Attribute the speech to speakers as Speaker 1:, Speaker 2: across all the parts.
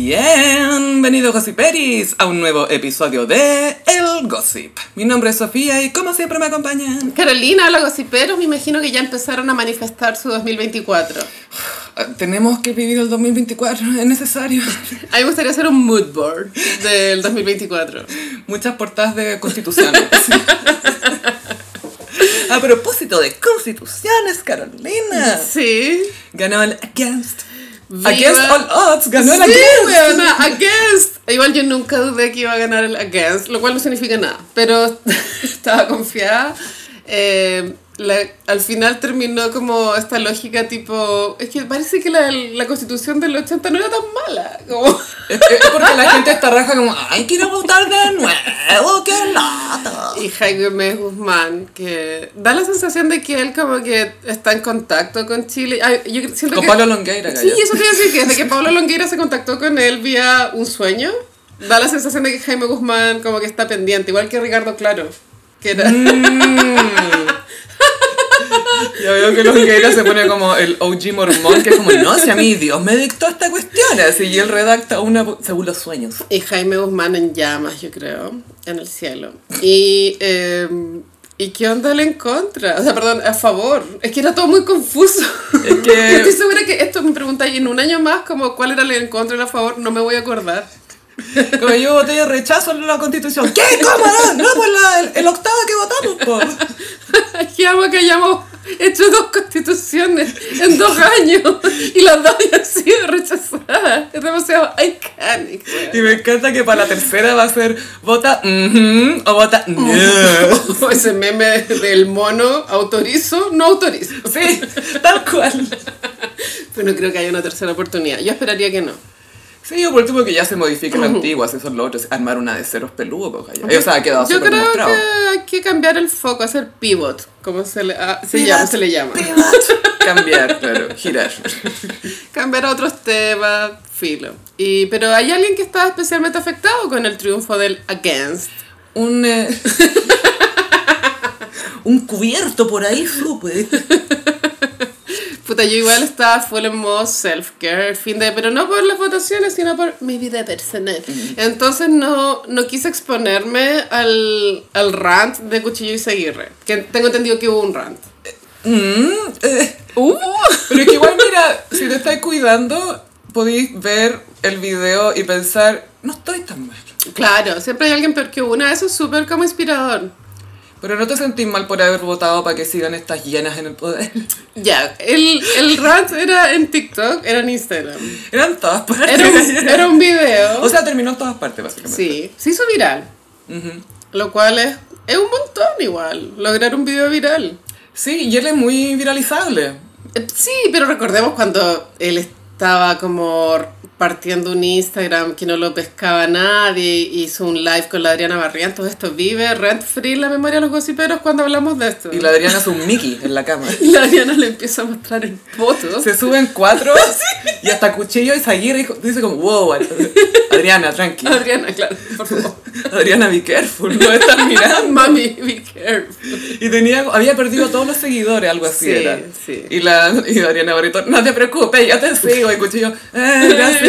Speaker 1: Bienvenidos Gossiperis a un nuevo episodio de El Gossip. Mi nombre es Sofía y como siempre me acompañan.
Speaker 2: Carolina, los gossiperos me imagino que ya empezaron a manifestar su 2024.
Speaker 1: Ah, Tenemos que vivir el 2024, es necesario.
Speaker 2: A mí me gustaría hacer un mood board del 2024.
Speaker 1: Muchas portadas de constituciones. a propósito de constituciones, Carolina.
Speaker 2: Sí.
Speaker 1: Ganó el Against.
Speaker 2: Viva-
Speaker 1: Against All Odds, ganó el
Speaker 2: Sí,
Speaker 1: Against.
Speaker 2: weona, against. Igual yo nunca dudé que iba a ganar el Against, lo cual no significa nada, pero estaba confiada. Eh, la- al final terminó como esta lógica tipo, es que parece que la, la constitución del 80 no era tan mala. Como,
Speaker 1: Es es porque la gente está raja como, ay, quiero votar de nuevo, qué lata.
Speaker 2: Y Jaime Gómez Guzmán, que da la sensación de que él como que está en contacto con Chile. Ay, yo siento
Speaker 1: Con
Speaker 2: que-
Speaker 1: Pablo Longueira,
Speaker 2: Sí,
Speaker 1: gallo.
Speaker 2: eso te iba a decir, que desde que Pablo Longueira se contactó con él vía un sueño, da la sensación de que Jaime Guzmán como que está pendiente, igual que Ricardo Claro, que era...
Speaker 1: Ya veo que Longueira se pone como el OG mormón, que es como, no, si a mí Dios me dictó esta cuestión, así, y él redacta una po- según los sueños.
Speaker 2: Y Jaime Guzmán en llamas, yo creo, en el cielo. Y, eh, ¿y qué onda le en contra? O sea, perdón, a favor. Es que era todo muy confuso.
Speaker 1: Es que-
Speaker 2: Estoy segura que esto me preguntáis en un año más, como cuál era el en contra y el a favor, no me voy a acordar.
Speaker 1: Como yo voté de rechazo a la constitución. ¿Qué? ¿Cómo no? No, pues la, el, el octavo que votamos, po.
Speaker 2: que amo que hayamos hecho dos constituciones en dos años y las dos han sido rechazadas. Es demasiado iconic.
Speaker 1: Y me encanta que para la tercera va a ser vota mhm o vota no.
Speaker 2: O ese meme del mono, autorizo, no autorizo.
Speaker 1: Sí, tal cual.
Speaker 2: Pero no creo que haya una tercera oportunidad. Yo esperaría que no.
Speaker 1: Sí, yo por último que ya se modifique la antigua, si son los otros, armar una de ceros peludos, pues, gallo. O sea, ha quedado
Speaker 2: Yo
Speaker 1: súper
Speaker 2: creo
Speaker 1: mostrado.
Speaker 2: que hay que cambiar el foco, hacer pivot, como se le, ah, se llama. Se le llama.
Speaker 1: Cambiar, claro, girar.
Speaker 2: Cambiar a otros temas, filo. Y, pero hay alguien que estaba especialmente afectado con el triunfo del Against.
Speaker 1: un eh, un cubierto por ahí supe
Speaker 2: Puta, yo igual estaba full en modo self-care, fin de, pero no por las votaciones, sino por mi vida personal. Entonces no, no quise exponerme al, al rant de Cuchillo y Seguirre, que tengo entendido que hubo un rant. ¡Uh!
Speaker 1: pero es que igual mira si te estás cuidando podéis ver el video y pensar no estoy tan mal
Speaker 2: Claro, siempre hay alguien peor que una, eso es súper como inspirador.
Speaker 1: pero no te sentís mal por haber votado para que sigan estas llenas en el poder
Speaker 2: Ya, el, el rant era en TikTok, era en Instagram.
Speaker 1: eran todas partes
Speaker 2: Era un, era un video.
Speaker 1: o sea terminó en todas partes básicamente
Speaker 2: Sí, se hizo viral. Lo cual es, es un montón igual, lograr un video viral.
Speaker 1: sí y él es muy viralizable
Speaker 2: Eh, Sí, pero recordemos cuando él estaba como partiendo un Instagram que no lo pescaba nadie, hizo un live con la Adriana Barrientos, esto vive rent free en la memoria de los gossiperos cuando hablamos de esto.
Speaker 1: y la Adriana es un Mickey en la cama
Speaker 2: Y la Adriana le empieza a mostrar el poto.
Speaker 1: se suben cuatro y hasta Cuchillo y Zaguirre dice como wow Adriana tranqui
Speaker 2: Adriana, claro, por favor.
Speaker 1: Adriana, be careful, no estás mirando.
Speaker 2: Mami, be careful.
Speaker 1: Y tenía, había perdido todos los seguidores, algo así
Speaker 2: Sí,
Speaker 1: era.
Speaker 2: sí.
Speaker 1: Y, la, y Adriana Barrito, no te preocupes, yo te sigo. Y Cuchillo, eh, gracias.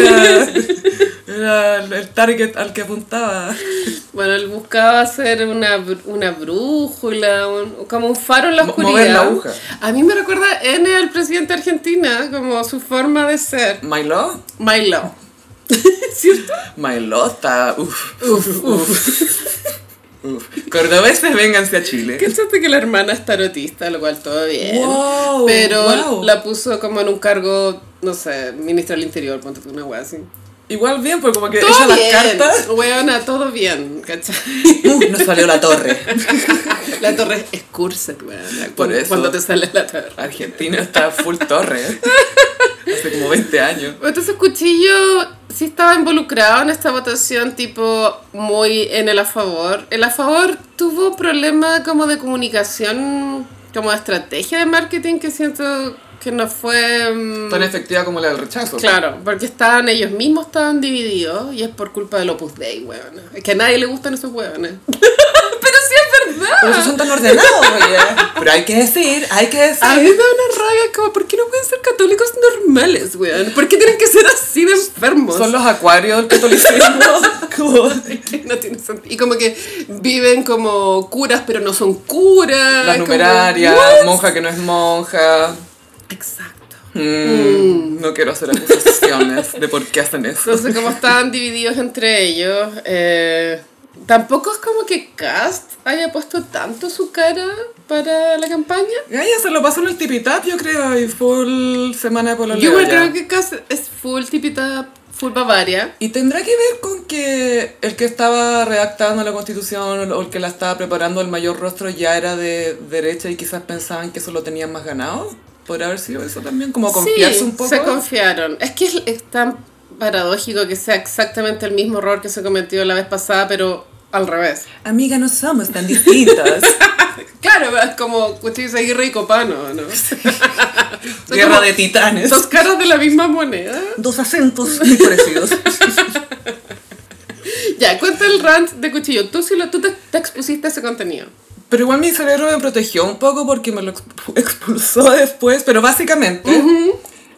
Speaker 1: Era el target al que apuntaba.
Speaker 2: Bueno, él buscaba hacer una, br- una brújula, un- como un faro en la
Speaker 1: Mo-
Speaker 2: oscuridad.
Speaker 1: mover la aguja.
Speaker 2: A mí me recuerda a N al presidente de Argentina, como su forma de ser.
Speaker 1: My Love,
Speaker 2: My love. ¿Cierto?
Speaker 1: My Love está, uff, uff, uff. Uf. Cordobeses, vénganse a Chile.
Speaker 2: Cachaste que la hermana es tarotista, lo cual todo bien.
Speaker 1: Wow,
Speaker 2: pero
Speaker 1: wow.
Speaker 2: la puso como en un cargo, no sé, ministra del interior, ponte tú una wea así.
Speaker 1: Igual bien, porque como que
Speaker 2: Todo
Speaker 1: ella
Speaker 2: bien,
Speaker 1: las cartas.
Speaker 2: Weona, todo bien, ¿cachai?
Speaker 1: Uh, nos salió la torre.
Speaker 2: La torre es Cursed, weona.
Speaker 1: Por
Speaker 2: cu-
Speaker 1: eso.
Speaker 2: Cuando te sale la torre.
Speaker 1: Argentina está full torre. Hace como 20 años.
Speaker 2: Entonces Cuchillo sí estaba involucrado en esta votación tipo muy en el a favor. El a favor tuvo un problema como de comunicación, como de estrategia de marketing que siento que no fue... mm,
Speaker 1: tan efectiva como la del rechazo.
Speaker 2: Claro, porque estaban ellos mismos estaban divididos y es por culpa del Opus Dei, huevona. Es que a nadie le gustan esos huevones. Pero sí es verdad.
Speaker 1: Pero esos son tan ordenados, oye. Pero hay que decir, hay que decir.
Speaker 2: A mí me da una rabia, es como, ¿por qué no pueden ser católicos animales, weón. ¿Por qué tienen que ser así de enfermos?
Speaker 1: Son los acuarios del catolicismo. como
Speaker 2: Que no tiene sentido. Y como que viven como curas, pero no son curas.
Speaker 1: la
Speaker 2: como-
Speaker 1: numeraria,
Speaker 2: ¿What?
Speaker 1: monja que no es monja.
Speaker 2: Exacto.
Speaker 1: Mm, No quiero hacer acusaciones de por qué hacen eso.
Speaker 2: Entonces, como estaban divididos entre ellos, eh, tampoco es como que Cast haya puesto tanto su cara para la campaña.
Speaker 1: Gaya, se lo pasó en el tipitap, yo creo, y full semana de pololeo
Speaker 2: Yo igual
Speaker 1: ya.
Speaker 2: creo que Cast es full tipita, full Bavaria.
Speaker 1: Y tendrá que ver con que el que estaba redactando la constitución o el que la estaba preparando el mayor rostro ya era de derecha y quizás pensaban que eso lo tenían más ganado. Podría haber sido eso también, como confiarse
Speaker 2: Sí,
Speaker 1: un poco.
Speaker 2: Se confiaron. Es que es, es tan paradójico que sea exactamente el mismo error que se cometió la vez pasada, pero al revés.
Speaker 1: Amiga, no somos tan distintas.
Speaker 2: Claro, es como pues, Cuchillos Aguirre y Copano, ¿no? Son
Speaker 1: Guerra
Speaker 2: como-
Speaker 1: de titanes.
Speaker 2: Dos caras de la misma moneda.
Speaker 1: Dos acentos muy parecidos.
Speaker 2: Ya, cuenta el rant de Cuchillo. Tú sí lo, tú te, te expusiste a ese contenido.
Speaker 1: Pero igual mi cerebro me protegió un poco porque me lo expu- expulsó después. Pero básicamente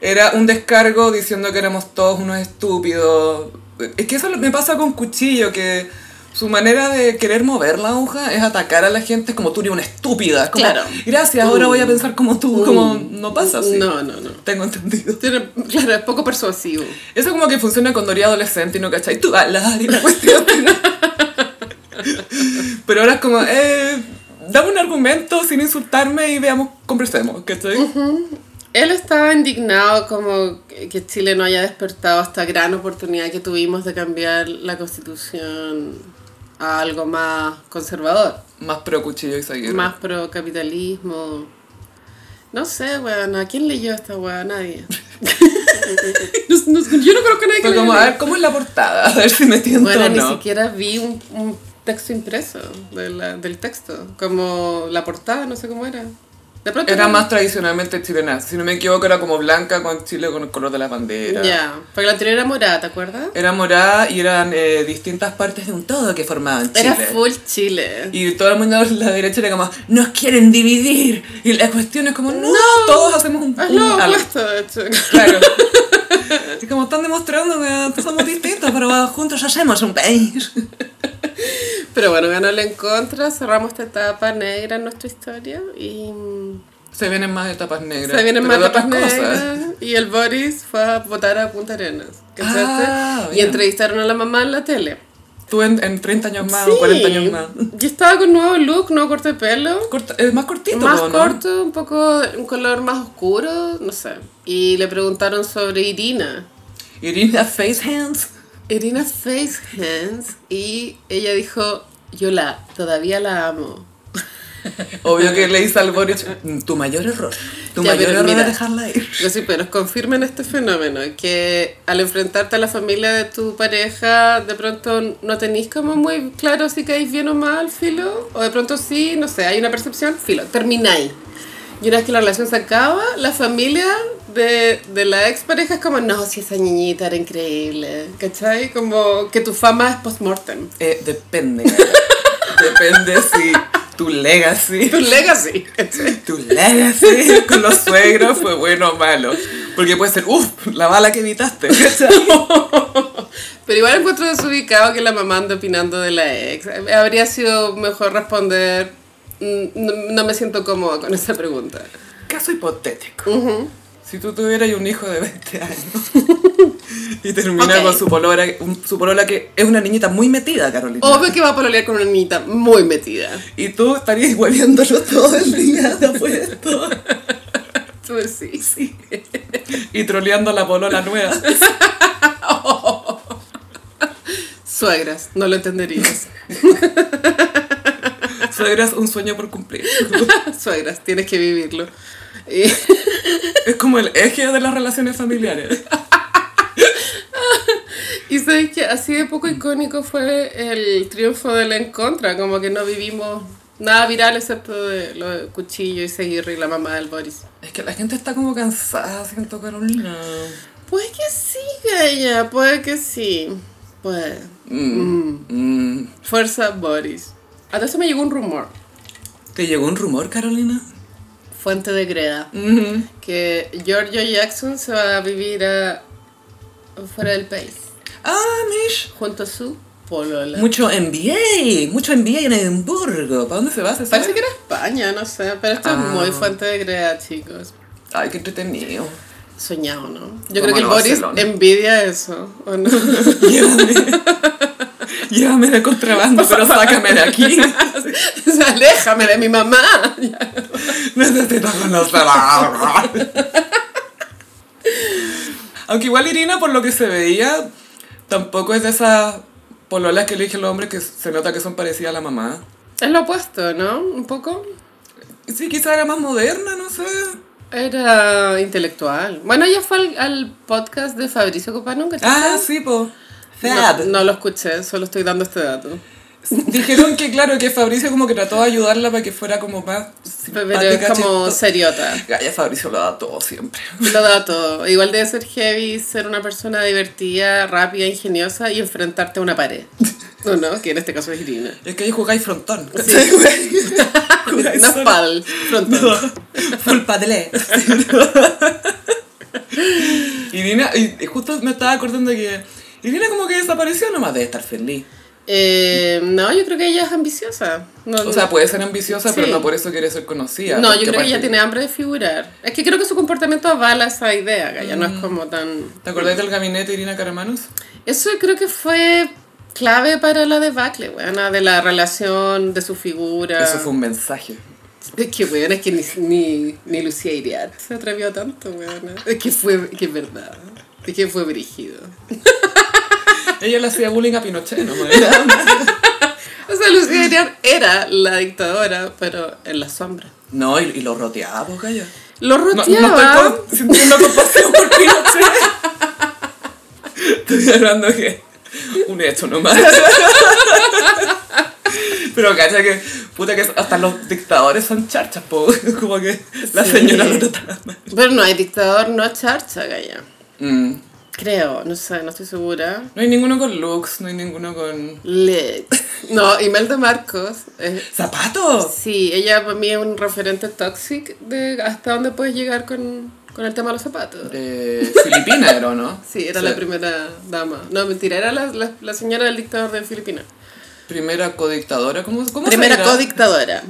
Speaker 1: era un descargo diciendo que éramos todos unos estúpidos. Es que eso lo- me pasa con Cuchillo, que su manera de querer mover la hoja es atacar a la gente como tú eres una estúpida. Es como,
Speaker 2: Claro. Uh.
Speaker 1: Gracias, ahora voy a pensar como tú. Como no pasa así.
Speaker 2: Mm. No, no, no.
Speaker 1: Tengo entendido.
Speaker 2: Tiene- claro, es poco persuasivo.
Speaker 1: Eso como que funciona cuando eres adolescente y no cachai tú alas y la cuestión. Pero ahora es como, eh, dame un argumento sin insultarme y veamos, conversemos, ¿cachai?
Speaker 2: Él estaba indignado como que Chile no haya despertado esta gran oportunidad que tuvimos de cambiar la constitución a algo más conservador,
Speaker 1: Más pro cuchillo y seguir.
Speaker 2: más pro capitalismo. No sé, weón, ¿a quién leyó esta weá? Nadie. No- no- yo no conozco a nadie que
Speaker 1: Fue
Speaker 2: la
Speaker 1: como, a
Speaker 2: haya
Speaker 1: ver, ¿cómo es la portada? A ver si me tiento
Speaker 2: Bueno,
Speaker 1: o
Speaker 2: ni
Speaker 1: no.
Speaker 2: siquiera vi un, un texto impreso de la- del texto, como la portada, no sé cómo era. De pronto
Speaker 1: Era más tradicionalmente chilena. Si no me equivoco, era como blanca con chile con el color de la
Speaker 2: Ya,
Speaker 1: bandera.
Speaker 2: porque la anterior era morada, ¿te acuerdas?
Speaker 1: Era morada y eran eh, distintas partes de un todo que formaban Chile.
Speaker 2: Era full Chile.
Speaker 1: Y todo el mundo a la derecha era como, nos quieren dividir. Y la cuestión es como, no, todos hacemos un,
Speaker 2: Es
Speaker 1: un
Speaker 2: lo
Speaker 1: algo".
Speaker 2: opuesto, de hecho.
Speaker 1: Claro. Es como están demostrando que somos distintos, pero juntos hacemos un país.
Speaker 2: Pero bueno, ganó la en contra, cerramos esta etapa negra en nuestra historia y mm,
Speaker 1: Se vienen más etapas negras.
Speaker 2: se vienen
Speaker 1: pero
Speaker 2: más
Speaker 1: de
Speaker 2: etapas
Speaker 1: otras cosas.
Speaker 2: negras. Y el Boris fue a votar a Punta Arenas, ¿cachaste?
Speaker 1: Ah,
Speaker 2: y
Speaker 1: bien.
Speaker 2: entrevistaron a la mamá en la tele.
Speaker 1: Tú en, en 30 años más
Speaker 2: Sí.
Speaker 1: o 40 Ah, años más.
Speaker 2: Yo estaba con nuevo look, nuevo corte de pelo.
Speaker 1: Corta- es más cortito,
Speaker 2: más
Speaker 1: po, ¿no?
Speaker 2: corto, un poco un color más oscuro, no sé. Y le preguntaron sobre Irina.
Speaker 1: Irina Face Hands.
Speaker 2: Irina Face Hands y ella dijo, yo la, todavía la amo.
Speaker 1: Obvio que le dice al Boric, "Mm, tu mayor error. Tu
Speaker 2: Ya,
Speaker 1: mayor
Speaker 2: pero
Speaker 1: error
Speaker 2: mira.
Speaker 1: es dejarla ir.
Speaker 2: Yo sí, pero confirmen este fenómeno, que al enfrentarte a la familia de tu pareja, de pronto no tenéis como muy claro si caéis bien o mal, filo, o de pronto sí, no sé, hay una percepción, filo, termináis. Y una vez que la relación se acaba, la familia de, de la expareja es como, no, si esa niñita era increíble, ¿cachai? Como que tu fama es post-mortem.
Speaker 1: Eh, depende. cara. depende si tu legacy.
Speaker 2: Tu legacy, ¿cachai?
Speaker 1: Tu legacy con los suegros fue bueno o malo. Porque puede ser, uff, la bala que evitaste.
Speaker 2: Pero igual encuentro desubicado que la mamá ande opinando de la ex. Habría sido mejor responder, "Mm, no, no me siento cómoda con esa pregunta.
Speaker 1: Caso hipotético. Si tú tuvieras un hijo de 20 años y termina
Speaker 2: Ok.
Speaker 1: con su polola, un- su polola que es una niñita muy metida, Carolina.
Speaker 2: Obvio que va a pololear con una niñita muy metida.
Speaker 1: Y tú estarías hueviéndolo todo el día de apuesto.
Speaker 2: Tú sí, sí.
Speaker 1: Y troleando a la polola nueva.
Speaker 2: Suegras, no lo entenderías.
Speaker 1: Suegras, un sueño por cumplir.
Speaker 2: Suegras, tienes que vivirlo. Y-
Speaker 1: Es como el eje de las relaciones familiares.
Speaker 2: Y sabes que así de poco icónico fue el triunfo de la en contra, como que no vivimos nada viral excepto de lo de cuchillo y seguirre y la mamá del Boris.
Speaker 1: Es que la gente está como cansada, siento, Carolina.
Speaker 2: Puede que sí, Gaya, puede que sí. Puede.
Speaker 1: Mm.
Speaker 2: Fuerza Boris. A todo eso me llegó un rumor.
Speaker 1: ¿Te llegó un rumor, Carolina?
Speaker 2: Fuente de Greda.
Speaker 1: Ujú.
Speaker 2: Que Giorgio Jackson se va a vivir a, fuera del país.
Speaker 1: Ah, Mish.
Speaker 2: Junto a su polola.
Speaker 1: Mucho NBA, mucho NBA en Edimburgo. ¿Para dónde se va? ¿Se sabe?
Speaker 2: Parece que era España, no sé. Pero esto
Speaker 1: Ah.
Speaker 2: es muy Fuente de Greda, chicos.
Speaker 1: Ay, qué entretenido.
Speaker 2: Soñado, ¿no?
Speaker 1: Como
Speaker 2: Yo creo que
Speaker 1: el
Speaker 2: el Boris
Speaker 1: Barcelona.
Speaker 2: envidia eso, ¿o no?
Speaker 1: Llévame. Llévame de contrabando, pero sácame de aquí.
Speaker 2: ¡Aléjame de mi mamá!
Speaker 1: Necesito conocerla. Aunque igual Irina, por lo que se veía, tampoco es de esas pololas que elige el hombre que se nota que son parecidas a la mamá.
Speaker 2: Es lo opuesto, ¿no? Un poco.
Speaker 1: Sí, quizá era más moderna, no sé.
Speaker 2: Era intelectual. Bueno, ella fue al, al podcast de Fabricio Copano, que
Speaker 1: Ah, sí, po.
Speaker 2: no, no lo escuché, solo estoy dando este dato.
Speaker 1: Dijeron que, claro, que Fabricio como que trató de ayudarla para que fuera como más
Speaker 2: Pero
Speaker 1: simpática.
Speaker 2: es como
Speaker 1: chistosa.
Speaker 2: seriota.
Speaker 1: Gaya Fabricio lo da todo siempre.
Speaker 2: Lo da todo. Igual debe ser heavy ser una persona divertida, rápida, ingeniosa y enfrentarte a una pared. No, no, que en este caso es Irina.
Speaker 1: Es que ahí jugáis frontón.
Speaker 2: Sí.
Speaker 1: Jugáis
Speaker 2: Una
Speaker 1: solo.
Speaker 2: pal, pronto.
Speaker 1: No, Full padlé. Irina, y y justo me estaba acordando que Irina como que desapareció nomás de estar feliz.
Speaker 2: Eh, no, yo creo que ella es ambiciosa. No,
Speaker 1: O sea, puede ser ambiciosa, pero
Speaker 2: Sí.
Speaker 1: no por eso quiere ser conocida.
Speaker 2: no, yo
Speaker 1: porque
Speaker 2: creo que ella
Speaker 1: aparte-
Speaker 2: tiene hambre de figurar. Es que creo que su comportamiento avala esa idea, que ya no
Speaker 1: Mm.
Speaker 2: es como tan...
Speaker 1: ¿Te acordás del gabinete de Irina Caramanos?
Speaker 2: Eso creo que fue clave para la debacle, weona, de la relación, de su figura.
Speaker 1: Eso fue un mensaje.
Speaker 2: Es que, weona, es que ni, ni, ni Lucía Iriart se atrevió tanto, weona. Es que fue, que es verdad. Es que fue brígido.
Speaker 1: Ella le hacía bullying a Pinochet, ¿no?
Speaker 2: O sea,
Speaker 1: Mm.
Speaker 2: Lucía Iriart era la dictadora, pero en la sombra.
Speaker 1: No, y, y lo roteaba, pues, calla.
Speaker 2: Lo
Speaker 1: No,
Speaker 2: roteaba.
Speaker 1: no estoy con- sintiendo compasión por Pinochet. Estoy hablando que un hecho nomás. Pero cacha que, puta que hasta los dictadores son charchas, po. Como que la
Speaker 2: Sí.
Speaker 1: señora lo trataba mal.
Speaker 2: Pero no hay dictador, no es charcha, gaya.
Speaker 1: Mm.
Speaker 2: Creo, no sé, no estoy segura.
Speaker 1: No hay ninguno con looks, no hay ninguno con...
Speaker 2: Lex. No, Imelda Marcos. eh,
Speaker 1: ¡Zapatos!
Speaker 2: sí, ella para mí es un referente toxic de hasta dónde puedes llegar con, con el tema de los zapatos.
Speaker 1: De Eh, Filipina era, ¿o ¿no?
Speaker 2: Sí, era
Speaker 1: Sí.
Speaker 2: la primera dama. No, mentira, era la, la- la señora del dictador de Filipinas.
Speaker 1: Primera codictadora, ¿cómo, cómo se
Speaker 2: Primera
Speaker 1: dirá?
Speaker 2: codictadora.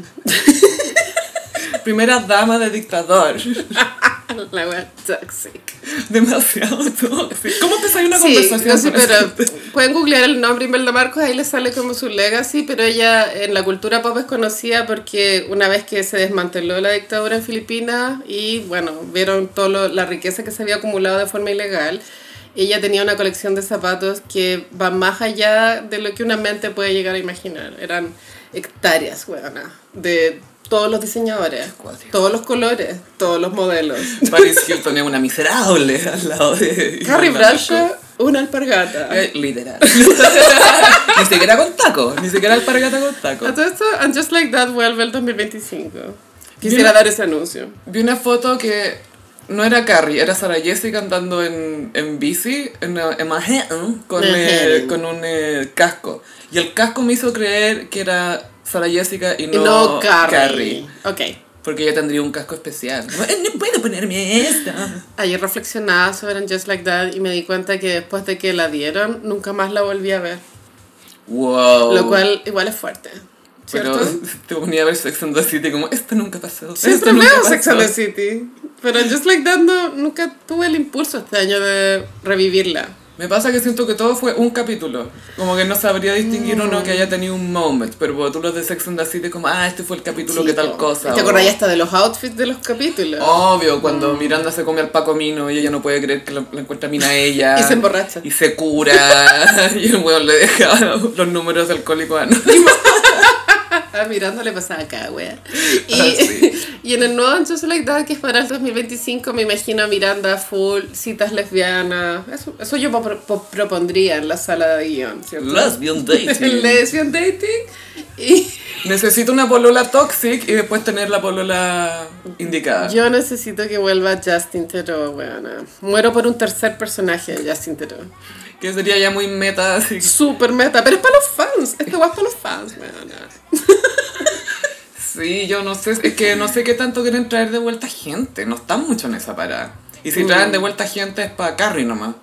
Speaker 1: Primera dama de dictador.
Speaker 2: La wea toxic.
Speaker 1: Demasiado tóxico. ¿Cómo empezáis una
Speaker 2: Sí,
Speaker 1: conversación
Speaker 2: no sé,
Speaker 1: con esa
Speaker 2: pero
Speaker 1: gente?
Speaker 2: pueden googlear el nombre Imelda Marcos, ahí le sale como su legacy, pero ella en la cultura pop es conocida porque una vez que se desmanteló la dictadura en Filipinas y bueno, vieron toda la riqueza que se había acumulado de forma ilegal, ella tenía una colección de zapatos que va más allá de lo que una mente puede llegar a imaginar. Eran hectáreas, weona, de todos los diseñadores,
Speaker 1: Cuático.
Speaker 2: todos los colores, todos los modelos.
Speaker 1: Paris Hilton es una miserable al lado de...
Speaker 2: Carrie
Speaker 1: Imelda
Speaker 2: Bradshaw, una alpargata.
Speaker 1: Marcos. Eh, Literal. ni siquiera con taco, ni siquiera alpargata con taco.
Speaker 2: A todo esto, And Just Like That vuelve el 2025.
Speaker 1: Mira.
Speaker 2: Quisiera dar ese anuncio.
Speaker 1: Vi una foto que no era Carrie, era Sarah Jessica andando en, en bici en, en Manhattan con, eh,
Speaker 2: Manhattan.
Speaker 1: con un eh, casco. Y el casco me hizo creer que era Sarah Jessica y
Speaker 2: Y
Speaker 1: no,
Speaker 2: no, Carrie.
Speaker 1: Carrie.
Speaker 2: Ok.
Speaker 1: Porque ella tendría un casco especial. No puedo ponerme esta.
Speaker 2: Ayer reflexionaba sobre And Just Like That y me di cuenta que después de que la dieron, nunca más la volví a ver.
Speaker 1: Wow.
Speaker 2: Lo cual igual es fuerte.
Speaker 1: Oh. Pero
Speaker 2: ¿Cierto?
Speaker 1: te ponía a ver Sex and the City como, esto nunca pasó.
Speaker 2: Siempre
Speaker 1: esto nunca
Speaker 2: veo
Speaker 1: pasó".
Speaker 2: Sex and the City. Pero And Just Like That no- nunca tuve el impulso este año de revivirla.
Speaker 1: Me pasa que siento que todo fue un capítulo. Como que no sabría distinguir uno que haya
Speaker 2: Mm.
Speaker 1: tenido un moment. Pero cuando tú los de Sex and the City, como, ah, este fue el capítulo que tal
Speaker 2: Chico.
Speaker 1: cosa. Oh.
Speaker 2: ¿Te
Speaker 1: o-
Speaker 2: acordás hasta de los outfits de los capítulos?
Speaker 1: Obvio,
Speaker 2: Mm.
Speaker 1: cuando Miranda se come al Paco Mino y ella no puede creer que la, la encuentra Mina a ella.
Speaker 2: Y se emborracha.
Speaker 1: Y se cura. y el weón le deja los números alcohólicos a Ana.
Speaker 2: A Miranda le pasaba acá, wea. Y,
Speaker 1: Ah, sí.
Speaker 2: y en el nuevo Just Like That, que es para el 2025, me imagino a Miranda full, citas lesbianas. Eso, eso yo pro- pro- propondría en la sala de guión, ¿cierto?
Speaker 1: Lesbian dating.
Speaker 2: Lesbian dating. Y
Speaker 1: Necesito una polola toxic y después tener la polola indicada.
Speaker 2: yo necesito que vuelva Justin Theroux, weona. Muero por un tercer personaje de Justin Theroux.
Speaker 1: Que sería ya muy meta, así
Speaker 2: Super meta, pero es para los fans. Este weá es para los fans, weona.
Speaker 1: Sí, yo no sé, es que no sé qué tanto quieren traer de vuelta gente, no están mucho en esa parada. Y
Speaker 2: Mm.
Speaker 1: si traen de vuelta gente es para Carrie nomás.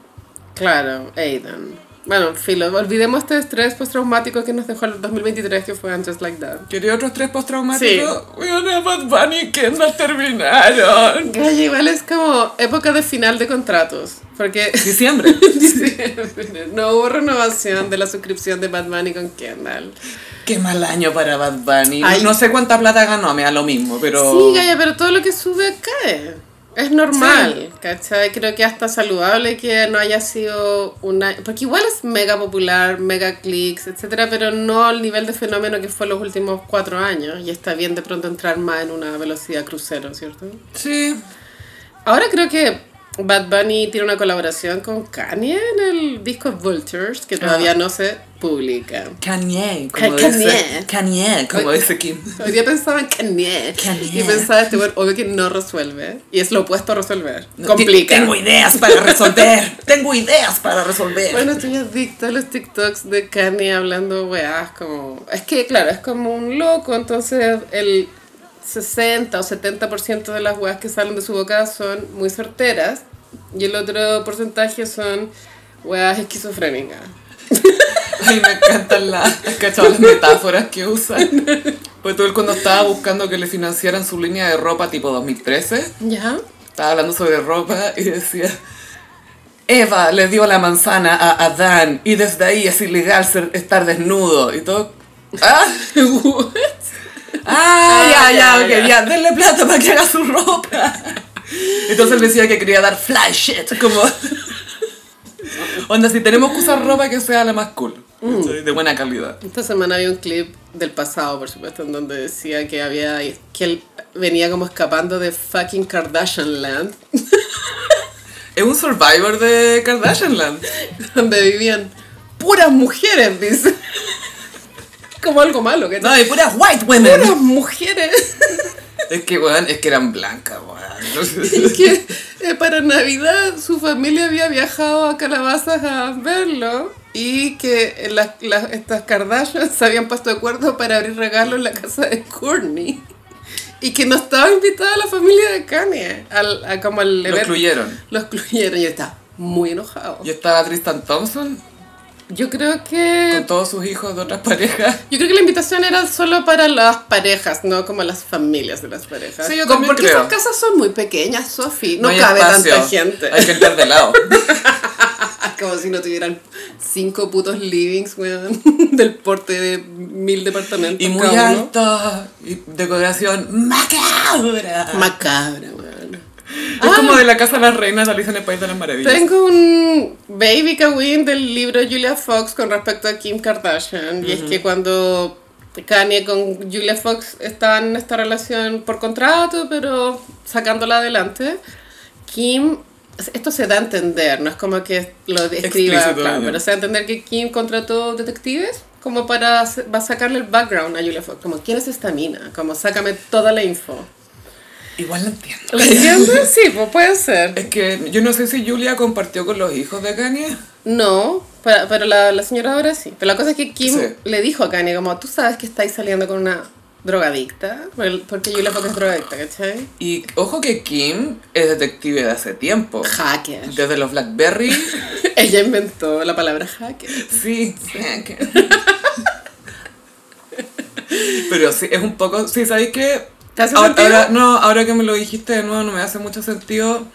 Speaker 2: Claro, Aidan. Bueno, filo, olvidemos este estrés postraumático que nos dejó el 2023, que fue Just Like That.
Speaker 1: Quería otros tres postraumáticos. Weón, a Bad Bunny y Kendall terminaron.
Speaker 2: Oye, igual es como época de final de contratos, porque
Speaker 1: Diciembre.
Speaker 2: no hubo renovación de la suscripción de Bad Bunny con Kendall.
Speaker 1: Qué mal año para Bad Bunny.
Speaker 2: Ay.
Speaker 1: No sé cuánta plata ganó, me da lo mismo, pero.
Speaker 2: Sí, Gaya, pero todo lo que sube cae. Es normal, ¿cachai? Creo que hasta saludable que no haya sido una... Porque igual es mega popular, mega clics, etcétera, pero no al nivel de fenómeno que fue los últimos cuatro años. Y está bien de pronto entrar más en una velocidad crucero, ¿cierto?
Speaker 1: Sí.
Speaker 2: Ahora creo que Bad Bunny tiene una colaboración con Kanye en el disco Vultures, que todavía no se publica.
Speaker 1: Kanye, como
Speaker 2: Ka-
Speaker 1: dice.
Speaker 2: Kanye.
Speaker 1: Kanye, como
Speaker 2: Oye.
Speaker 1: dice Kim.
Speaker 2: Hoy día pensaba en Kanye.
Speaker 1: Kanye.
Speaker 2: Y pensaba, este bueno, obvio que no resuelve. Y es lo opuesto a resolver.
Speaker 1: No,
Speaker 2: Complica.
Speaker 1: Tengo ideas para resolver. Tengo ideas para resolver.
Speaker 2: Bueno, estoy adicta a los TikToks de Kanye hablando weas. Como... Es que, claro, es como un loco. Entonces, el 60 o 70% de las weas que salen de su boca son muy certeras. Y el otro porcentaje son weas esquizofrénicas.
Speaker 1: Ay, me encantan las, ¿has cachado las metáforas que usan. Pues tú, él cuando estaba buscando que le financiaran su línea de ropa tipo 2013,
Speaker 2: ¿Ya?
Speaker 1: estaba hablando sobre ropa y decía, Eva le dio la manzana a Adán y desde ahí es ilegal ser- estar desnudo y todo. Ah, what? Ah, ya, ya, ok, ya, denle plata para que haga su ropa. Entonces él decía que quería dar fly shit, como... Onda, si tenemos que usar ropa que sea la más cool, ¿cachai? de buena calidad.
Speaker 2: Esta semana había un clip del pasado, por supuesto, en donde decía que había que él venía como escapando de fucking Kardashian Land,
Speaker 1: Es un survivor de Kardashian Land.
Speaker 2: donde vivían puras mujeres, dice. Como algo malo, que
Speaker 1: No, y puras white women.
Speaker 2: puras mujeres.
Speaker 1: Es que, weón, es que eran blancas,
Speaker 2: Y
Speaker 1: weón.
Speaker 2: que eh, para Navidad su familia había viajado a Calabazas a verlo y que las, las- estas Kardashians se habían puesto de acuerdo para abrir regalos en la casa de Courtney. Y que no estaba invitada la familia de Kanye al, a como al
Speaker 1: Lo excluyeron.
Speaker 2: Lo excluyeron y yo estaba muy enojado.
Speaker 1: Y estaba Tristan Thompson
Speaker 2: Yo creo que...
Speaker 1: con todos sus hijos de otras parejas.
Speaker 2: Yo creo que la invitación era solo para las parejas, no como las familias de las parejas.
Speaker 1: Sí, yo
Speaker 2: Como-
Speaker 1: también
Speaker 2: Porque
Speaker 1: creo.
Speaker 2: esas casas son muy pequeñas, Sofi. No,
Speaker 1: hay
Speaker 2: cabe
Speaker 1: espacio.
Speaker 2: tanta gente.
Speaker 1: Hay que entrar de lado.
Speaker 2: Como si no tuvieran cinco putos livings, weón, del porte de mil departamentos.
Speaker 1: Y muy
Speaker 2: cada uno.
Speaker 1: alto. Y decoración macabra.
Speaker 2: Macabra, weón.
Speaker 1: es
Speaker 2: Ah.
Speaker 1: como de la Casa de las Reinas, Alicia en el País de las Maravillas.
Speaker 2: Tengo un baby cagüín del libro Julia Fox con respecto a Kim Kardashian. Y es que cuando Kanye con Julia Fox estaban en esta relación por contrato, pero sacándola adelante, Kim. Esto se da a entender, no es como que lo describa,
Speaker 1: Explícito,
Speaker 2: claro,
Speaker 1: ya.
Speaker 2: pero se da a entender que Kim contrató detectives como para sa- va a sacarle el background a Julia Fox, como quién es esta mina, como sácame toda la info.
Speaker 1: Igual lo entiendo.
Speaker 2: ¿Lo entiendes? Sí, pues puede ser.
Speaker 1: Es que yo no sé si Julia compartió con los hijos de Kanye.
Speaker 2: No, pero, pero la, la señora ahora sí. Pero la cosa es que Kim
Speaker 1: Sí.
Speaker 2: le dijo a Kanye como, tú sabes que estáis saliendo con una drogadicta, Por- porque Julia Fox es drogadicta, ¿cachai?
Speaker 1: Y ojo que Kim es detective de hace tiempo.
Speaker 2: Hacker.
Speaker 1: Desde los Blackberry.
Speaker 2: Ella inventó la palabra hacker.
Speaker 1: Sí, hacker. Pero sí, es un poco. Sí, ¿sabéis qué?
Speaker 2: ¿Te hace
Speaker 1: ahora,
Speaker 2: sentido?
Speaker 1: ahora- no, ahora que me lo dijiste de nuevo, no me hace mucho sentido.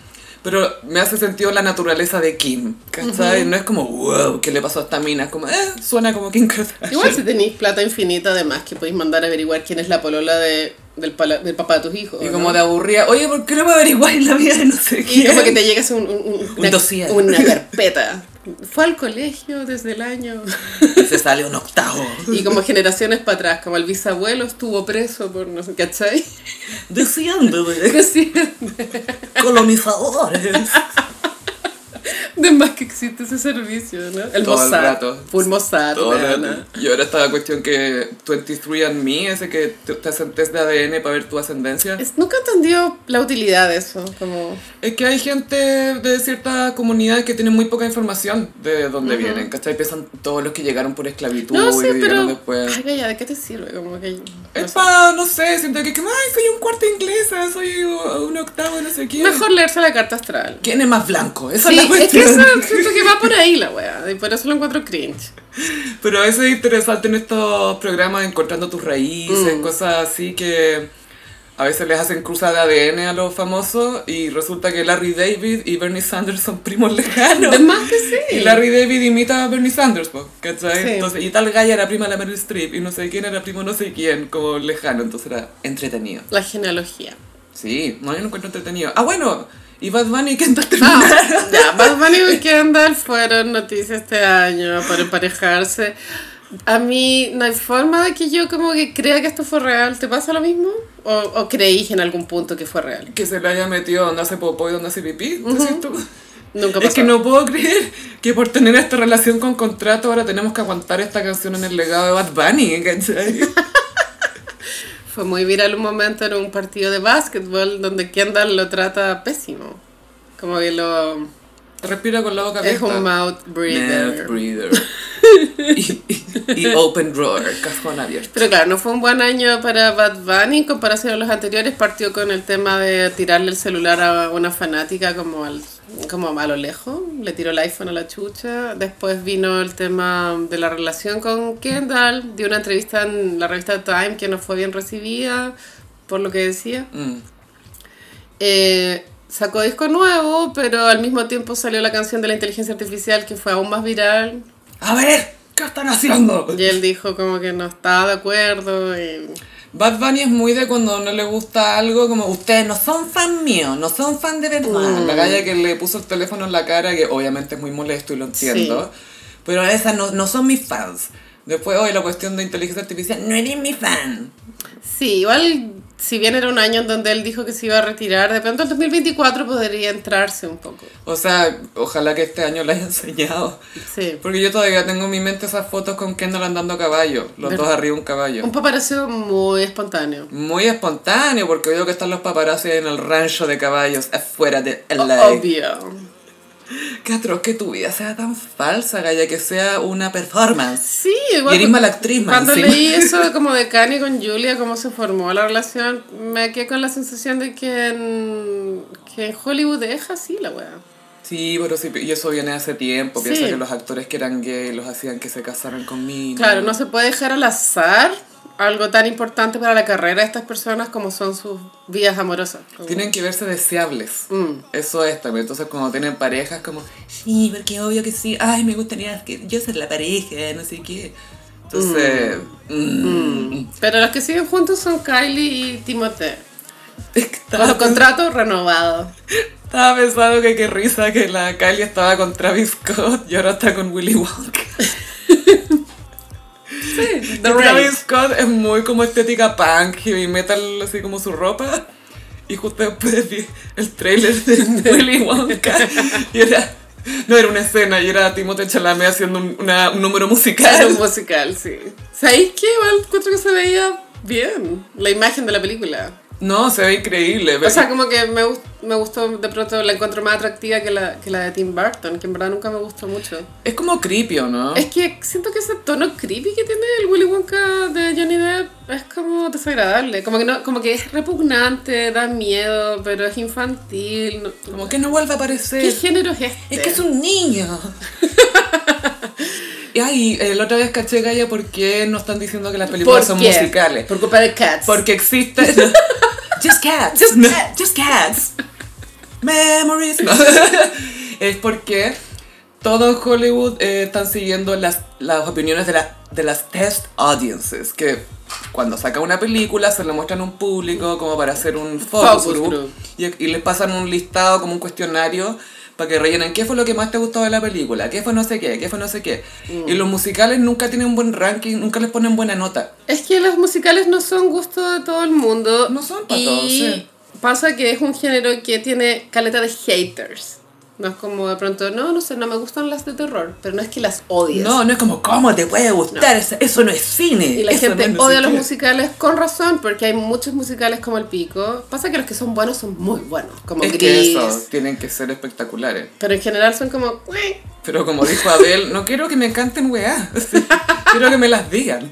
Speaker 1: Pero me hace sentido la naturaleza de Kim. ¿Cachai? No es como, wow, ¿qué le pasó a esta mina? Es como, eh, suena como Kim Kardashian.
Speaker 2: Igual si tenéis plata infinita, además, que podéis mandar a averiguar quién es la polola de, del, pala- del papá de tus hijos.
Speaker 1: Y
Speaker 2: ¿no?
Speaker 1: como te aburría, oye, ¿por qué no me averiguáis la vida de no sé
Speaker 2: Y
Speaker 1: quién?
Speaker 2: como que te llegas un, un- un- una,
Speaker 1: dossier.
Speaker 2: una carpeta. Fue al colegio desde el año...
Speaker 1: Se sale un octavo.
Speaker 2: Y como generaciones para atrás, como el bisabuelo estuvo preso por no sé, ¿cachai?
Speaker 1: Deseando,
Speaker 2: Recién
Speaker 1: colonizadores.
Speaker 2: De más que existe ese servicio, ¿no? El
Speaker 1: Todo el
Speaker 2: Mossad.
Speaker 1: rato.
Speaker 2: Full Mossad,
Speaker 1: Todo el
Speaker 2: weona.
Speaker 1: rato. Y ahora está la cuestión que 23andMe, ese que te, te hacen test de ADN para ver tu ascendencia.
Speaker 2: Es- nunca entendió la utilidad de eso, como...
Speaker 1: Es que hay gente de cierta comunidad que tiene muy poca información de dónde vienen, ¿cachai? Piensan todos los que llegaron por esclavitud
Speaker 2: No
Speaker 1: y
Speaker 2: sé,
Speaker 1: llegaron
Speaker 2: pero...
Speaker 1: después.
Speaker 2: Ay, ya, ¿de qué te sirve? Como que... no
Speaker 1: Es
Speaker 2: sé.
Speaker 1: pa, no sé, siento que, como, ay, soy un cuarto inglesa, soy un octavo, no sé qué.
Speaker 2: Mejor leerse la carta astral.
Speaker 1: ¿Quién es más blanco? Esa
Speaker 2: Sí,
Speaker 1: es la
Speaker 2: es que
Speaker 1: cuestión.
Speaker 2: eso siento que va por ahí la wea, y por eso lo encuentro cringe.
Speaker 1: Pero a veces es interesante en estos programas encontrando tus raíces,
Speaker 2: Mm.
Speaker 1: cosas así que a veces les hacen cruzada de ADN a los famosos y resulta que Larry David y Bernie Sanders son primos lejanos.
Speaker 2: De más que sí.
Speaker 1: Y Larry David imita a Bernie Sanders, po, ¿cachai?
Speaker 2: Sí.
Speaker 1: Entonces, y tal galla era prima de la Meryl Streep y no sé quién era primo no sé quién, como lejano, entonces era entretenido.
Speaker 2: La genealogía.
Speaker 1: Sí, no, yo no encuentro entretenido. Ah, bueno, y Bad Bunny que anda
Speaker 2: Ah, ya, Bad Bunny y Kendall fueron noticias este año para emparejarse. A mí no hay forma de que yo como que crea que esto fue real. ¿Te pasa lo mismo? ¿O, o creí en algún punto que fue real?
Speaker 1: que se le haya metido donde hace popó y donde hace pipí, ¿no es cierto?
Speaker 2: Nunca pasó.
Speaker 1: Es que no puedo creer que por tener esta relación con contrato ahora tenemos que aguantar esta canción en el legado de Bad Bunny, ¿cachai?
Speaker 2: Fue muy viral un momento en un partido de básquetbol donde Kendall lo trata pésimo. Como que lo...
Speaker 1: Respira con la boca
Speaker 2: Es
Speaker 1: abierta.
Speaker 2: un mouth
Speaker 1: Mouth
Speaker 2: breather.
Speaker 1: breather. y, y- y open drawer, cajón abierto.
Speaker 2: Pero claro, no fue un buen año para Bad Bunny en comparación a los anteriores. Partió con el tema de tirarle el celular a una fanática como, al, como a lo lejos. Le tiró el iPhone a la chucha. Después vino el tema de la relación con Kendall. Dio una entrevista en la revista Time que no fue bien recibida por lo que decía.
Speaker 1: Mm.
Speaker 2: Eh, sacó disco nuevo, pero al mismo tiempo salió la canción de la inteligencia artificial que fue aún más viral.
Speaker 1: A ver, ¿qué están haciendo?
Speaker 2: Y él dijo como que no estaba de acuerdo. y-
Speaker 1: Bad Bunny es muy de cuando no le gusta algo, como ustedes no son fan mío, no son fan de verdad. La galla que le puso el teléfono en la cara, que obviamente es muy molesto y lo entiendo. Pero esas no, no son mis fans. Después, hoy la cuestión de inteligencia artificial, no eres mi fan.
Speaker 2: Sí, igual, si bien era un año en donde él dijo que se iba a retirar, de pronto el 2024 podría entrarse un poco.
Speaker 1: O sea, ojalá que este año le haya enseñado.
Speaker 2: Sí.
Speaker 1: Porque yo todavía tengo en mi mente esas fotos con Kendall andando a caballo, los
Speaker 2: ¿Verdad?
Speaker 1: dos arriba de un caballo.
Speaker 2: Un paparazzo muy espontáneo.
Speaker 1: Muy espontáneo, porque veo que están los paparazzi en el rancho de caballos afuera de
Speaker 2: Oh,
Speaker 1: LA.
Speaker 2: Obvio.
Speaker 1: Qué atroz que tu vida sea tan falsa, Gaya, que sea una performance.
Speaker 2: Sí,
Speaker 1: Y
Speaker 2: igual.
Speaker 1: eres mala actriz, más
Speaker 2: Cuando
Speaker 1: encima.
Speaker 2: leí eso como de Kanye con Julia, cómo se formó la relación, me quedé con la sensación de que en, que en Hollywood es así la wea.
Speaker 1: Sí, pero sí, y eso viene hace tiempo. Piensa
Speaker 2: Sí.
Speaker 1: que los actores que eran gay los hacían que se casaran conmigo.
Speaker 2: Claro, no se puede dejar al azar algo tan importante para la carrera de estas personas como son sus vidas amorosas. Como-
Speaker 1: Tienen que verse deseables.
Speaker 2: Mm.
Speaker 1: Eso es también. Entonces, cuando tienen parejas, como, sí, porque obvio que sí, ay, me gustaría que yo ser la pareja, no sé qué. Entonces, mm.
Speaker 2: Pero los que siguen juntos son Kylie y Timothée.
Speaker 1: Es que
Speaker 2: Con
Speaker 1: estaba,
Speaker 2: su contrato renovado.
Speaker 1: estaba pensando que qué risa que la Kylie estaba con Travis Scott y ahora está con Willy Wonka.
Speaker 2: Sí,
Speaker 1: Y Travis Scott es muy como estética punk, heavy metal, así como su ropa. Y justo después vi el trailer de Willy Wonka. Y era. No, era una escena y era Timothée Chalamet haciendo un, una- un número
Speaker 2: Claro,
Speaker 1: musical.
Speaker 2: musical, sí. ¿Sabéis qué? Igual encuentro que se veía bien la imagen de la película.
Speaker 1: No, se ve increíble.
Speaker 2: O sea, como que me, gust- me gustó, de pronto la encuentro más atractiva que la, que la de Tim Burton, que en verdad nunca me gustó mucho.
Speaker 1: es como creepy, ¿o ¿no?
Speaker 2: Es que siento que ese tono creepy que tiene el Willy Wonka de Johnny Depp es como desagradable. Como que, no, como que es repugnante, da miedo, pero es infantil. no-
Speaker 1: Como que no vuelve a
Speaker 2: ¿Qué
Speaker 1: aparecer.
Speaker 2: género es este?
Speaker 1: Es que es un niño. Y ay, eh, la otra vez caché Gaya por qué no están diciendo que las películas son
Speaker 2: qué?
Speaker 1: musicales.
Speaker 2: Por culpa de Cats.
Speaker 1: Porque existen. just cats. Just, just cats. Memories. No. es porque todo en Hollywood eh, están siguiendo las, las opiniones de, la- de las test audiences. Que cuando saca una película se la muestran a un público como para hacer un focus,
Speaker 2: Focus
Speaker 1: group.
Speaker 2: group.
Speaker 1: Y, y les pasan un listado como un cuestionario. Para que rellenen qué fue lo que más te gustó de la película, qué fue no sé qué, qué fue no sé qué. Y los musicales nunca tienen un buen ranking, nunca les ponen buena nota.
Speaker 2: Es que los musicales no son gusto de todo el mundo.
Speaker 1: No son pa'
Speaker 2: y
Speaker 1: todos, sí.
Speaker 2: Pasa que es un género que tiene caleta de haters. No es como de pronto, no, no sé, no me gustan las de terror, pero no es que las odies.
Speaker 1: No, no es como, ¿cómo te puede gustar? Eso, eso no es cine.
Speaker 2: Y la
Speaker 1: eso
Speaker 2: gente
Speaker 1: no es no sé
Speaker 2: odia los
Speaker 1: qué.
Speaker 2: musicales con razón, porque hay muchos musicales como el pico. Pasa que los que son buenos son muy buenos, como
Speaker 1: Es
Speaker 2: Gris.
Speaker 1: que eso, tienen que ser espectaculares.
Speaker 2: Pero en general son como... "Cuic".
Speaker 1: Pero como dijo Abel, no quiero que me canten weá. Quiero que me las digan.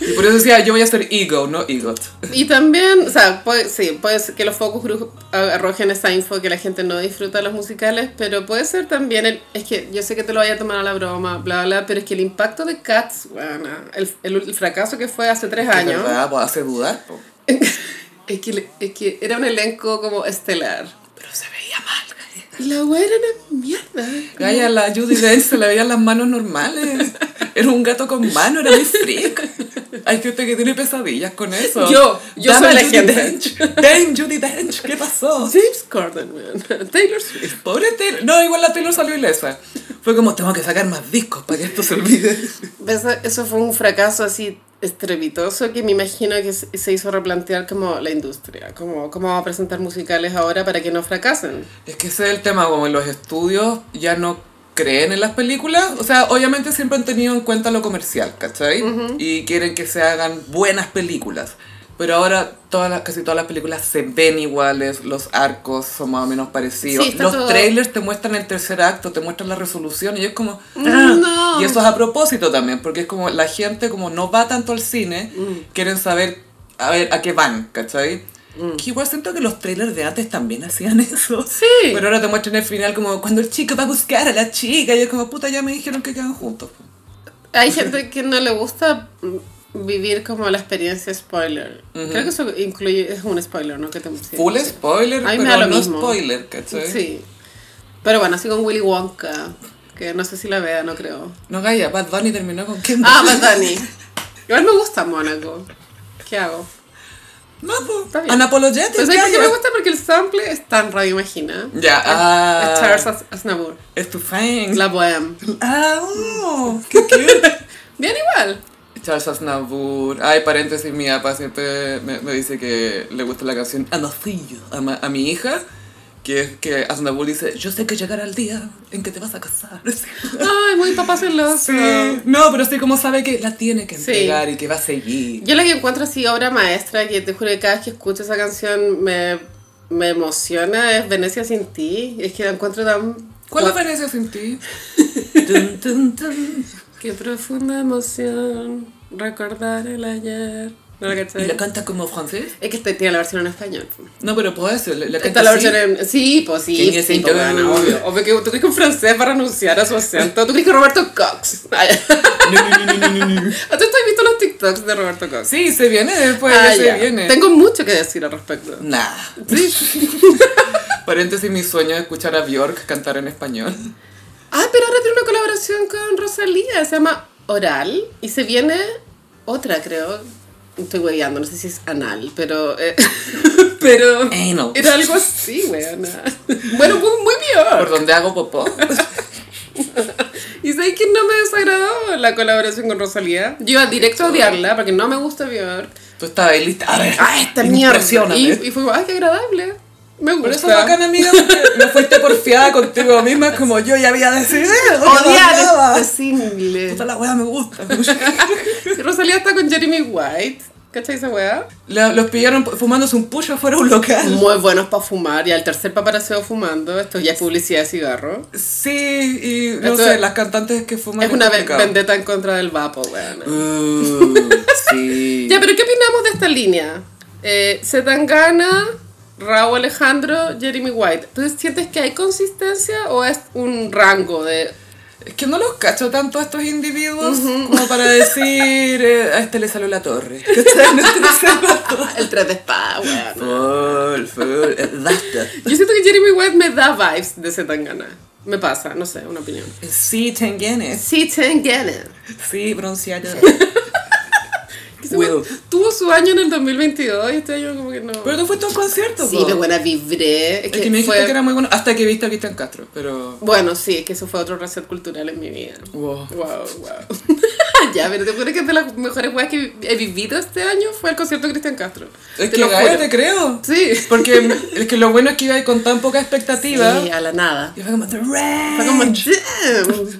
Speaker 1: Y por eso decía, yo voy a ser ego, no egot.
Speaker 2: Y también, o sea, puede, sí, puede ser que los focus group a- arrojen esa info que la gente no disfruta de los musicales, pero puede ser también, el, es que yo sé que te lo vaya a tomar a la broma, bla, bla, pero es que el impacto de Cats, bueno, el, el, el fracaso que fue hace tres
Speaker 1: Es
Speaker 2: años,
Speaker 1: verdad, pues hace dudar. po.
Speaker 2: es que, le- es que era un elenco como estelar. Pero se veía mal. Y la wea era una mierda.
Speaker 1: Gaya, la Judy Dench se le veían las manos normales. Era un gato con mano, era muy freak. Hay gente que tiene pesadillas con eso.
Speaker 2: Yo, yo
Speaker 1: Dame
Speaker 2: soy
Speaker 1: a
Speaker 2: la
Speaker 1: Judi
Speaker 2: gente.
Speaker 1: Dench. Dame Judy Dench, ¿qué pasó?
Speaker 2: James Corden, man. Taylor Swift.
Speaker 1: Pobre Taylor. No, igual la Taylor salió ilesa. Fue como, tengo que sacar más discos para que esto se olvide.
Speaker 2: ¿Ves? Eso fue un fracaso así estrepitoso que me imagino que se se hizo replantear como la industria, como cómo vamos a presentar musicales ahora para que no fracasen.
Speaker 1: Es que ese es el tema, como en los estudios ya no creen en las películas. O sea, obviamente siempre han tenido en cuenta lo comercial, ¿cachai? Y quieren que se hagan buenas películas. Pero ahora todas las, casi todas las películas se ven iguales, los arcos son más o menos parecidos.
Speaker 2: Sí, está
Speaker 1: los
Speaker 2: todo-
Speaker 1: trailers te muestran el tercer acto, te muestran la resolución y es como... "Ah",
Speaker 2: No.
Speaker 1: Y eso es a propósito también, porque es como la gente como no va tanto al cine,
Speaker 2: Mm.
Speaker 1: quieren saber a ver a qué van, ¿cachai?
Speaker 2: Mm.
Speaker 1: Que igual siento que los trailers de antes también hacían eso.
Speaker 2: Sí.
Speaker 1: Pero ahora te muestran el final como cuando el chico va a buscar a la chica y es como, puta, ya me dijeron que quedan juntos.
Speaker 2: Hay gente que no le gusta mm, vivir como la experiencia spoiler. Creo que eso incluye, es un spoiler, ¿no? Que te, sí,
Speaker 1: Full
Speaker 2: sí.
Speaker 1: spoiler,
Speaker 2: A mí me
Speaker 1: pero
Speaker 2: da lo
Speaker 1: no
Speaker 2: mismo.
Speaker 1: spoiler, ¿cachai?
Speaker 2: Sí. Pero bueno, así con Willy Wonka, que no sé si la vea, no creo.
Speaker 1: No, Gaia, Bad Bunny terminó con Kim.
Speaker 2: Ah, Bad Bunny. Igual me gusta Mónaco. ¿Qué hago?
Speaker 1: No,
Speaker 2: Está
Speaker 1: pues,
Speaker 2: bien.
Speaker 1: Anapologetic,
Speaker 2: Pues ¿sabes por qué
Speaker 1: Gaia.
Speaker 2: me gusta? Porque el sample es tan Radio Imagina.
Speaker 1: Ya, ah.
Speaker 2: Es Charles As- Aznavour.
Speaker 1: Es tu fan.
Speaker 2: La bohème.
Speaker 1: Ah, oh, qué cute.
Speaker 2: Bien igual.
Speaker 1: Charles Aznavour. Ay, paréntesis, mi papá siempre me, me dice que le gusta la canción A Nocillo a, ma- a mi hija, que es que Aznavour dice, yo sé que llegará el día en que te vas a casar.
Speaker 2: Ay, muy papá celoso.
Speaker 1: No, pero sí como sabe que la tiene que
Speaker 2: Sí.
Speaker 1: entregar y que va a seguir.
Speaker 2: Yo la que encuentro así obra maestra, que te juro que cada vez que escucho esa canción me, me emociona, es Venecia sin ti. Es que la encuentro tan...
Speaker 1: ¿Cuál es
Speaker 2: Gua-
Speaker 1: Venecia sin ti? Tun, tun, tun.
Speaker 2: Qué profunda emoción recordar el ayer. ¿No la
Speaker 1: ¿Y
Speaker 2: cachai?
Speaker 1: la canta como francés?
Speaker 2: Es que este tiene la versión en español.
Speaker 1: No, pero puede ser. La, la canta
Speaker 2: Está la
Speaker 1: así.
Speaker 2: versión en... Sí, pues sí.
Speaker 1: ¿Quién es
Speaker 2: sí,
Speaker 1: el
Speaker 2: pues,
Speaker 1: yo?
Speaker 2: bueno, obvio. Obvio que tú crees que un francés va a renunciar a su acento. ¿Tú crees que Roberto Cox? Ay.
Speaker 1: No, no, no, no, no, no.
Speaker 2: ¿A tú has visto los TikToks de Roberto Cox?
Speaker 1: Sí, se viene después,
Speaker 2: Ah,
Speaker 1: Pues, se
Speaker 2: ya.
Speaker 1: viene.
Speaker 2: Tengo mucho que decir al respecto.
Speaker 1: Nah. Paréntesis, mi sueño es escuchar a Bjork cantar en español.
Speaker 2: Ah, pero ahora tiene una colaboración con Rosalía, se llama Oral, y se viene otra, creo. Estoy hueveando, no sé si es anal, pero... eh, pero...
Speaker 1: Anal.
Speaker 2: Era algo así, weona. Bueno, muy, muy
Speaker 1: Por
Speaker 2: peor.
Speaker 1: donde hago popó.
Speaker 2: Y sabes que no me desagradó la colaboración con Rosalía. Yo iba directo a odiarla, porque no me gusta Björk.
Speaker 1: Tú estabas ahí lista. A ver,
Speaker 2: Ah, esta mierda.
Speaker 1: impresióname.
Speaker 2: Y, y fue como, ay, qué agradable. Me gusta.
Speaker 1: Por eso es bacán, amiga, porque no fuiste porfiada contigo misma como yo ya había decidido.
Speaker 2: Odiar este
Speaker 1: Odiar.
Speaker 2: single.
Speaker 1: Puta la wea me gusta.
Speaker 2: Si Rosalía está con Jeremy White. ¿Cachai esa weá?
Speaker 1: La- los pillaron fumándose un pucho afuera de un local.
Speaker 2: Muy buenos para fumar. Y al tercer paparaseo fumando. Esto ya es publicidad de cigarro.
Speaker 1: Mm. Sí, y no
Speaker 2: Esto
Speaker 1: sé,
Speaker 2: es-
Speaker 1: las cantantes que fuman.
Speaker 2: Es una ve-
Speaker 1: complicado.
Speaker 2: vendetta en contra del vapo, weón.
Speaker 1: Uh, sí.
Speaker 2: Ya, pero ¿qué opinamos de esta línea? Eh, Zetangana, Raúl Alejandro, Jeremy White. ¿Tú sientes que hay consistencia o es un rango de...
Speaker 1: Es que no los cacho tanto a estos individuos como para decir, eh, a este le salió la torre. ¿Cachai? No, este le salió la torre.
Speaker 2: El tres de espada,
Speaker 1: Full,
Speaker 2: weón?
Speaker 1: full, eh, basta.
Speaker 2: Yo siento que Jeremy White me da vibes de Zetangana. Me pasa, no sé, una opinión.
Speaker 1: Sí, tenguenes.
Speaker 2: Sí, Zetangana.
Speaker 1: Sí, bronceado.
Speaker 2: Que se me-
Speaker 1: Will.
Speaker 2: Tuvo su año en el 2022 y este año como que no.
Speaker 1: Pero tú fuiste a un concierto,
Speaker 2: sí,
Speaker 1: po.
Speaker 2: pero buena vibré. Es
Speaker 1: Es
Speaker 2: que,
Speaker 1: que me dijiste
Speaker 2: fue-
Speaker 1: que era muy bueno. Hasta que viste a Cristian Castro, pero.
Speaker 2: Bueno, sí, es que eso fue otro reset cultural en mi vida.
Speaker 1: Wow.
Speaker 2: Wow, wow. ya, pero te juro que es de las mejores weas que he vivido este año fue el concierto de Cristian Castro.
Speaker 1: Es
Speaker 2: te
Speaker 1: que
Speaker 2: lo
Speaker 1: Gaia,
Speaker 2: juro.
Speaker 1: te creo.
Speaker 2: Sí.
Speaker 1: Porque es que lo bueno es que iba ahí con tan poca expectativa.
Speaker 2: Sí, a la nada.
Speaker 1: Y fue como, "The Ranch".
Speaker 2: Fue como, damn,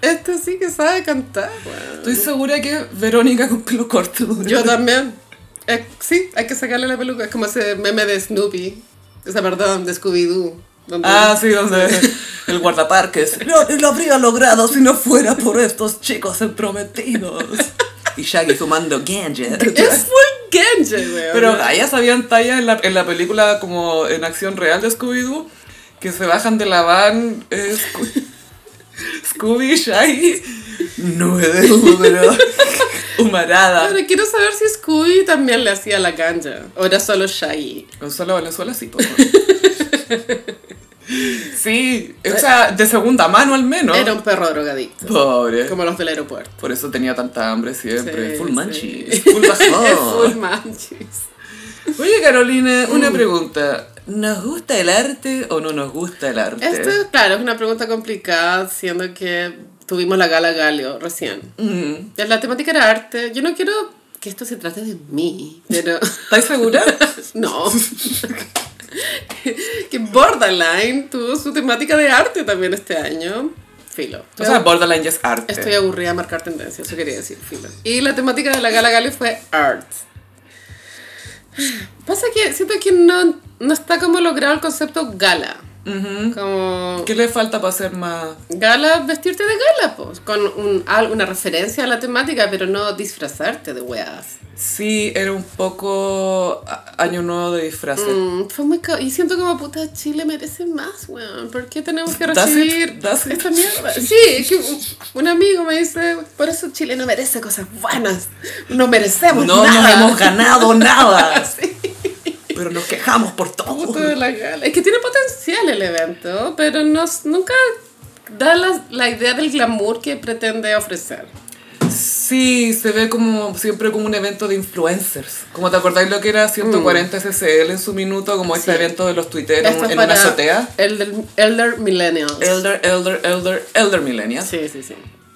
Speaker 2: este sí que sabe cantar. weón.
Speaker 1: Estoy segura que Verónica con pelo corto.
Speaker 2: Yo también. Eh, sí, hay que sacarle la peluca. Es como ese meme de Snoopy. O sea, perdón, de Scooby-Doo. donde-
Speaker 1: Ah, sí, donde el guardaparques. No, lo habría logrado si no fuera por estos chicos prometidos. Y Shaggy fumando ganja.
Speaker 2: Es full Genji, weón.
Speaker 1: Pero ah. allá sabían tallas en la, en la película como en acción real de Scooby-Doo que se bajan de la van eh, Sco- Scooby y Shaggy. No he de número. Humarada.
Speaker 2: Pero quiero saber si Scooby también le hacía la ganja. O era solo Shaggy.
Speaker 1: Gonzalo Valenzuela sí, por favor. Sí, o sea, de segunda mano al menos.
Speaker 2: Era un perro drogadicto.
Speaker 1: Pobre.
Speaker 2: Como los del aeropuerto.
Speaker 1: Por eso tenía tanta hambre siempre.
Speaker 2: Sí,
Speaker 1: full
Speaker 2: sí.
Speaker 1: manchi, full
Speaker 2: Full
Speaker 1: bajón.
Speaker 2: manchis.
Speaker 1: Oye, Carolina, una
Speaker 2: Mm.
Speaker 1: pregunta. ¿Nos gusta el arte o no nos gusta el arte?
Speaker 2: Esto, claro, es una pregunta complicada, siendo que tuvimos la gala Galio recién.
Speaker 1: Mm.
Speaker 2: La temática era arte. Yo no quiero que esto se trate de mí, pero...
Speaker 1: ¿Estás segura?
Speaker 2: No. que Borderline tuvo su temática de arte también este año. Filo.
Speaker 1: o sea, eh. Borderline ya es arte.
Speaker 2: Estoy aburrida de marcar tendencias, eso quería decir, filo. Y la temática de la Gala Gala fue art. Pasa que siento que no, no está como logrado el concepto gala. Como...
Speaker 1: ¿Qué le falta para ser más?
Speaker 2: Gala, vestirte de gala, pues, con un, al- una referencia a la temática, pero no disfrazarte de weas.
Speaker 1: Sí, era un poco a- año nuevo de disfraces.
Speaker 2: Mm, fue muy ca- Y siento como, puta, Chile merece más, weón. ¿Por qué tenemos que
Speaker 1: Does it?
Speaker 2: recibir
Speaker 1: Does it?
Speaker 2: esta mierda? Sí, es que un- un amigo me dice, por eso Chile no merece cosas buenas. No merecemos
Speaker 1: No
Speaker 2: nada.
Speaker 1: nos hemos ganado nada. Pero nos quejamos por todo.
Speaker 2: Puto de la gala. Es que tiene potencial el evento, pero no, nunca da la, la idea del glamour que pretende ofrecer.
Speaker 1: Sí, se ve como siempre como un evento de influencers. Como te acordáis lo que era 140 SSL en su minuto, como este
Speaker 2: Sí.
Speaker 1: evento de los tuiteros en,
Speaker 2: Esto es
Speaker 1: en una
Speaker 2: para
Speaker 1: azotea.
Speaker 2: Elder, elder Millennials.
Speaker 1: Elder, elder, elder, elder millennials.
Speaker 2: Sí, sí, sí.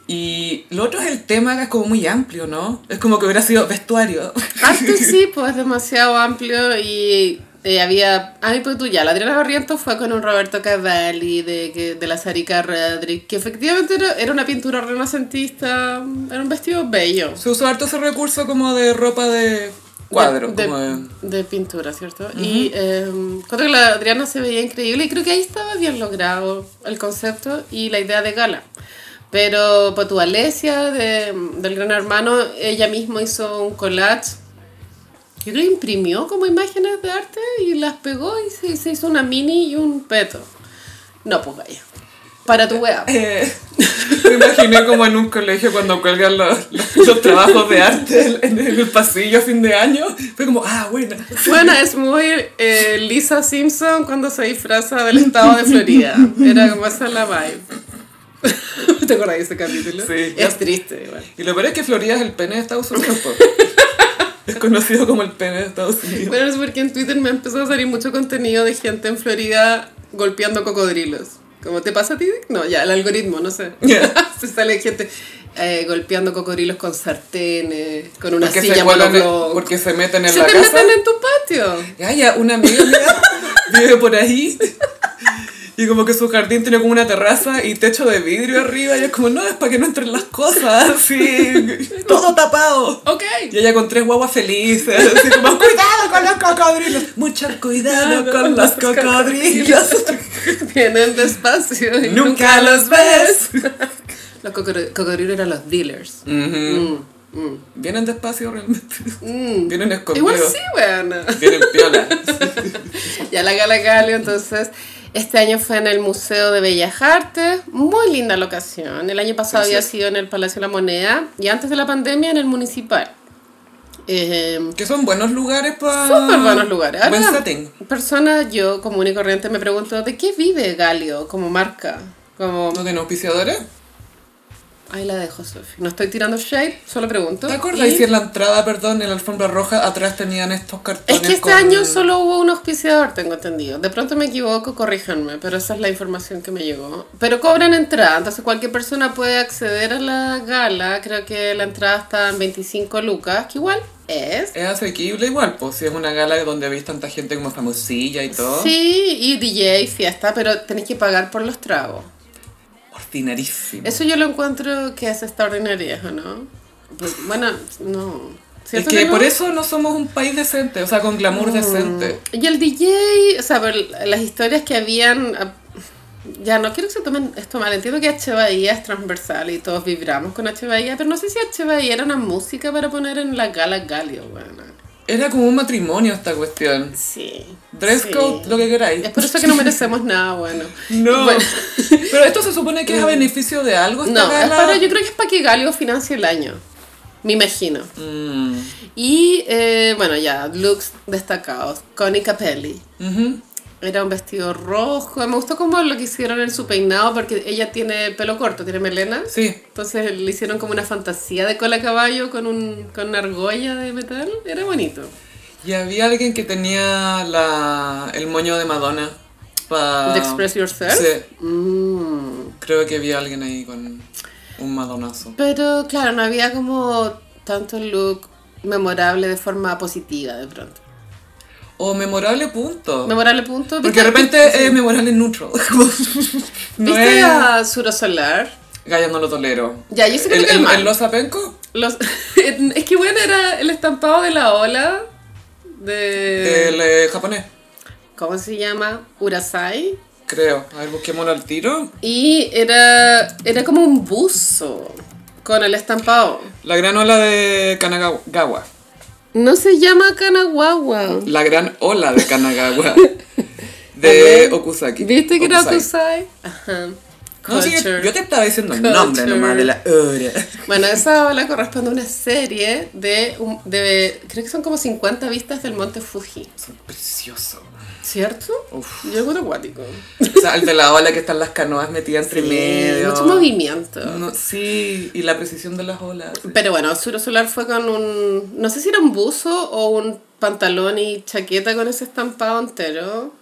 Speaker 1: Y lo otro es el tema que es como muy amplio, ¿no? Es como que hubiera sido vestuario.
Speaker 2: Arte sí, pues es demasiado amplio y eh, había... A mí pues tú ya, la Adriana Barrientos fue con un Roberto Cavalli de, que- de la Sarika Rodríguez, que efectivamente era, era una pintura renacentista, era un vestido bello.
Speaker 1: Se usó harto ese recurso como de ropa de cuadro.
Speaker 2: de,
Speaker 1: como de-
Speaker 2: de pintura, ¿cierto? Y eh, creo que la Adriana se veía increíble y creo que ahí estaba bien logrado el concepto y la idea de gala. Pero para tu Alesia de- del Gran Hermano, ella misma hizo un collage. Yo creo que imprimió como imágenes de arte y las pegó y se, se hizo una mini y un peto. No, pues vaya. Para tu wea.
Speaker 1: Eh, me imaginé como en un colegio cuando cuelgan los, los- los trabajos de arte en el pasillo a fin de año. Fue como, ah, buena.
Speaker 2: Bueno, es muy eh, Lisa Simpson cuando se disfraza del estado de Florida. Era como esa la vibe. ¿Te acordás de ese capítulo?
Speaker 1: Sí.
Speaker 2: Es triste, igual.
Speaker 1: Y lo peor es que Florida es el pene de Estados Unidos. po. es conocido como el pene de Estados Unidos.
Speaker 2: Bueno, es porque en Twitter me empezó a salir mucho contenido de gente en Florida golpeando cocodrilos. ¿Cómo te pasa a ti? No, ya, el algoritmo, no sé.
Speaker 1: Ya.
Speaker 2: Se sale gente eh, golpeando cocodrilos con sartenes, con una
Speaker 1: Porque se,
Speaker 2: silla
Speaker 1: vuelan-
Speaker 2: monobloc.
Speaker 1: porque se meten en
Speaker 2: Se
Speaker 1: la
Speaker 2: te
Speaker 1: casa.
Speaker 2: meten en tu patio.
Speaker 1: Gaya, una amiga mía vive por ahí. Y como que su jardín tiene como una terraza y techo de vidrio arriba. Y es como, no, es para que no entren las cosas. Así, todo tapado.
Speaker 2: Ok.
Speaker 1: Y ella con tres guaguas felices, así como, cuidado con los cocodrilos. Mucho cuidado con los cocodrilos.
Speaker 2: Vienen despacio y
Speaker 1: Nunca los ves.
Speaker 2: Los cocodri- cocodrilos eran los dealers. Mm, mm.
Speaker 1: Vienen despacio realmente.
Speaker 2: Mm.
Speaker 1: Vienen
Speaker 2: Igual
Speaker 1: escondidos.
Speaker 2: sí, weón.
Speaker 1: Vienen piola.
Speaker 2: Ya la Gala Galio, entonces, este año fue en el Museo de Bellas Artes. Muy linda locación. El año pasado
Speaker 1: Gracias.
Speaker 2: había sido en el Palacio de la Moneda y antes de la pandemia en el Municipal. Eh,
Speaker 1: Que son buenos lugares para...
Speaker 2: Súper buenos lugares. Ahora,
Speaker 1: Ah, Buen setting.
Speaker 2: Personas, yo común y corriente, me pregunto, ¿de qué vive Galio como marca? Como
Speaker 1: ¿No tiene auspiciadores?
Speaker 2: Ahí la dejo, Sofi. No estoy tirando shade, solo pregunto.
Speaker 1: ¿Te acuerdas
Speaker 2: Y-
Speaker 1: si en la entrada, perdón, en la alfombra roja, atrás tenían estos
Speaker 2: Es
Speaker 1: cartones
Speaker 2: que este
Speaker 1: con-
Speaker 2: año solo hubo un auspiciador, tengo entendido. De pronto me equivoco, corríjanme, pero esa es la información que me llegó. Pero cobran entrada, entonces cualquier persona puede acceder a la gala. Creo que la entrada está en 25 lucas, que igual es.
Speaker 1: Es asequible igual, pues si es una gala donde veis tanta gente como famosilla y todo.
Speaker 2: Sí, y DJ, y fiesta, pero tenés que pagar por los tragos.
Speaker 1: Ordinarísimo.
Speaker 2: Eso yo lo encuentro que es extraordinario, ¿o no? Pues, bueno, no.
Speaker 1: Es
Speaker 2: ¿Cierto Mm.
Speaker 1: que
Speaker 2: no?
Speaker 1: por eso no somos un país decente, o sea, con glamour decente.
Speaker 2: Y el DJ, o sea, pero las historias que habían. ah, Ya no quiero que se tomen esto mal. Entiendo que H. Bahía es transversal y todos vibramos con H. Bahía, pero no sé si H. Bahía era una música para poner en la gala Galio, bueno.
Speaker 1: Era como un matrimonio esta cuestión.
Speaker 2: Sí.
Speaker 1: Dress
Speaker 2: sí.
Speaker 1: code, lo que queráis.
Speaker 2: Es por eso que no merecemos nada bueno.
Speaker 1: No.
Speaker 2: Bueno, Mm.
Speaker 1: Pero esto se supone que es a beneficio de algo. Esta
Speaker 2: no, es
Speaker 1: gala?
Speaker 2: para, yo creo que es para que Galio financie el año. Me imagino.
Speaker 1: Mm,
Speaker 2: Y eh, bueno, ya, looks destacados. Connie Capelli.
Speaker 1: ujú.
Speaker 2: Era un vestido rojo. Me gustó como lo que hicieron en su peinado porque ella tiene pelo corto, tiene melena.
Speaker 1: Sí.
Speaker 2: Entonces le hicieron como una fantasía de cola a caballo con, un, con una argolla de metal. Era bonito.
Speaker 1: Y había alguien que tenía la, el moño de Madonna. Para...
Speaker 2: ¿De Express Yourself?
Speaker 1: Sí.
Speaker 2: Mm.
Speaker 1: Creo que había alguien ahí con un madonazo.
Speaker 2: Pero claro, no había como tanto look memorable de forma positiva de pronto.
Speaker 1: O memorable punto.
Speaker 2: Memorable punto.
Speaker 1: Porque de
Speaker 2: ¿viste-
Speaker 1: repente es memorable neutro. Como- no
Speaker 2: ¿Viste
Speaker 1: es...
Speaker 2: a Suro Solar?
Speaker 1: Gaya no lo tolero.
Speaker 2: Ya, yo sí creo
Speaker 1: ¿El,
Speaker 2: que es
Speaker 1: el,
Speaker 2: mal.
Speaker 1: el Loza Penco?
Speaker 2: Los, es que bueno, era el estampado de la ola. De...
Speaker 1: El eh, japonés,
Speaker 2: ¿Cómo se llama? Urasai.
Speaker 1: creo. A ver, busquémoslo al tiro.
Speaker 2: Y era, era como un buzo con el estampado.
Speaker 1: La gran ola de Kanagawa.
Speaker 2: No se llama Kanagawa.
Speaker 1: La gran ola de Kanagawa. De Okusaki.
Speaker 2: ¿Viste que era
Speaker 1: Okusai.
Speaker 2: Kusai? Ajá.
Speaker 1: No, sí,
Speaker 2: Culture.
Speaker 1: yo te estaba diciendo el
Speaker 2: Culture.
Speaker 1: nombre nomás de la obra.
Speaker 2: Bueno, esa ola corresponde a una serie de, un- de. Creo que son como 50 vistas del monte Fuji.
Speaker 1: Son preciosos.
Speaker 2: ¿Cierto?
Speaker 1: Uf.
Speaker 2: Yo encuentro acuático.
Speaker 1: O sea, el de la ola que están las canoas metidas entre medio.
Speaker 2: Mucho movimiento.
Speaker 1: No, sí, y la precisión de las olas.
Speaker 2: Pero bueno, Suro Solar fue con un. No sé si era un buzo o un pantalón y chaqueta con ese estampado entero.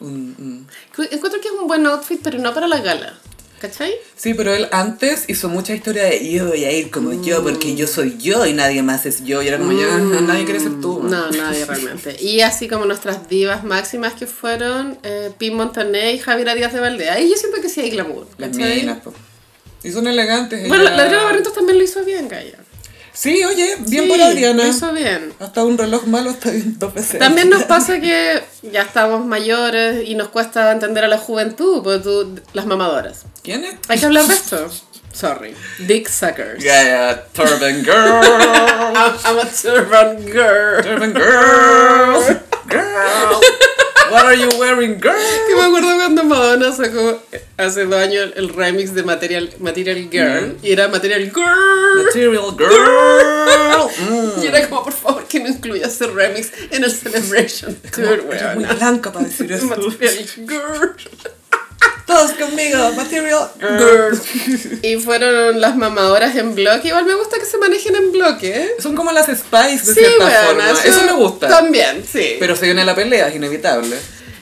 Speaker 1: Un- un-
Speaker 2: Cu- Encuentro que es un buen outfit, pero no para la gala. ¿Cachai?
Speaker 1: Sí, pero él antes hizo mucha historia de yo voy a ir como yo porque yo soy yo y nadie más es yo. Y era como ya, nadie quiere ser tú.
Speaker 2: No, nadie realmente. Y así como nuestras divas máximas que fueron eh, Pim Montané y Javiera Díaz de Valdea. Y yo siento que sí hay glamour.
Speaker 1: Las
Speaker 2: ¿cachai?
Speaker 1: minas, po. Y son elegantes.
Speaker 2: Bueno,
Speaker 1: ella-
Speaker 2: la Adriana Barrientos también lo hizo bien, Gaya.
Speaker 1: Sí, oye, bien
Speaker 2: Sí,
Speaker 1: por Adriana.
Speaker 2: Lo hizo bien.
Speaker 1: Hasta un reloj malo está bien dos veces.
Speaker 2: También nos pasa que ya estamos mayores y nos cuesta entender a la juventud, porque tú, las mamadoras.
Speaker 1: ¿Quién es?
Speaker 2: Hay que hablar de esto. Sorry. Dick suckers.
Speaker 1: Gaia Turban Girl.
Speaker 2: I'm, I'm a turban girl.
Speaker 1: Turban Girl. Girl. What are you wearing, girl?
Speaker 2: Que me acuerdo cuando Madonna sacó hace dos años el remix de Material, Material Girl. Y era Material Girl.
Speaker 1: Material Girl. Mm.
Speaker 2: Y era como, por favor, que no incluya ese remix en el Celebration Tour,
Speaker 1: Eres muy
Speaker 2: weona.
Speaker 1: blanca para decir eso.
Speaker 2: Material Girl.
Speaker 1: Todos conmigo, Material
Speaker 2: Girl. Y fueron las mamadoras en bloque. Igual me gusta que se manejen en bloque. ¿eh?
Speaker 1: Son como las Spice de
Speaker 2: Sí,
Speaker 1: cierta
Speaker 2: weona,
Speaker 1: forma. Eso, me gusta.
Speaker 2: También, sí.
Speaker 1: Pero se viene la pelea, es inevitable.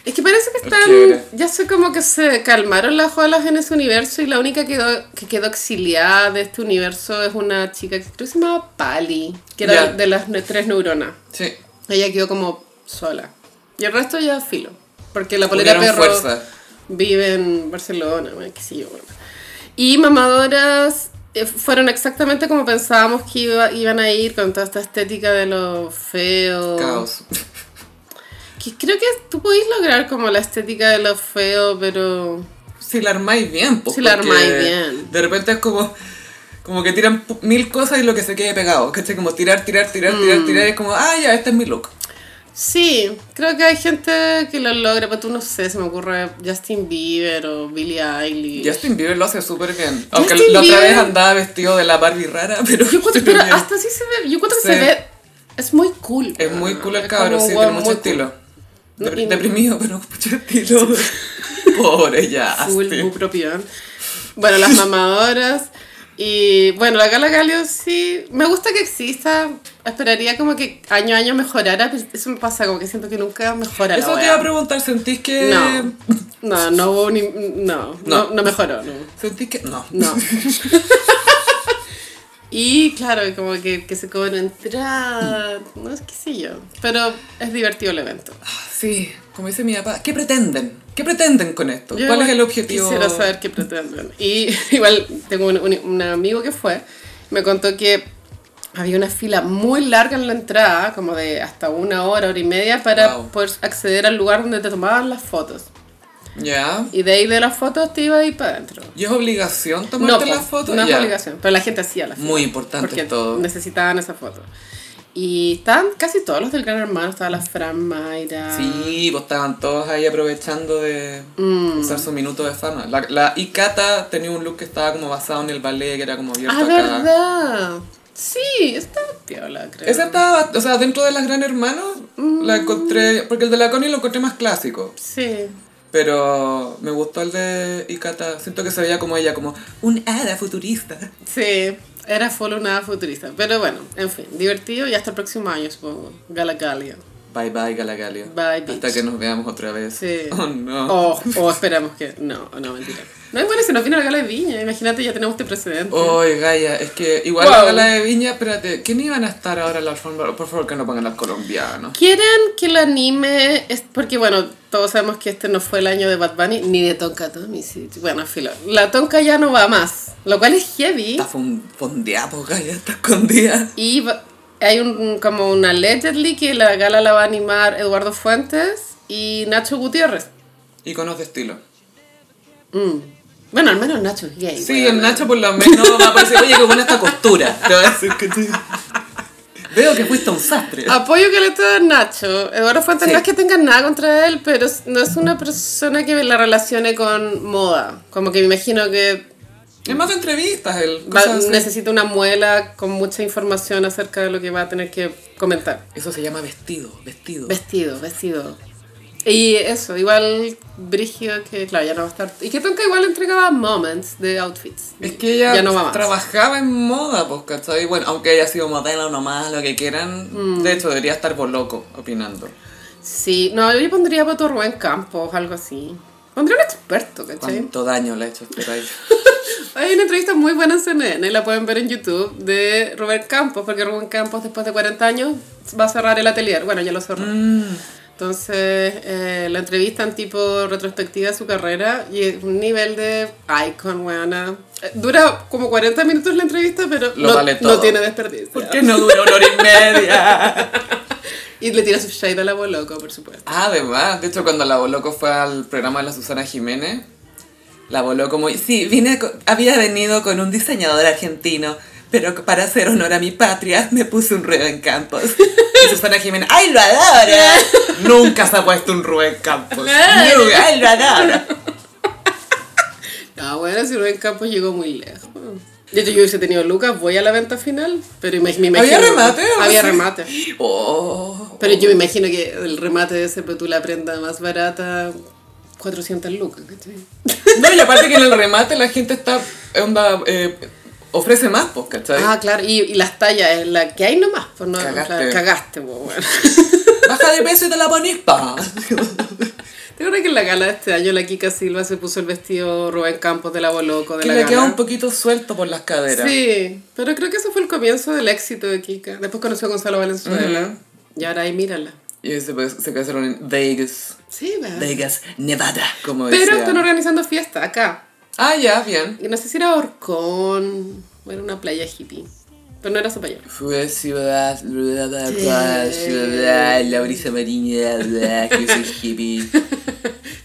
Speaker 2: Es que parece que están.
Speaker 1: Chévere.
Speaker 2: Ya sé como que se calmaron las olas en ese universo y la única que quedó, que quedó exiliada de este universo es una chica que creo que se llamaba Pali, que era
Speaker 1: Ya.
Speaker 2: de las ne- tres neuronas.
Speaker 1: Sí.
Speaker 2: Ella quedó como sola. Y el resto ya filo. Porque la polera
Speaker 1: Unieron
Speaker 2: perro
Speaker 1: fuerza.
Speaker 2: vive en Barcelona, bueno, qué sé yo. bueno. Y mamadoras eh, fueron exactamente como pensábamos que iba- iban a ir con toda esta estética de lo feo.
Speaker 1: Caos.
Speaker 2: Que creo que tú podéis lograr como la estética de lo feo, pero...
Speaker 1: Si la armáis bien, pues.
Speaker 2: Si la
Speaker 1: porque
Speaker 2: armáis bien.
Speaker 1: De repente es como. Como que tiran pu- mil cosas y lo que se quede pegado, ¿cachai? Como tirar, tirar, tirar,
Speaker 2: Mm.
Speaker 1: tirar, tirar. y Es como, ah, ya, este es mi look.
Speaker 2: Sí, creo que hay gente que lo logra, pero tú no sé, se me ocurre Justin Bieber o Billie Eilish.
Speaker 1: Justin Bieber lo hace súper bien. Aunque
Speaker 2: Justin
Speaker 1: la otra
Speaker 2: Bieber-
Speaker 1: vez andaba vestido de la Barbie rara, pero.
Speaker 2: Yo encuentro,
Speaker 1: pero
Speaker 2: pero
Speaker 1: bien.
Speaker 2: hasta así se ve, yo encuentro que
Speaker 1: Sí.
Speaker 2: se ve, es muy cool.
Speaker 1: Es muy cool el
Speaker 2: Es
Speaker 1: cabro,
Speaker 2: como,
Speaker 1: sí,
Speaker 2: wow,
Speaker 1: tiene mucho
Speaker 2: muy
Speaker 1: estilo.
Speaker 2: No,
Speaker 1: Dep-
Speaker 2: y-
Speaker 1: Deprimido, pero mucho estilo. Pobre ya.
Speaker 2: Full
Speaker 1: Ah, sí.
Speaker 2: bupropión. Bueno, las mamadoras. Y bueno, la Gala Galio sí, me gusta que exista. Esperaría como que año a año mejorara, pero eso me pasa, como que siento que nunca mejora. la
Speaker 1: Eso te
Speaker 2: wea.
Speaker 1: iba a preguntar, ¿sentís que...?
Speaker 2: No, no, no hubo ni- No, no, no mejoró, no.
Speaker 1: ¿Sentís que...? No.
Speaker 2: No. y claro, como que, que se cobra entrada, no qué sé yo. Pero es divertido el evento.
Speaker 1: Sí, como dice mi papá, ¿qué pretenden? ¿Qué pretenden con esto?
Speaker 2: Yo
Speaker 1: ¿Cuál es el
Speaker 2: igual
Speaker 1: objetivo?
Speaker 2: Quisiera saber qué pretenden. Y igual tengo un, un- un amigo que fue, me contó que había una fila muy larga en la entrada, como de hasta una hora, hora y media, para
Speaker 1: Wow.
Speaker 2: poder acceder al lugar donde te tomaban las fotos.
Speaker 1: ¿Ya?
Speaker 2: Y de ahí de las fotos te iba a ir para adentro.
Speaker 1: ¿Y es obligación tomarte
Speaker 2: po,
Speaker 1: las fotos?
Speaker 2: no es
Speaker 1: Ya.
Speaker 2: obligación, pero la gente hacía la fila.
Speaker 1: Muy importante
Speaker 2: porque
Speaker 1: todo.
Speaker 2: necesitaban esa foto. Y estaban casi todos los del Gran Hermano, estaba la Fran Mayra.
Speaker 1: Sí, pues estaban todos ahí aprovechando de
Speaker 2: Mm.
Speaker 1: usar su minuto de fama. La, la Ikata tenía un look que estaba como basado en el ballet, que era como abierto
Speaker 2: Ah,
Speaker 1: acá.
Speaker 2: verdad. Sí, estaba piola, creo.
Speaker 1: Esa estaba, o sea, dentro de las Gran Hermanos, la
Speaker 2: Mm.
Speaker 1: encontré, porque el de la Connie lo encontré más clásico,
Speaker 2: Sí.
Speaker 1: pero me gustó el de Ikata, siento que se veía como ella, como un hada futurista.
Speaker 2: Sí, era full una futurista. Pero bueno, en fin, divertido y hasta el próximo año, supongo. Galacalio.
Speaker 1: Bye bye Galagalia.
Speaker 2: Bye, bitch.
Speaker 1: Hasta que nos veamos otra vez.
Speaker 2: Sí.
Speaker 1: Oh no.
Speaker 2: O, o esperamos que. No, no, mentira. No es bueno si nos viene la gala de Viña. Imagínate, ya tenemos este precedente.
Speaker 1: Oye, Gaia, es que igual
Speaker 2: Wow.
Speaker 1: la gala de Viña, espérate, ¿quién iban a estar ahora en la alfombra? Por favor, que no pongan los colombianos.
Speaker 2: ¿Quieren que la anime? Es porque, bueno, todos sabemos que este no fue el año de Bad Bunny ni de Tonka Tommy. sí. Bueno, filo. La Tonka ya no va más, lo cual es heavy.
Speaker 1: Está fon- fondeada, pues, Gaia, está escondida.
Speaker 2: Y va- hay un, como un allegedly que la gala la va a animar Eduardo Fuentes y Nacho Gutiérrez.
Speaker 1: Iconos de estilo.
Speaker 2: Mm. Bueno, al menos Nacho es gay.
Speaker 1: Sí,
Speaker 2: weón.
Speaker 1: el Nacho por lo menos va a parecer, oye, qué buena esta costura. Te voy a decir que sí. Ah. Veo que fuiste un sastre.
Speaker 2: Apoyo que le está a Nacho. Eduardo Fuentes
Speaker 1: Sí.
Speaker 2: no es que tenga nada contra él, pero es- no es una persona que la relacione con moda. Como que me imagino que
Speaker 1: Es más de entrevistas, el.
Speaker 2: Va-
Speaker 1: cosas así.
Speaker 2: necesita una muela con mucha información acerca de lo que va a tener que comentar.
Speaker 1: Eso se llama vestido, vestido.
Speaker 2: Vestido, vestido. Y eso, igual Brigio, que claro, ya no va a estar. Y que Tonka igual entregaba moments de outfits.
Speaker 1: Es que ella
Speaker 2: Ya no va más.
Speaker 1: trabajaba en moda, pues, ¿cachai? Bueno, aunque haya sido modelo nomás, lo que quieran. De hecho, debería estar por loco opinando.
Speaker 2: Sí, no, yo le pondría Pato Rubén Campos, algo así. Pondría un experto, ¿cachai?
Speaker 1: Cuánto daño le ha hecho este país.
Speaker 2: Hay una entrevista muy buena en CNN, la pueden ver en YouTube, de Robert Campos, porque Rubén Campos después de 40 años va a cerrar el atelier. Bueno, ya lo cerró.
Speaker 1: Mm.
Speaker 2: Entonces, eh, la entrevistan tipo retrospectiva de su carrera y es un nivel de icon, weona. Eh, Dura como 40 minutos la entrevista, pero
Speaker 1: Lo
Speaker 2: no,
Speaker 1: vale
Speaker 2: no
Speaker 1: todo.
Speaker 2: tiene desperdicio.
Speaker 1: ¿Por qué no duró una hora y media?
Speaker 2: Y le tira su shade a la loco, por supuesto.
Speaker 1: Además, de hecho, cuando la Boloco fue al programa de la Susana Jiménez, la Boloco muy... Sí, vine co- había venido con un diseñador argentino, pero c- para hacer honor a mi patria me puse un Rubén Campos. Y Susana Jiménez, ¡ay, lo adora! Nunca se ha puesto un Rubén Campos. Nunca, ¡Ay, lo adora!
Speaker 2: Ah, bueno, si Rubén Campos llegó muy lejos. De hecho, yo hubiese tenido Lucas, voy a la venta final, pero imag- me imagino...
Speaker 1: ¿Había remate? o algo
Speaker 2: Había
Speaker 1: así?
Speaker 2: remate.
Speaker 1: Oh.
Speaker 2: Pero yo me imagino que el remate ese, pues tú la prenda más barata, 400 lucas, ¿cachai?
Speaker 1: No, y aparte que en el remate la gente está... Onda, eh, ofrece más, pues, ¿cachai?
Speaker 2: Ah, claro, y, y las tallas, eh, la que hay nomás, pues no,
Speaker 1: Cagaste.
Speaker 2: la- cagaste, pues, bueno.
Speaker 1: Baja de peso y te la pones, pa.
Speaker 2: ¿Te acuerdas que en la gala de este año la Kika Silva se puso el vestido Rubén Campos del Aboloco de
Speaker 1: Que
Speaker 2: la
Speaker 1: le
Speaker 2: gala?
Speaker 1: queda un poquito suelto por las caderas.
Speaker 2: Sí, pero creo que eso fue el comienzo del éxito de Kika. Después conoció a Gonzalo Valenzuela
Speaker 1: Ujú.
Speaker 2: y ahora ahí mírala.
Speaker 1: Mm. Y se, pues, se casaron en Vegas.
Speaker 2: Sí, ¿verdad?
Speaker 1: Vegas, Nevada, como
Speaker 2: Pero
Speaker 1: decía.
Speaker 2: están organizando fiesta acá.
Speaker 1: Ah, ya, bien.
Speaker 2: Y no sé si era Orcón o era una playa hippie, pero no era Zapallar.
Speaker 1: Fue ciudad, bla, bla, bla, ciudad, la brisa marina, bla, que soy hippie.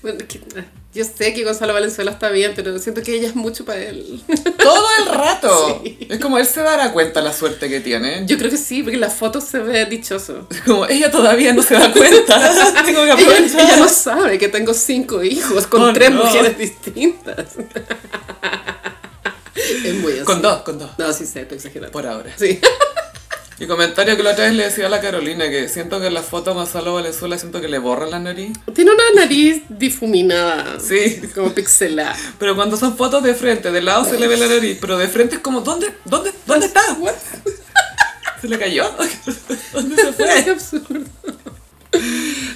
Speaker 2: Bueno, que- eh, yo sé que Gonzalo Valenzuela está bien, pero siento que ella es mucho para él.
Speaker 1: Todo el rato. Es como él se dará cuenta la suerte que tiene.
Speaker 2: Yo creo que sí, porque en las fotos se ve dichoso.
Speaker 1: Es como, ella todavía no se da cuenta. Tengo que
Speaker 2: Ella,
Speaker 1: aprovechar.
Speaker 2: ella no sabe que tengo cinco hijos con
Speaker 1: Oh,
Speaker 2: tres
Speaker 1: no.
Speaker 2: mujeres distintas. es muy así.
Speaker 1: Con dos, con dos.
Speaker 2: No, sí sé, estoy exagerando.
Speaker 1: Por ahora.
Speaker 2: Sí.
Speaker 1: Y comentario que la otra vez le decía a la Carolina que siento que en las fotos de Gonzalo Valenzuela siento que le borran la nariz.
Speaker 2: Tiene una nariz difuminada.
Speaker 1: Sí.
Speaker 2: Como pixelada.
Speaker 1: Pero cuando son fotos de frente, de lado se le ve la nariz, pero de frente es como, ¿dónde? ¿Dónde? ¿Dónde está? ¿Se le cayó? ¿Dónde se
Speaker 2: Qué
Speaker 1: fue?
Speaker 2: absurdo.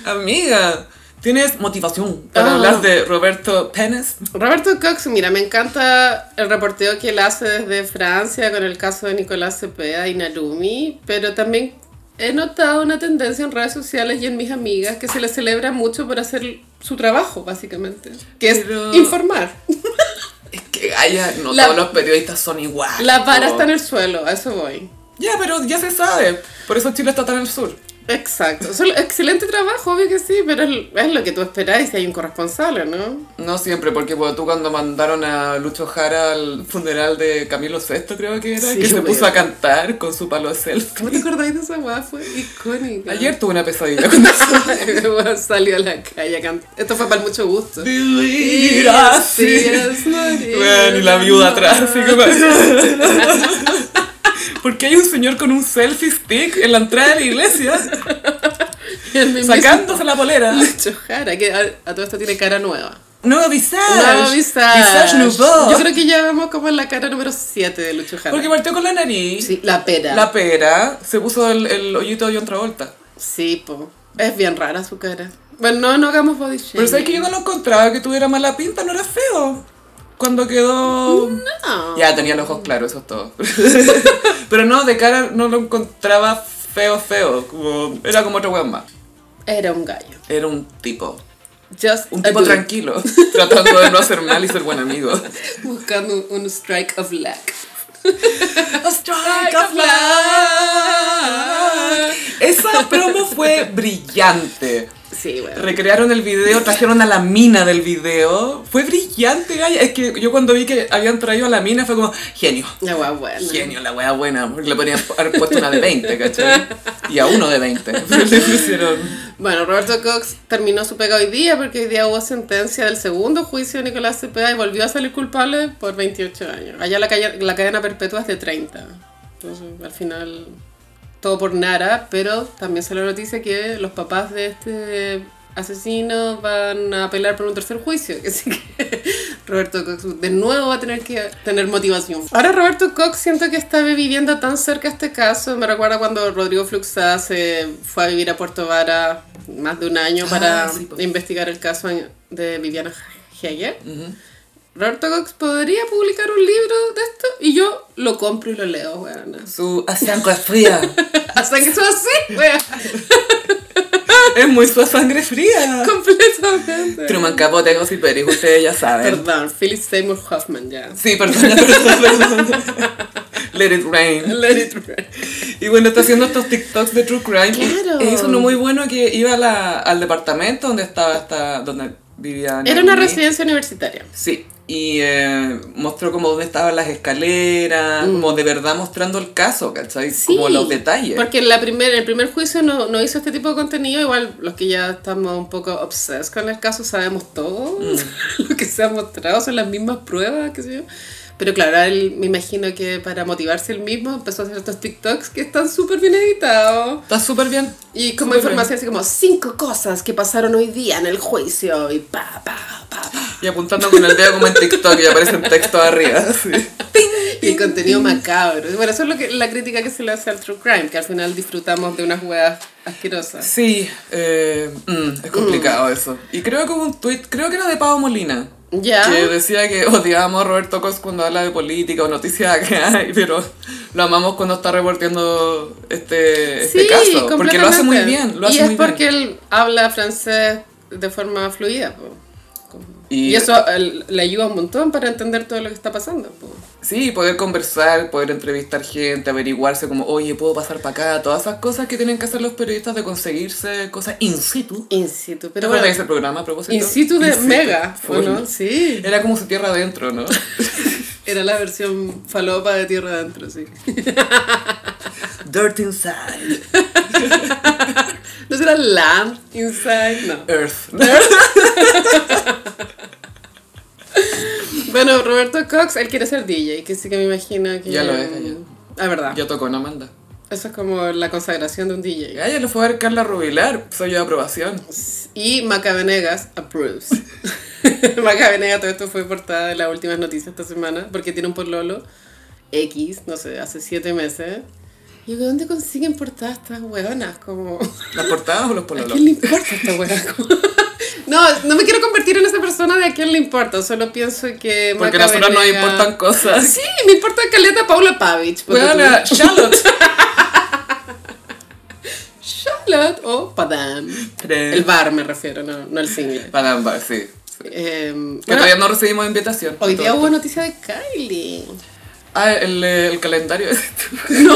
Speaker 1: Amiga, tienes motivación para
Speaker 2: Ah.
Speaker 1: hablar de Roberto Pérez.
Speaker 2: Roberto Cox, mira, me encanta el reporteo que él hace desde Francia con el caso de Nicolás Cepeda y Narumi, pero también he notado una tendencia en redes sociales y en mis amigas que se le celebra mucho por hacer su trabajo, básicamente, que es
Speaker 1: Pero-
Speaker 2: informar.
Speaker 1: Es que, ay, ya, no
Speaker 2: La-
Speaker 1: todos los periodistas son iguales.
Speaker 2: La vara
Speaker 1: po.
Speaker 2: está en el suelo, a eso voy.
Speaker 1: Ya, pero ya se sabe. Por eso Chile está tan al sur.
Speaker 2: Exacto. Solo- excelente trabajo, obvio que sí, pero es, es lo que tú esperáis si hay un corresponsal, ¿o ¿no?
Speaker 1: No siempre, porque bueno, tú cuando mandaron a Lucho Jara al funeral de Camilo VI, creo que era,
Speaker 2: Sí,
Speaker 1: que se
Speaker 2: weón.
Speaker 1: puso a cantar con su palo de selfie.
Speaker 2: ¿Cómo te acordáis de esa guada? Fue icónica.
Speaker 1: Ayer tuve una pesadilla con eso.
Speaker 2: Salió a la calle a cantar. Esto fue para mucho gusto.
Speaker 1: Vivir así. Weón, y la viuda atrás, así como... Porque hay un señor con un selfie stick en la entrada de la iglesia, sacándose la polera.
Speaker 2: Lucho Jara, que a, a todo esto tiene cara nueva.
Speaker 1: No, Ah, visage.
Speaker 2: Nuevo visage.
Speaker 1: Visage nouveau.
Speaker 2: Yo creo que ya vamos como en la cara número 7 de Lucho Jara.
Speaker 1: Porque partió con la nariz,
Speaker 2: Sí, la pera.
Speaker 1: la pera, se puso el, el hoyito de John Travolta.
Speaker 2: Sí, po. Es bien rara su cara. Bueno, no, no hagamos body shaming.
Speaker 1: Pero sabes que yo no lo encontraba que tuviera mala pinta, no era feo. Cuando quedó.
Speaker 2: No.
Speaker 1: Ya tenía los ojos claros, eso es todo. Pero no, de cara no lo encontraba feo, feo. Como, era como otro weón más.
Speaker 2: Era un gallo.
Speaker 1: Era un tipo.
Speaker 2: Just
Speaker 1: Un
Speaker 2: a
Speaker 1: tipo
Speaker 2: dude.
Speaker 1: tranquilo. Tratando de no hacer mal y ser buen amigo.
Speaker 2: Buscando un, un strike of luck.
Speaker 1: Strike of luck. Esa promo fue brillante.
Speaker 2: Sí, bueno.
Speaker 1: Recrearon el video, trajeron a la mina del video. Fue brillante, Gaya. Es que yo cuando vi que habían traído a la mina fue como, genio.
Speaker 2: La guagua buena.
Speaker 1: Genio, la wea buena. Porque le ponían haber puesto una de 20, ¿cachai? Y a uno de 20. Pero le pusieron.
Speaker 2: Bueno, Roberto Cox terminó su pega hoy día porque hoy día hubo sentencia del segundo juicio de Nicolás Cepeda y volvió a salir culpable por 28 años. Allá la, calle- la cadena perpetua es de 30. Entonces, al final, todo por nada, pero también se le noticia que los papás de este asesino van a apelar por un tercer juicio. Así que Roberto Cox de nuevo va a tener que tener motivación. Ahora Roberto Cox siento que está viviendo tan cerca este caso. Me recuerda cuando Rodrigo Fluxá se fue a vivir a Puerto Vara más de un año
Speaker 1: Ah,
Speaker 2: para
Speaker 1: sí, po.
Speaker 2: investigar el caso de Viviana Heyer. Roberto Cox podría publicar un libro de esto y yo lo compro y lo leo, weona.
Speaker 1: Su sangre fría.
Speaker 2: A sangre eso así, wea.
Speaker 1: Es muy su sangre fría.
Speaker 2: Completamente.
Speaker 1: Truman Capote, Gossip Peris, ustedes ya saben.
Speaker 2: Perdón, Philip Seymour Hoffman, ya.
Speaker 1: Sí, perdón, perdón, perdón. Let it rain.
Speaker 2: Let it rip.
Speaker 1: Y bueno, está haciendo estos TikToks de True Crime.
Speaker 2: Claro.
Speaker 1: E hizo uno muy bueno que iba a la- al departamento donde estaba esta, donde vivía.
Speaker 2: Era una
Speaker 1: Naomi.
Speaker 2: residencia universitaria.
Speaker 1: Sí, y eh, mostró como dónde estaban las escaleras,
Speaker 2: Mm.
Speaker 1: como de verdad mostrando el caso, ¿cachai? como los detalles.
Speaker 2: Porque en la primer, el primer juicio no, no hizo este tipo de contenido. Igual los que ya estamos un poco obsesos con el caso sabemos todo.
Speaker 1: Mm.
Speaker 2: Lo que se ha mostrado son las mismas pruebas, qué sé yo. Pero claro, él me imagino que para motivarse él mismo empezó a hacer estos TikToks que están súper bien editados.
Speaker 1: Está súper bien.
Speaker 2: Y como
Speaker 1: Súper
Speaker 2: información así como cinco cosas que pasaron hoy día en el juicio y pa, pa, pa, pa.
Speaker 1: Y apuntando con el dedo como en TikTok y aparecen textos arriba. sí.
Speaker 2: Y contenido macabro. Bueno, eso es lo que, la crítica que se le hace al true crime, que al final disfrutamos de unas huevas asquerosas.
Speaker 1: Sí, eh, mm, es complicado eso. Y creo que hubo un tweet, creo que era de Pavo Molina.
Speaker 2: Ya.
Speaker 1: Que decía que odiábamos a Roberto Cox cuando habla de política o noticias acá, y- pero lo amamos cuando está reportiendo este, este caso. Porque lo hace muy
Speaker 2: completamente.
Speaker 1: bien, lo
Speaker 2: y
Speaker 1: hace
Speaker 2: es
Speaker 1: muy bien.
Speaker 2: porque él habla francés de forma fluida. po. Como-
Speaker 1: Y-
Speaker 2: Y, eso él, le ayuda un montón para entender todo lo que está pasando. po.
Speaker 1: Sí, poder conversar, poder entrevistar gente, averiguarse como, oye, puedo pasar para acá, todas esas cosas que tienen que hacer los periodistas de conseguirse cosas in situ.
Speaker 2: In situ.
Speaker 1: ¿Te
Speaker 2: Pero
Speaker 1: acuerdas
Speaker 2: bueno,
Speaker 1: de ese programa a propósito?
Speaker 2: in situ de
Speaker 1: In situ.
Speaker 2: Mega, ¿o
Speaker 1: Full.
Speaker 2: no? Sí.
Speaker 1: Era como su tierra adentro, ¿no?
Speaker 2: Era la versión falopa de Tierra Adentro, sí.
Speaker 1: Dirt inside.
Speaker 2: ¿No será Lamb Inside? No.
Speaker 1: Earth.
Speaker 2: Bueno, Roberto Cox, él quiere ser DJ, que sí que me imagino que...
Speaker 1: Ya lo es, ya.
Speaker 2: La verdad.
Speaker 1: Ya tocó en Amanda.
Speaker 2: Eso es como la consagración de un DJ.
Speaker 1: Gaya, lo fue a ver Carla Rubilar, soy yo de aprobación.
Speaker 2: Y Macabenegas approves. Macabenegas, todo esto fue portada de las últimas noticias esta semana, porque tiene un pololo X, no sé, hace siete meses. Y yo, ¿de dónde consiguen portadas estas hueonas? Como...
Speaker 1: ¿Las portadas o los
Speaker 2: ¿A
Speaker 1: pololos?
Speaker 2: quién le importa esta weá? No, no me quiero convertir en esa persona de a quién le importa, solo pienso que...
Speaker 1: Porque a
Speaker 2: Maca
Speaker 1: nosotros nos
Speaker 2: Venega-
Speaker 1: importan cosas.
Speaker 2: Sí, me importa caleta Paula Pavich. ponte
Speaker 1: Weona,
Speaker 2: tú.
Speaker 1: Charlotte.
Speaker 2: Charlotte o Padam. El bar me refiero, no, no el single.
Speaker 1: Panam Bar, sí. Que
Speaker 2: Eh, bueno,
Speaker 1: todavía no recibimos invitación.
Speaker 2: hoy día
Speaker 1: Todo
Speaker 2: hubo
Speaker 1: esto.
Speaker 2: noticia de Kylie.
Speaker 1: Ah, el, el calendario.
Speaker 2: No,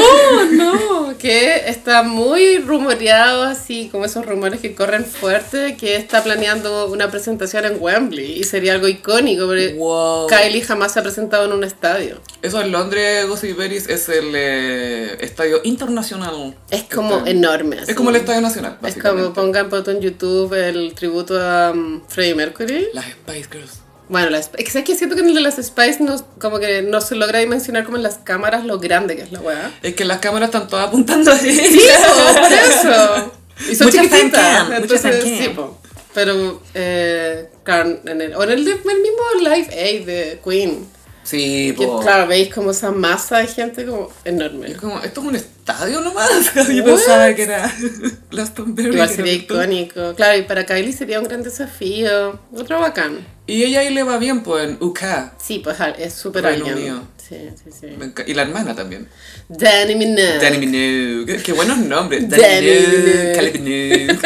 Speaker 2: no, que está muy rumoreado, así como esos rumores que corren fuerte, que está planeando una presentación en Wembley y sería algo icónico, porque
Speaker 1: wow.
Speaker 2: Kylie jamás se ha presentado en un estadio.
Speaker 1: Eso en Londres, Gossip Berries es el eh, estadio internacional.
Speaker 2: Es como
Speaker 1: Está-
Speaker 2: enorme. así.
Speaker 1: Es como el estadio nacional.
Speaker 2: Es como
Speaker 1: básicamente.
Speaker 2: pongan foto en YouTube el tributo a um, Freddie Mercury.
Speaker 1: Las Spice Girls.
Speaker 2: Bueno, las, es que ¿sabes qué? siento que en el de las Spice no, como que no se logra dimensionar como en las cámaras lo grande que es la weá.
Speaker 1: Es que las cámaras están todas apuntando así.
Speaker 2: Sí, po, por eso. Y son
Speaker 1: Muchas
Speaker 2: chiquititas.
Speaker 1: tanquean, muchas
Speaker 2: Entonces,
Speaker 1: tanquean.
Speaker 2: sí, po. Pero, eh, claro, en el, o en el, de- el mismo Live Aid de Queen.
Speaker 1: Sí,
Speaker 2: Que,
Speaker 1: po.
Speaker 2: claro, veis como esa masa de gente como enorme.
Speaker 1: Oh. Es como, esto es un estadio nomás. Yo
Speaker 2: What?
Speaker 1: pensaba que era Glastonbury.
Speaker 2: Igual
Speaker 1: que
Speaker 2: sería
Speaker 1: era todo.
Speaker 2: icónico. Claro, y para Kylie sería un gran desafío. Otro bacán.
Speaker 1: Y ella ahí le va bien, pues, en UK.
Speaker 2: Sí, pues al- es súper
Speaker 1: Reino
Speaker 2: alguien.
Speaker 1: Unido.
Speaker 2: Sí, sí, sí.
Speaker 1: Me enca- Y la hermana también.
Speaker 2: Danny Minaj.
Speaker 1: Danny Minogue. Qué buenos nombres. Danny,
Speaker 2: Danny
Speaker 1: Minogue.
Speaker 2: Minogue.
Speaker 1: Kylie Minogue.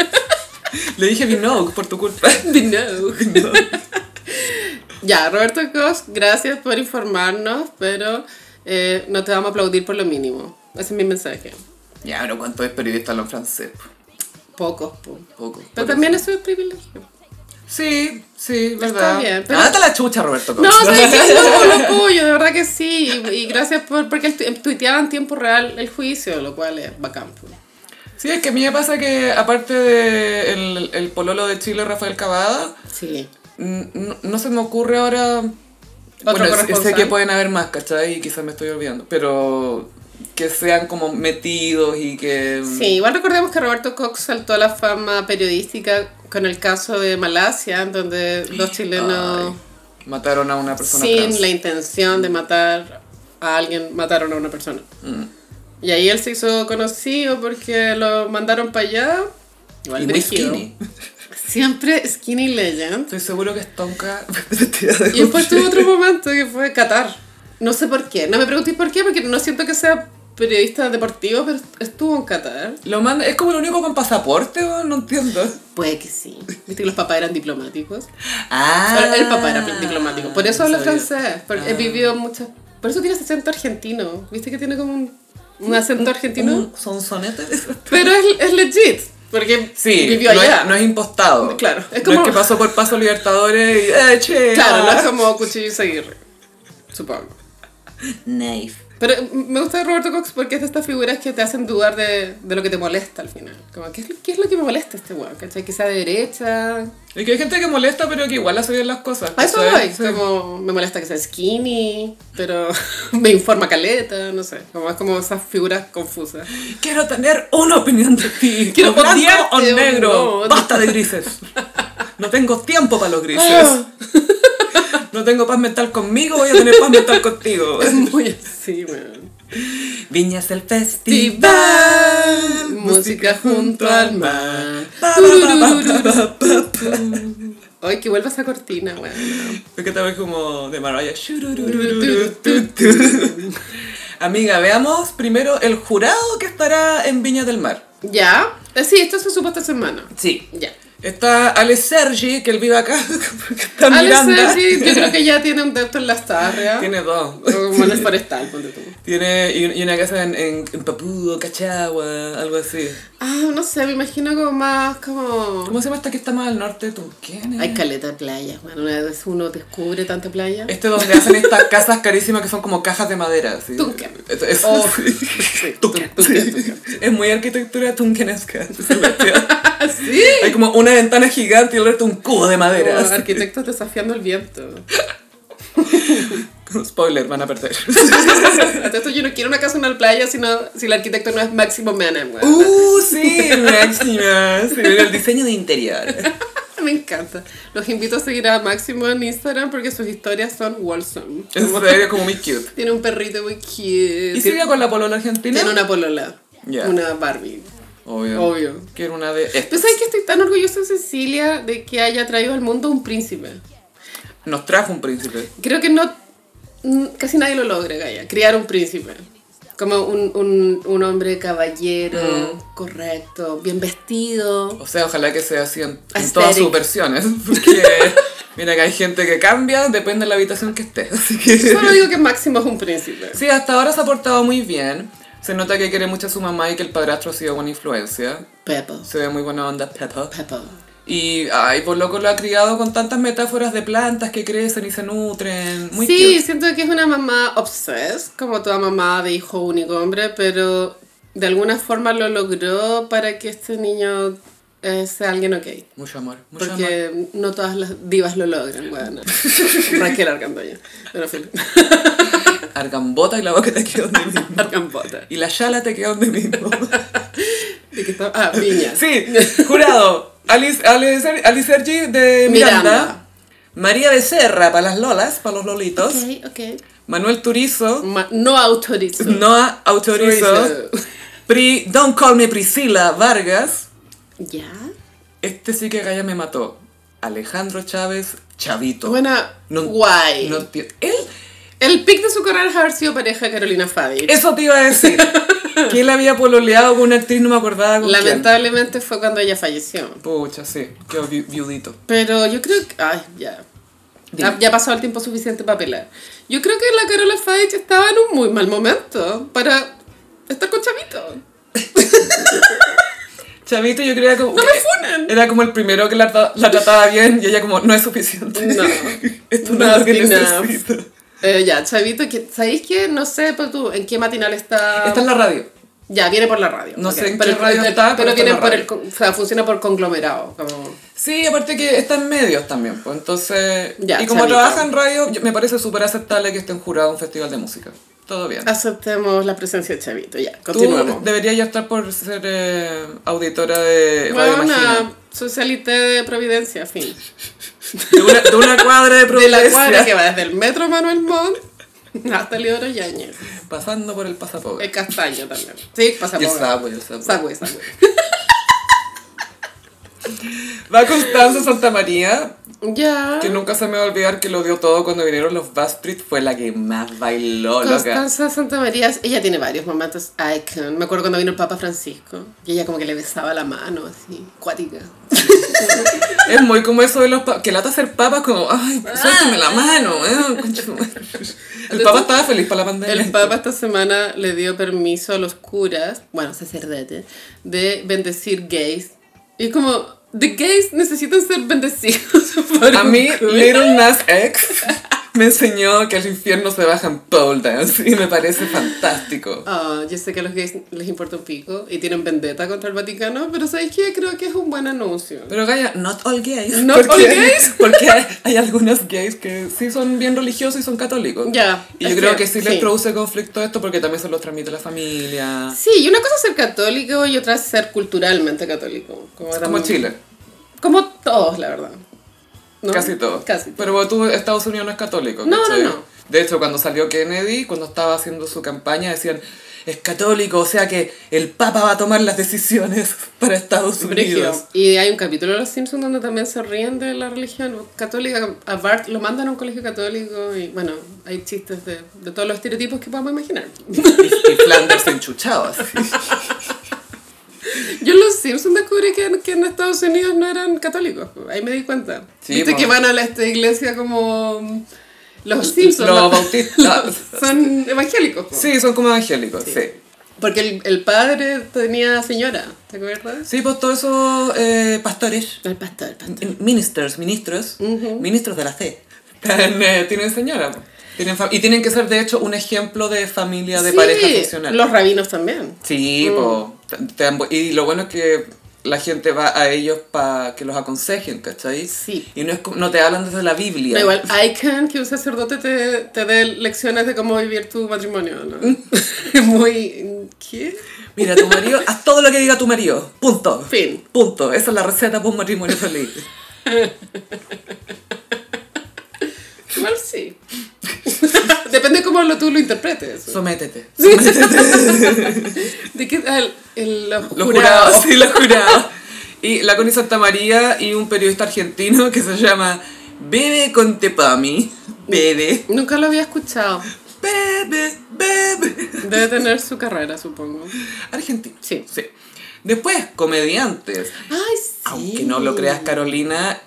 Speaker 1: Le dije Minogue por tu culpa.
Speaker 2: Minogue.
Speaker 1: No.
Speaker 2: Ya, Roberto Cos, gracias por informarnos, pero eh, no te vamos a aplaudir por lo mínimo. Ese es mi mensaje.
Speaker 1: Ya, pero ¿cuánto es periodista en francés? po?
Speaker 2: Pocos, po.
Speaker 1: Poco. por
Speaker 2: Pero también
Speaker 1: eso.
Speaker 2: eso es privilegio.
Speaker 1: Sí, sí, verdad.
Speaker 2: bien, pero-
Speaker 1: pero... la chucha, Roberto Cox.
Speaker 2: No, ¿sabes qué? No, lo apoyo, de verdad que sí. Y, y gracias por, porque él tu- tuiteaba en tiempo real el juicio, lo cual es bacán. po.
Speaker 1: Sí, es que a mí me pasa que, aparte de el, el pololo de Chile, Rafael Cavada,
Speaker 2: Sí.
Speaker 1: n- no, no se me ocurre ahora. Bueno, sé- sé
Speaker 2: corresponsal.
Speaker 1: que pueden haber más, ¿cachai? Y quizás me estoy olvidando, pero que sean como metidos y que.
Speaker 2: Sí, igual recordemos que Roberto Cox saltó a la fama periodística con el caso de Malasia, en donde dos chilenos,
Speaker 1: Ay, mataron a una persona
Speaker 2: sin
Speaker 1: trans.
Speaker 2: la intención de matar a alguien, mataron a una persona.
Speaker 1: Mm.
Speaker 2: Y ahí él se hizo conocido porque lo mandaron para allá. Igual
Speaker 1: Y muy
Speaker 2: brígido.
Speaker 1: skinny.
Speaker 2: Siempre Skinny Legend.
Speaker 1: Estoy seguro que es tonka vestida de
Speaker 2: Y después
Speaker 1: hombre.
Speaker 2: tuvo otro momento que fue Qatar. No sé por qué. No me preguntéis por qué, porque no siento que sea periodista deportivo, pero estuvo en Qatar.
Speaker 1: Lo manda, es como el único con pasaporte, weón, no entiendo.
Speaker 2: Puede que sí. Viste que los papás eran diplomáticos.
Speaker 1: Ah,
Speaker 2: el papá era diplomático. Por eso habla
Speaker 1: sabía.
Speaker 2: francés. Por, he vivido muchas. Por eso tiene ese acento argentino. Viste que tiene como un, un acento argentino.
Speaker 1: ¿Un sonsonete?
Speaker 2: Pero es, es legit. Porque
Speaker 1: Sí,
Speaker 2: vivió
Speaker 1: no,
Speaker 2: allá.
Speaker 1: Es, no es impostado.
Speaker 2: Claro, es
Speaker 1: Es
Speaker 2: como-
Speaker 1: No es que pasó por Paso Libertadores y. ¡Eh, che!
Speaker 2: Claro, no
Speaker 1: ah.
Speaker 2: es como Cuchillo y Seguir. Supongo.
Speaker 1: Knife.
Speaker 2: Pero me gusta Roberto Cox porque es de estas figuras que te hacen dudar de, de lo que te molesta al final. Como, ¿qué es, lo- qué es lo que me molesta este weón? ¿Cachai? Que sea de derecha.
Speaker 1: Y que hay gente que molesta, pero que igual hace bien las cosas.
Speaker 2: A eso
Speaker 1: ¿cachai?
Speaker 2: voy.
Speaker 1: Sí.
Speaker 2: Como, me molesta que sea skinny, pero me informa caleta, no sé. Como es como esas figuras confusas.
Speaker 1: Quiero tener una opinión de ti.
Speaker 2: Quiero
Speaker 1: Como blanco o
Speaker 2: contarte,
Speaker 1: negro.
Speaker 2: no.
Speaker 1: Basta de grises. No tengo tiempo para los grises.
Speaker 2: Ah.
Speaker 1: No tengo paz mental conmigo, voy a tener paz mental contigo.
Speaker 2: Es muy así, weón.
Speaker 1: Viñas el
Speaker 2: Festival,
Speaker 1: festival,
Speaker 2: música junto al mar.
Speaker 1: Pa, pa, pa, pa, pa, pa, pa.
Speaker 2: Ay, que vuelva esa cortina, weón.
Speaker 1: Es que tal vez como de Mariah. Shurururururururu. Amiga, veamos primero el jurado que estará en Viña del Mar.
Speaker 2: Ya. Eh, Sí, esto se supo esta semana.
Speaker 1: Sí.
Speaker 2: Ya.
Speaker 1: Está Ale Sergi, que él vive acá. que Está en
Speaker 2: Alex
Speaker 1: Miranda.
Speaker 2: Sergi, yo creo que ya tiene un depto en las tardes.
Speaker 1: Tiene dos.
Speaker 2: Como en el forestal, ponte tú.
Speaker 1: Tiene y y una casa en, en, en Papudo, Cachagua, algo así.
Speaker 2: Ah, no sé, me imagino como más como...
Speaker 1: ¿Cómo se llama esta que está más al norte? ¿Tunquén? eh?
Speaker 2: Hay caleta de playa, bueno, una vez uno descubre tanta playa.
Speaker 1: Este donde hacen estas casas carísimas que son como cajas de madera. ¿sí?
Speaker 2: Tunquén.
Speaker 1: Es, es-
Speaker 2: Oh,
Speaker 1: sí.
Speaker 2: sí,
Speaker 1: Tunquén,
Speaker 2: Tunquén,
Speaker 1: sí.
Speaker 2: Tunquén.
Speaker 1: Es muy arquitectura tunquenesca. esa cuestión.
Speaker 2: ¿Sí?
Speaker 1: Hay como una
Speaker 2: Oh,
Speaker 1: ventana gigante y el resto un cubo de madera.
Speaker 2: Como arquitectos desafiando el viento.
Speaker 1: Spoiler, van a perder.
Speaker 2: Hasta esto yo no quiero una casa en la playa, sino si el arquitecto no es Máximo Menem, weón.
Speaker 1: ¡Uh, sí! Máxima. Sí, el diseño de interior.
Speaker 2: Me encanta. Los invito a seguir a Máximo en Instagram porque sus historias son wholesome.
Speaker 1: Es una idea como muy cute.
Speaker 2: Tiene un perrito muy cute.
Speaker 1: ¿Y
Speaker 2: Tiene-
Speaker 1: sigue con la polola argentina?
Speaker 2: Tiene una polola.
Speaker 1: Ya.
Speaker 2: Una Barbie.
Speaker 1: Obvio.
Speaker 2: Obvio.
Speaker 1: Que era una de estas.
Speaker 2: Pero ¿sabes que estoy tan orgullosa de Cecilia de que haya traído al mundo un príncipe?
Speaker 1: Nos trajo un príncipe.
Speaker 2: Creo que no. n- Casi nadie lo logra, Gaia. Criar un príncipe. Como un, un- un hombre caballero, correcto, bien vestido.
Speaker 1: O sea, ojalá que sea así en, en
Speaker 2: Aesthetic.
Speaker 1: todas sus versiones. Porque mira que hay gente que cambia, depende de la habitación que estés. Así que...
Speaker 2: Solo digo que Máximo es un príncipe.
Speaker 1: Sí, hasta ahora se ha portado muy bien. Se nota que quiere mucho a su mamá y que el padrastro ha sido buena influencia.
Speaker 2: Peppa.
Speaker 1: Se ve muy buena onda Peppa.
Speaker 2: Peppa.
Speaker 1: Y, ay, por loco lo ha criado con tantas metáforas de plantas que crecen y se nutren. Muy
Speaker 2: sí,
Speaker 1: cute.
Speaker 2: siento que es una mamá obsessed, como toda mamá de hijo único hombre, pero de alguna forma lo logró para que este niño eh, sea alguien ok.
Speaker 1: Mucho amor, mucho amor.
Speaker 2: Porque no todas las divas lo logran, bueno. Raquel Argandoña. Pero en fin,
Speaker 1: Argambota y la boca te quedó donde mismo.
Speaker 2: Argambota.
Speaker 1: Y la yala te quedó donde mismo.
Speaker 2: De que está- ah, Viña.
Speaker 1: Sí, jurado. Alice, Alice, Alice Sergi de Miranda.
Speaker 2: Miranda.
Speaker 1: María Becerra para las lolas, para los lolitos.
Speaker 2: Ok, ok.
Speaker 1: Manuel Turizo.
Speaker 2: Ma- no autorizo.
Speaker 1: Noah Autorizo.
Speaker 2: Autorizo.
Speaker 1: Pri, don't call me Priscila Vargas.
Speaker 2: ¿Ya?
Speaker 1: Este sí que Gaya me mató. Alejandro Chávez Chavito.
Speaker 2: Bueno,
Speaker 1: No-
Speaker 2: guay.
Speaker 1: no enti- él,
Speaker 2: El pic de su carrera es haber sido pareja de Carolina Fabi.
Speaker 1: eso te iba a decir. que él había pololeado con una actriz, no me acordaba con quién.
Speaker 2: Lamentablemente fue cuando ella falleció.
Speaker 1: Pucha, sí, quedó vi- viudito.
Speaker 2: Pero yo creo que. Ay, ya.
Speaker 1: Dime.
Speaker 2: Ya, ya pasó el tiempo suficiente para pelar. Yo creo que la Carola Faich estaba en un muy mal momento para estar con Chavito.
Speaker 1: Chavito yo creía como...
Speaker 2: ¡No me funen!
Speaker 1: Era como el primero que la, tra- la trataba bien y ella como, no es suficiente.
Speaker 2: No.
Speaker 1: Esto no es lo que
Speaker 2: Not enough.
Speaker 1: necesito.
Speaker 2: Eh, ya, Chavito, que- ¿sabéis qué? No sé, pero tú, ¿en qué matinal está?
Speaker 1: Esta es la radio.
Speaker 2: Ya, viene por la radio.
Speaker 1: No
Speaker 2: ok.
Speaker 1: sé en
Speaker 2: Pero
Speaker 1: qué radio
Speaker 2: el-
Speaker 1: está, pero
Speaker 2: Pero,
Speaker 1: está
Speaker 2: viene
Speaker 1: en la
Speaker 2: por el.
Speaker 1: radio.
Speaker 2: con- O sea, funciona por conglomerado. Como...
Speaker 1: Sí, aparte que está en medios también, pues entonces...
Speaker 2: Ya,
Speaker 1: y como
Speaker 2: Chavito.
Speaker 1: trabaja en radio, yo- me parece súper aceptable que estén jurados en un festival de música. Todo bien.
Speaker 2: Aceptemos la presencia de Chavito, ya.
Speaker 1: Tú
Speaker 2: Continuamos.
Speaker 1: deberías ya estar por ser eh, auditora de Radio
Speaker 2: Bueno,
Speaker 1: Imagina.
Speaker 2: una socialité de Providencia, fin.
Speaker 1: De una, de una cuadra de
Speaker 2: De
Speaker 1: Providencia.
Speaker 2: la cuadra que va desde el metro Manuel Montt hasta Leodoro Yáñez.
Speaker 1: Pasando por el pasaporte.
Speaker 2: El castaño también. Sí,
Speaker 1: Y el
Speaker 2: pasamos.
Speaker 1: Subway, el Subway.
Speaker 2: Subway, Subway.
Speaker 1: Va Constanza Santa María,
Speaker 2: Ya.
Speaker 1: que nunca se me va a olvidar que lo dio todo cuando vinieron los Backstreet, fue la que más bailó, loca.
Speaker 2: Constanza Santa María, ella tiene varios momentos icon. Me acuerdo cuando vino el Papa Francisco y ella como que le besaba la mano así, cuática.
Speaker 1: Es muy como eso de los papas, que lata hacer papas como, ay,
Speaker 2: Ah.
Speaker 1: suéltame la mano, eh, concha tu madre. El papa estaba feliz para la pandemia.
Speaker 2: El Papa esta semana le dio permiso a los curas, bueno, sacerdotes, de bendecir gays. Y es como, the gays necesitan ser bendecidos. por
Speaker 1: A
Speaker 2: un
Speaker 1: mí,
Speaker 2: cura.
Speaker 1: Little Nas X me enseñó que al infierno se bajan pole dance y me parece fantástico.
Speaker 2: Ah, yo sé que a los gays les importa un pico y tienen vendetta contra el Vaticano, pero ¿sabéis qué? Creo que es un buen anuncio.
Speaker 1: Pero Gaya, not all gays.
Speaker 2: Not
Speaker 1: Porque-
Speaker 2: all gays.
Speaker 1: Porque hay, hay algunos gays que sí son bien religiosos y son católicos.
Speaker 2: Ya,
Speaker 1: Y yo
Speaker 2: es
Speaker 1: creo
Speaker 2: que-
Speaker 1: que sí les
Speaker 2: sí.
Speaker 1: produce conflicto esto porque también se los transmite la familia.
Speaker 2: Sí, y una cosa es ser católico y otra es ser culturalmente católico. Como,
Speaker 1: Como
Speaker 2: también-
Speaker 1: Chile,
Speaker 2: Como todos, la verdad. ¿No?
Speaker 1: casi todo.
Speaker 2: Casi.
Speaker 1: Pero bueno, tú, Estados Unidos no es católico.
Speaker 2: No,
Speaker 1: ¿cachai?
Speaker 2: no, no.
Speaker 1: De hecho, cuando salió Kennedy, cuando estaba haciendo su campaña, decían, es católico, o sea que el Papa va a tomar las decisiones para Estados
Speaker 2: Brígido.
Speaker 1: Unidos.
Speaker 2: Y hay un capítulo de Los Simpsons donde también se ríen de la religión católica. A Bart lo mandan a un colegio católico y bueno, hay chistes de, de todos los estereotipos que podamos imaginar.
Speaker 1: Y, y Flanders enchuchado así.
Speaker 2: Yo en Los Simpsons descubrí que, que en Estados Unidos no eran católicos. pues. Ahí me di cuenta.
Speaker 1: Sí,
Speaker 2: Viste
Speaker 1: po.
Speaker 2: que van a la esta iglesia como... Los Simpsons
Speaker 1: Los
Speaker 2: ¿no?
Speaker 1: bautistas.
Speaker 2: son evangélicos. po.
Speaker 1: Sí, son como evangélicos,
Speaker 2: Sí.
Speaker 1: sí.
Speaker 2: Porque el, el padre tenía señora, ¿te acuerdas?
Speaker 1: Sí, pues todos esos eh, pastores,
Speaker 2: El pastor, el pastor.
Speaker 1: m- ministers, ministros, ministros de la fe, tienen, eh, tienen señora. po. Tienen fa- y tienen que ser, de hecho, un ejemplo de familia, de
Speaker 2: Sí, Mm.
Speaker 1: pareja funcional.
Speaker 2: Los rabinos también.
Speaker 1: Sí, po. Te- te dan bu- y lo bueno es que la gente va a ellos para que los aconsejen, ¿cachai?
Speaker 2: Sí.
Speaker 1: Y no, es, co- no te hablan desde la Biblia.
Speaker 2: Da igual, Icon, que un sacerdote te, te dé lecciones de cómo vivir tu matrimonio,
Speaker 1: Mm.
Speaker 2: ¿no? Muy... ¿Qué?
Speaker 1: Mira, tu marido, haz todo lo que diga tu marido. Punto.
Speaker 2: Fin.
Speaker 1: Punto. Esa es la receta para un matrimonio feliz.
Speaker 2: Igual sí. Depende cómo lo, tú lo interpretes.
Speaker 1: Sométete.
Speaker 2: ¿De qué tal? El, los,
Speaker 1: Los
Speaker 2: jurados.
Speaker 1: jurados, sí, los jurados. Y la Connie Santa María y un periodista argentino que se llama Bebe Contepami.
Speaker 2: Uh.
Speaker 1: Bebe.
Speaker 2: Nunca lo había escuchado.
Speaker 1: Bebe, bebe.
Speaker 2: Debe tener su carrera, supongo.
Speaker 1: Argentino.
Speaker 2: Sí.
Speaker 1: Sí. Después, comediantes.
Speaker 2: Ay, sí.
Speaker 1: Aunque no lo creas, Carolina,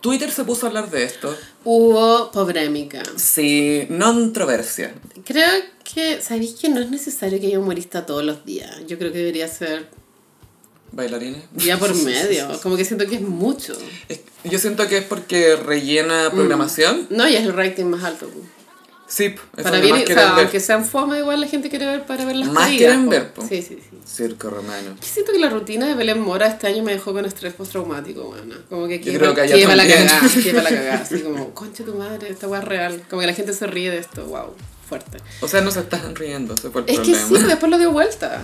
Speaker 1: Twitter se puso a hablar de esto.
Speaker 2: Hubo polémica.
Speaker 1: Sí, controversia.
Speaker 2: Creo que, ¿sabéis que no es necesario que haya humorista todos los días? Yo creo que debería ser
Speaker 1: Bailarines.
Speaker 2: día por medio. Como que siento que es mucho.
Speaker 1: Es- Yo siento que es porque
Speaker 2: Mm.
Speaker 1: rellena programación.
Speaker 2: No, y es el rating más alto.
Speaker 1: Sí, p- eso
Speaker 2: Para
Speaker 1: es lo
Speaker 2: bien,
Speaker 1: más
Speaker 2: o
Speaker 1: que
Speaker 2: sea,
Speaker 1: vender.
Speaker 2: aunque sean fome, igual la gente quiere ver para ver las
Speaker 1: Más
Speaker 2: corridas,
Speaker 1: quieren
Speaker 2: po.
Speaker 1: ver, po.
Speaker 2: Sí, sí, sí.
Speaker 1: Circo romano.
Speaker 2: Que siento que la rutina de Belén Mora este año me dejó con estrés postraumático, bueno. Como que
Speaker 1: Yo
Speaker 2: qué
Speaker 1: creo
Speaker 2: va-
Speaker 1: que allá
Speaker 2: qué va la
Speaker 1: también.
Speaker 2: cagada, qué va la cagada. Así como, concha tu madre, esta weá es real. Como que la gente se ríe de esto, wow, fuerte.
Speaker 1: O sea, no se están riendo, ese fue el
Speaker 2: Es que
Speaker 1: problema.
Speaker 2: sí, después lo dio vuelta.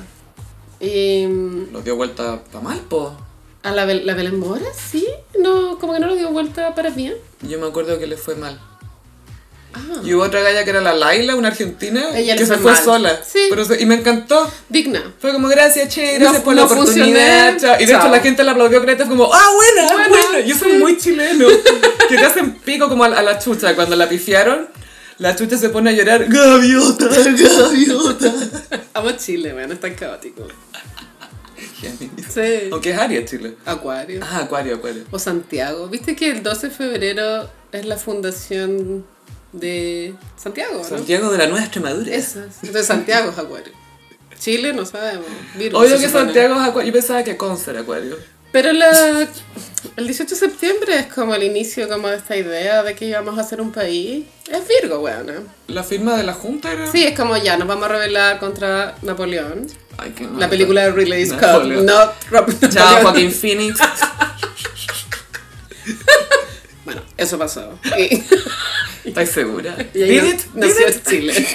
Speaker 2: Y, mm,
Speaker 1: Los dio vuelta para mal, po.
Speaker 2: a la, Bel- la Belén Mora, sí, no, como que no lo dio vuelta para bien.
Speaker 1: Yo me acuerdo que le fue mal.
Speaker 2: Ah.
Speaker 1: Y hubo otra galla que era la Laila, una argentina,
Speaker 2: Ella le
Speaker 1: que se
Speaker 2: fue
Speaker 1: fue
Speaker 2: mal.
Speaker 1: sola.
Speaker 2: Sí.
Speaker 1: Pero se- y me encantó.
Speaker 2: Digna.
Speaker 1: Fue como, gracias, che,
Speaker 2: No-
Speaker 1: gracias por la
Speaker 2: no
Speaker 1: oportunidad.
Speaker 2: funcioné.
Speaker 1: chao". Y de
Speaker 2: Chao.
Speaker 1: hecho la gente la aplaudió Greta, fue como, ¡ah, buena,
Speaker 2: Buena,
Speaker 1: buena! Y eso es muy chileno. que te hacen pico como a, a la chucha. Cuando la pifiaron, la chucha se pone a llorar, ¡gaviota, gaviota!
Speaker 2: Amo Chile, weón, es tan caótico.
Speaker 1: Géminis.
Speaker 2: Sí.
Speaker 1: Aunque es Aries, Chile.
Speaker 2: Acuario.
Speaker 1: Ah, Acuario, Acuario.
Speaker 2: O Santiago. ¿Viste que el 12 de febrero es la fundación de Santiago, no?
Speaker 1: Santiago de la Nueva Extremadura.
Speaker 2: Eso, es. Entonces Santiago es Acuario. Chile no sabemos. Virgo,
Speaker 1: Obvio
Speaker 2: se
Speaker 1: que
Speaker 2: supone.
Speaker 1: Santiago es Acuario. Yo pensaba que Conce era Acuario.
Speaker 2: Pero la, el 18 de septiembre es como el inicio como de esta idea de que íbamos a hacer un país. Es Virgo, weón.
Speaker 1: La firma de la Junta era.
Speaker 2: Sí, es como ya, nos vamos a rebelar contra Napoleón.
Speaker 1: Ay, qué
Speaker 2: la
Speaker 1: mal.
Speaker 2: película de Ridley Scott.
Speaker 1: Napoleón.
Speaker 2: Not Rob-
Speaker 1: Chao,
Speaker 2: Napoleón.
Speaker 1: Joaquín Phoenix.
Speaker 2: Bueno, eso pasó. Y,
Speaker 1: ¿Estás segura?
Speaker 2: y ahí
Speaker 1: Did it?
Speaker 2: nació
Speaker 1: Did it?
Speaker 2: Chile.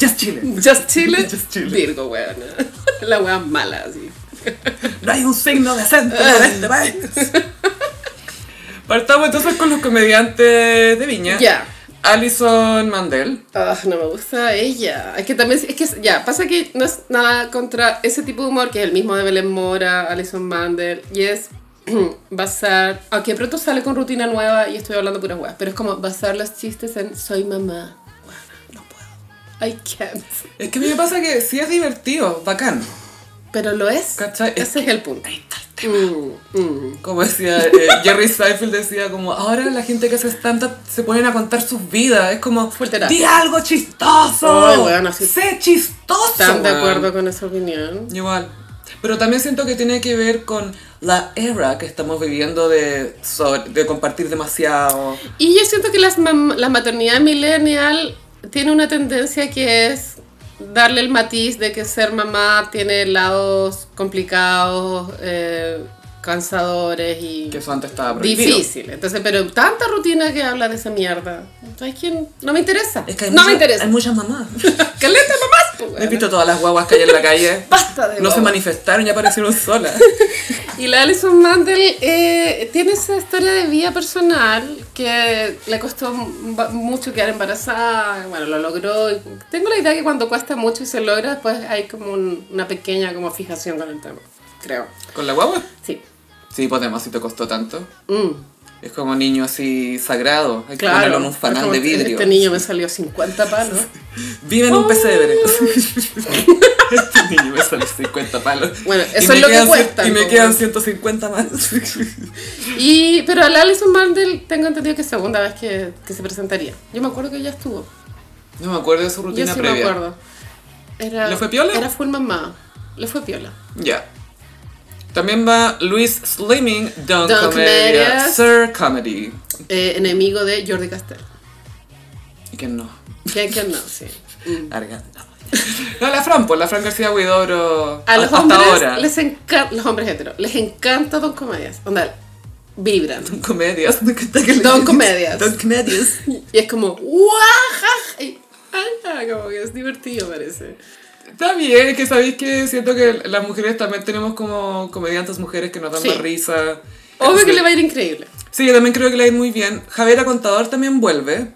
Speaker 1: Just Chile.
Speaker 2: Just Chile,
Speaker 1: Just Chile.
Speaker 2: Virgo, weón. La wea mala, así.
Speaker 1: No hay un signo de acento en este país. Partamos entonces con los comediantes de Viña.
Speaker 2: Ya.
Speaker 1: Alison Mandel.
Speaker 2: Ah, no me gusta ella. Es que también, es que ya, pasa que no es nada contra ese tipo de humor, que es el mismo de Belén Mora, Alison Mandel, y es basar, aunque pronto sale con rutina nueva y estoy hablando puras weas, pero es como basar los chistes en soy mamá. Bueno, no puedo. I can't.
Speaker 1: Es que a mí me pasa que sí es divertido, bacán.
Speaker 2: Pero lo es.
Speaker 1: ¿Cachai?
Speaker 2: Ese es el punto. Mm, mm.
Speaker 1: Como decía eh, Jerry Seinfeld, decía como, ahora la gente que hace stand-up se ponen a contar sus vidas. Es como,
Speaker 2: Fuertera.
Speaker 1: di algo chistoso.
Speaker 2: Ay, weón, así-
Speaker 1: sé chistoso.
Speaker 2: ¿Están de
Speaker 1: weón".
Speaker 2: acuerdo con esa opinión?
Speaker 1: Igual. Pero también siento que tiene que ver con la era que estamos viviendo de, sobre- de compartir demasiado.
Speaker 2: Y yo siento que las mam- la maternidad millennial tiene una tendencia que es darle el matiz de que ser mamá tiene lados complicados, eh, cansadores y
Speaker 1: Que eso antes estaba prohibido.
Speaker 2: difícil. Entonces, pero tanta rutina que habla de esa mierda. ¿Sabes quién? No me interesa.
Speaker 1: Es que hay
Speaker 2: no
Speaker 1: muchas-
Speaker 2: me interesa.
Speaker 1: Hay muchas mamás.
Speaker 2: Caleta mamás, po,
Speaker 1: He
Speaker 2: weona.
Speaker 1: visto todas las guaguas que hay en la calle.
Speaker 2: Basta de
Speaker 1: No se
Speaker 2: guaguas.
Speaker 1: manifestaron y aparecieron solas.
Speaker 2: Y la Alison Mandel eh, tiene esa historia de vida personal que le costó m- ba- mucho quedar embarazada, bueno, lo logró. y Tengo la idea que cuando cuesta mucho y se logra, después hay como un- una pequeña como fijación con el tema, creo.
Speaker 1: ¿Con la guagua?
Speaker 2: Sí.
Speaker 1: Sí, pues además si te costó tanto.
Speaker 2: Mm,
Speaker 1: Es como niño así sagrado. Hay que
Speaker 2: claro.
Speaker 1: ponerlo en un
Speaker 2: Es
Speaker 1: fanal
Speaker 2: como,
Speaker 1: de vidrio.
Speaker 2: Este niño me salió 50 palos.
Speaker 1: Vive en un pesebre. este niño me sale 50 palos.
Speaker 2: Oh. Bueno,
Speaker 1: Y
Speaker 2: eso
Speaker 1: me
Speaker 2: es lo que
Speaker 1: quedan cien-
Speaker 2: cuesta,
Speaker 1: Y me
Speaker 2: como-
Speaker 1: quedan 150 más.
Speaker 2: Y, pero a la Alison Mandel tengo entendido que es segunda vez que, que se presentaría. Yo me acuerdo que ella estuvo.
Speaker 1: No me acuerdo de su
Speaker 2: Yo
Speaker 1: rutina
Speaker 2: sí
Speaker 1: previa.
Speaker 2: me acuerdo. Era,
Speaker 1: ¿Le fue piola?
Speaker 2: Era full mamá. Le fue piola.
Speaker 1: Ya. También va Luis Slimming, Don,
Speaker 2: Don
Speaker 1: Comedia,
Speaker 2: Comedias.
Speaker 1: Sir Comedy.
Speaker 2: Eh, enemigo de Jordi Castell.
Speaker 1: Y que no.
Speaker 2: Que que no, sí.
Speaker 1: Mm. Arganda. No, la Fran, pues la Fran García Huidobro
Speaker 2: A los
Speaker 1: hasta
Speaker 2: hombres
Speaker 1: ahora.
Speaker 2: les encanta, los hombres heteros, les encanta Don Comedias. Onda, vibran.
Speaker 1: Don Comedias. me encanta que le-
Speaker 2: Don Comedias.
Speaker 1: Don Comedias.
Speaker 2: Y es como, ¡guaja! Y, ah, Como que es divertido, parece.
Speaker 1: Está bien, es que sabéis que siento que las mujeres también tenemos como comediantes mujeres que nos dan
Speaker 2: Sí.
Speaker 1: más risa.
Speaker 2: Obvio que
Speaker 1: Sí.
Speaker 2: le va a ir increíble.
Speaker 1: Sí, yo también creo que le va a ir muy bien. Javiera Contador también vuelve.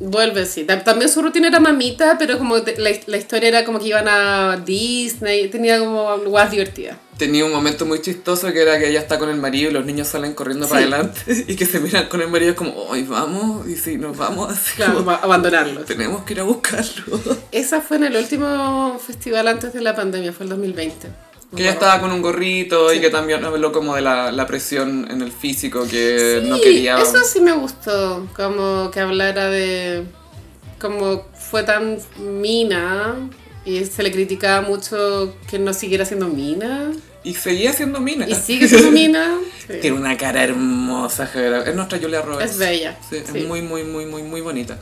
Speaker 2: Vuelve, sí. Tam- También su rutina era mamita, pero como te- la, la historia era como que iban a Disney, tenía como guas divertidas.
Speaker 1: Tenía un momento muy chistoso que era que ella está con el marido y los niños salen corriendo para
Speaker 2: Sí.
Speaker 1: adelante y que se miran con el marido es como, hoy vamos, y si nos vamos, así
Speaker 2: Claro,
Speaker 1: como,
Speaker 2: como a- abandonarlo.
Speaker 1: tenemos que ir a buscarlo.
Speaker 2: Esa fue en el último festival antes de la pandemia, fue el 2020.
Speaker 1: Que ella estaba con un gorrito y
Speaker 2: Sí.
Speaker 1: que también habló como de la, la presión en el físico que no
Speaker 2: Sí,
Speaker 1: quería.
Speaker 2: Eso sí me gustó, como que hablara de como fue tan mina y se le criticaba mucho que no siguiera siendo mina
Speaker 1: Y seguía siendo mina.
Speaker 2: y sigue siendo mina. Sí.
Speaker 1: Tiene una cara hermosa, Javiera. Es nuestra Julia Roberts.
Speaker 2: Es bella,
Speaker 1: Sí, es
Speaker 2: sí.
Speaker 1: muy, muy, muy, muy, muy bonita.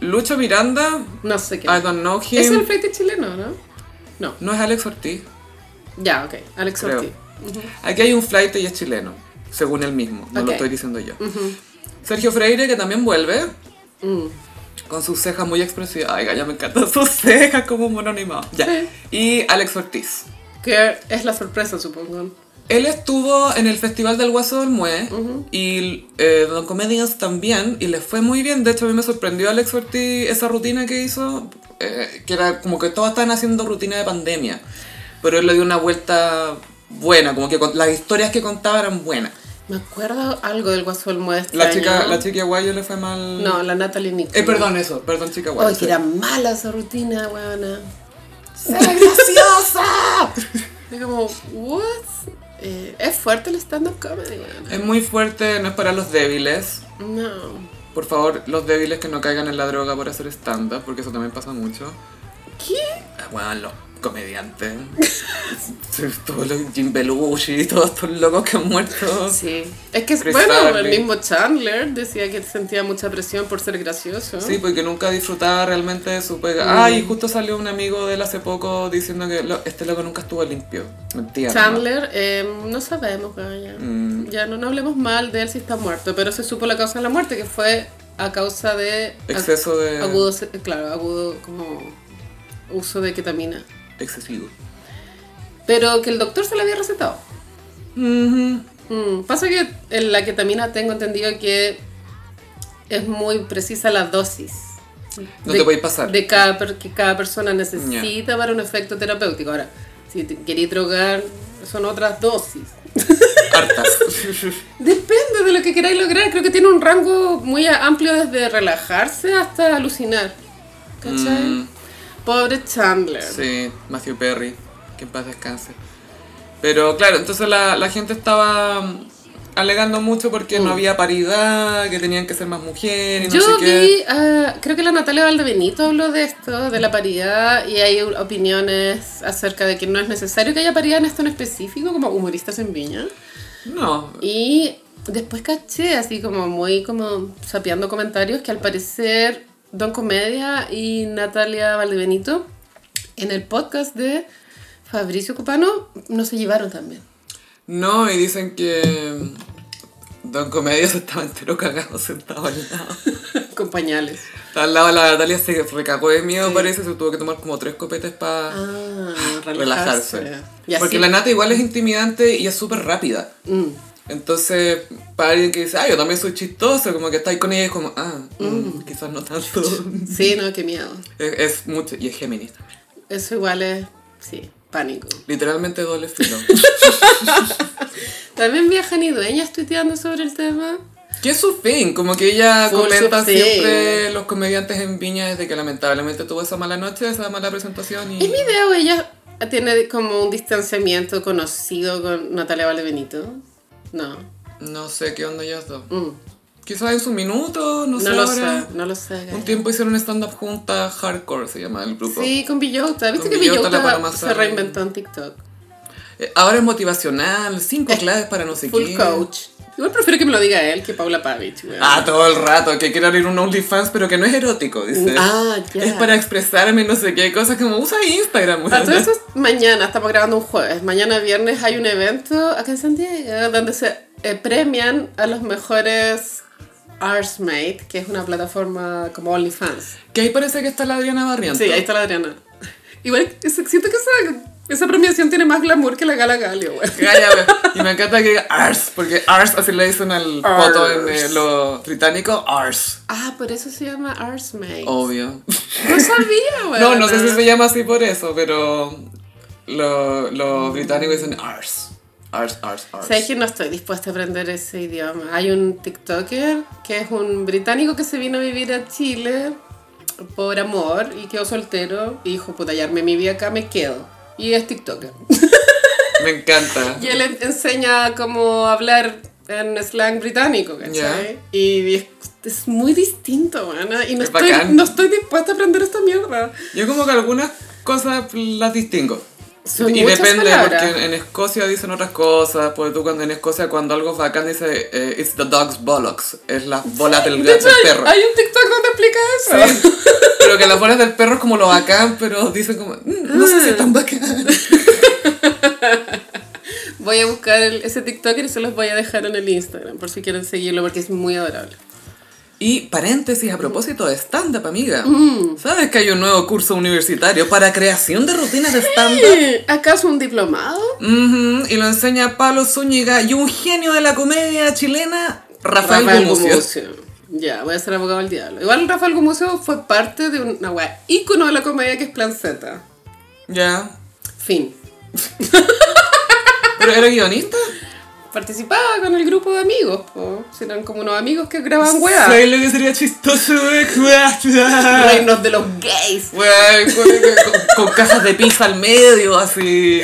Speaker 1: Lucho Miranda,
Speaker 2: No sé qué.
Speaker 1: I don't know him.
Speaker 2: Es el fleite chileno, ¿no? No.
Speaker 1: No es Alex Ortiz.
Speaker 2: Ya, ok. Alex
Speaker 1: Creo.
Speaker 2: Ortiz.
Speaker 1: Aquí hay un flight y es chileno, según él mismo. No lo
Speaker 2: Ok.
Speaker 1: estoy diciendo yo.
Speaker 2: Ujú.
Speaker 1: Sergio Freire, que también vuelve,
Speaker 2: Mm.
Speaker 1: con sus cejas muy expresivas. Ay, ya me encantan sus cejas, como un mono animado. Ya.
Speaker 2: Sí.
Speaker 1: Y Alex Ortiz.
Speaker 2: Que es la sorpresa, supongo.
Speaker 1: Él estuvo en el Festival del Guaso del Mue y eh, Don Comedians también, y les fue muy bien. De hecho, a mí me sorprendió Alex Ortiz esa rutina que hizo, eh, que era como que todos estaban haciendo rutina de pandemia, pero él le dio una vuelta buena, como que con- las historias que contaba eran buenas.
Speaker 2: Me acuerdo algo del Guasuel Muestra.
Speaker 1: La chica, la chica guayo le fue mal.
Speaker 2: No, la Natalie Nick.
Speaker 1: Eh, perdón, eso, perdón, chica guayo.
Speaker 2: Ay,
Speaker 1: sí.
Speaker 2: que era mala esa rutina, weona.
Speaker 1: ¡Se ve graciosa!
Speaker 2: Es como, what? Eh, es fuerte el stand-up comedy, weona.
Speaker 1: es muy fuerte, no es para los débiles.
Speaker 2: No.
Speaker 1: Por favor, los débiles que no caigan en la droga por hacer stand-up, porque eso también pasa mucho.
Speaker 2: ¿Qué?
Speaker 1: Ah, Bueno, los comediantes. Sí, Todos los Jim Belushi, todos estos locos que han muerto.
Speaker 2: Sí. Es que,
Speaker 1: Chris
Speaker 2: bueno, el
Speaker 1: Farley.
Speaker 2: mismo Chandler decía que sentía mucha presión por ser gracioso.
Speaker 1: Sí, porque nunca disfrutaba realmente de su
Speaker 2: Mm.
Speaker 1: pega. Ay, justo salió un amigo de él hace poco diciendo que lo- este loco nunca estuvo limpio. Mentira.
Speaker 2: Chandler, eh, no sabemos, weona.
Speaker 1: Mm.
Speaker 2: Ya no, no hablemos mal de él si está muerto, pero se supo la causa de la muerte, que fue a causa de...
Speaker 1: nomás. Exceso de.
Speaker 2: Agudo, se- claro, agudo como uso de ketamina.
Speaker 1: Excesivo.
Speaker 2: Pero que el doctor se la había recetado.
Speaker 1: Ujú.
Speaker 2: Mm, pasa que en la ketamina tengo entendido que es muy precisa la dosis.
Speaker 1: No te podéis pasar.
Speaker 2: De cada per- que cada persona necesita para un efecto terapéutico. Ahora, si te queréis drogar, son otras dosis.
Speaker 1: Hartas.
Speaker 2: Depende de lo que queráis lograr. Creo que tiene un rango muy a- amplio desde relajarse hasta alucinar. ¿Cachai?
Speaker 1: Mm.
Speaker 2: Pobre Chandler.
Speaker 1: Sí, Matthew Perry, que en paz descanse. Pero claro, entonces la, la gente estaba mm, alegando mucho porque no había paridad, que tenían que ser más mujeres, y no
Speaker 2: Mm. Yo
Speaker 1: sé qué.
Speaker 2: vi, ah, creo que la Natalia Valdebenito habló de esto, de la paridad, y hay opiniones acerca de que no es necesario que haya paridad en esto en específico, como humoristas en Viña.
Speaker 1: No,
Speaker 2: Y después caché, así como muy como sapeando comentarios, que al parecer Don Comedia y Natalia Valdebenito en el podcast de Fabricio Copano no se llevaron también.
Speaker 1: no, y dicen que mm, Don Comedias estaba entero cagado sentado al lado.
Speaker 2: Con pañales.
Speaker 1: Estaba al lado de la Natalia, se recagó de miedo,
Speaker 2: Sí.
Speaker 1: parece, se tuvo que tomar como tres copetes para
Speaker 2: Ah,
Speaker 1: relajarse.
Speaker 2: Y así-
Speaker 1: Porque la nata igual es intimidante y es súper rápida.
Speaker 2: Mm.
Speaker 1: Entonces, para alguien que dice, ah, yo también soy chistoso, como que está ahí con ella, es como, ah, mm, quizás no tanto.
Speaker 2: Sí, no, qué miedo.
Speaker 1: es, es mucho, y es Géminis también.
Speaker 2: Eso igual es, sí, pánico.
Speaker 1: Literalmente doble filo.
Speaker 2: También viajan y dueñas tuiteando sobre el tema.
Speaker 1: que es su fin, como que ella
Speaker 2: Full
Speaker 1: comenta
Speaker 2: su fin.
Speaker 1: siempre los comediantes en Viña desde que lamentablemente tuvo esa mala noche, esa mala presentación
Speaker 2: En
Speaker 1: y...
Speaker 2: mi video ella tiene como un distanciamiento conocido con Natalia Valdebenito. No.
Speaker 1: No sé qué onda ellos dos.
Speaker 2: Mm.
Speaker 1: Quizás en su minuto, no,
Speaker 2: No,
Speaker 1: sé
Speaker 2: lo
Speaker 1: ahora.
Speaker 2: sé, no lo sé.
Speaker 1: Un
Speaker 2: Gaia.
Speaker 1: tiempo hicieron stand-up juntas, Hardcore se llama el grupo.
Speaker 2: Sí, con Villota. ¿Viste
Speaker 1: Con
Speaker 2: que
Speaker 1: Villota, la
Speaker 2: Villota
Speaker 1: Paloma
Speaker 2: se
Speaker 1: Sarri.
Speaker 2: reinventó en TikTok?
Speaker 1: eh, ahora es motivacional, cinco claves para no sé
Speaker 2: Full
Speaker 1: qué.
Speaker 2: coach. Igual prefiero que me lo diga él que Paula Pavich, weón.
Speaker 1: Ah, todo el rato, que quiero abrir un OnlyFans, pero que no es erótico, dice.
Speaker 2: Ah, ya.
Speaker 1: Es para expresarme, no sé qué, cosas como usa Instagram,
Speaker 2: A todo
Speaker 1: weona.
Speaker 2: eso es mañana, estamos grabando un jueves. Mañana viernes hay un evento acá en San Diego donde se eh, premian a los mejores Artsmate, que es una plataforma como OnlyFans.
Speaker 1: Que ahí parece que está la Adriana Barrientos.
Speaker 2: Sí, ahí está la Adriana. Igual es- siento que esa, esa premiación tiene más glamour que la Gala Galio, güey.
Speaker 1: Calla, güey. y me encanta que diga Ars, porque Ars así le dicen al
Speaker 2: Ars.
Speaker 1: foto en eh, lo británico, Ars,
Speaker 2: Ah, por eso se llama Artsmate.
Speaker 1: obvio.
Speaker 2: No sabía, güey.
Speaker 1: Oh. No, no sé si se llama así por eso, pero lo- los británicos dicen Ars. Ars, Ars, Ars.
Speaker 2: Sabes que no estoy dispuesta a aprender ese idioma. Hay un TikToker que es un británico que se vino a vivir a Chile por amor y quedó soltero y dijo, puta, ya armé mi vida acá, me quedo. Y es TikToker.
Speaker 1: Me encanta.
Speaker 2: Y él en- enseña cómo hablar en slang británico, ¿cachai? Y es, es muy distinto, weona. Y no
Speaker 1: Es
Speaker 2: estoy,
Speaker 1: bacán.
Speaker 2: no estoy dispuesta a aprender esta mierda.
Speaker 1: Yo como que algunas cosas las distingo.
Speaker 2: Son
Speaker 1: y
Speaker 2: muchas
Speaker 1: depende,
Speaker 2: palabras.
Speaker 1: porque en Escocia dicen otras cosas, porque tú cuando en Escocia cuando algo es bacán dice eh, It's the dog's bollocks, es las bolas del,
Speaker 2: De
Speaker 1: gato,
Speaker 2: hecho,
Speaker 1: del
Speaker 2: hay,
Speaker 1: perro.
Speaker 2: hay un TikTok donde explica eso.
Speaker 1: Sí. Pero que las bolas del perro es como lo bacán, pero dicen como, "Mm, no sé si es tan bacán.
Speaker 2: Voy a buscar el- ese TikToker y se los voy a dejar en el Instagram por si quieren seguirlo porque es muy adorable.
Speaker 1: Y paréntesis a propósito de stand-up, amiga.
Speaker 2: Mm.
Speaker 1: ¿Sabes que hay un nuevo curso universitario para creación de rutinas de stand-up?
Speaker 2: ¿Acaso un diplomado?
Speaker 1: Ujú, Y lo enseña Pablo Zúñiga y un genio de la comedia chilena, Rafael, Gumucio.
Speaker 2: Gumucio. Ya, voy a ser abogado del diablo. Igual Rafael Gumucio fue parte de una wea ícono de la comedia que es Plan Z.
Speaker 1: Ya.
Speaker 2: Fin.
Speaker 1: ¿Pero era guionista?
Speaker 2: Participaba con el grupo de amigos, po. Si Eran como unos amigos que
Speaker 1: Ah,
Speaker 2: grababan weas.
Speaker 1: ¿Sabes lo que sería chistoso, güey?
Speaker 2: Reinos de los gays.
Speaker 1: Güey, con, con- con cajas de pizza al medio, así.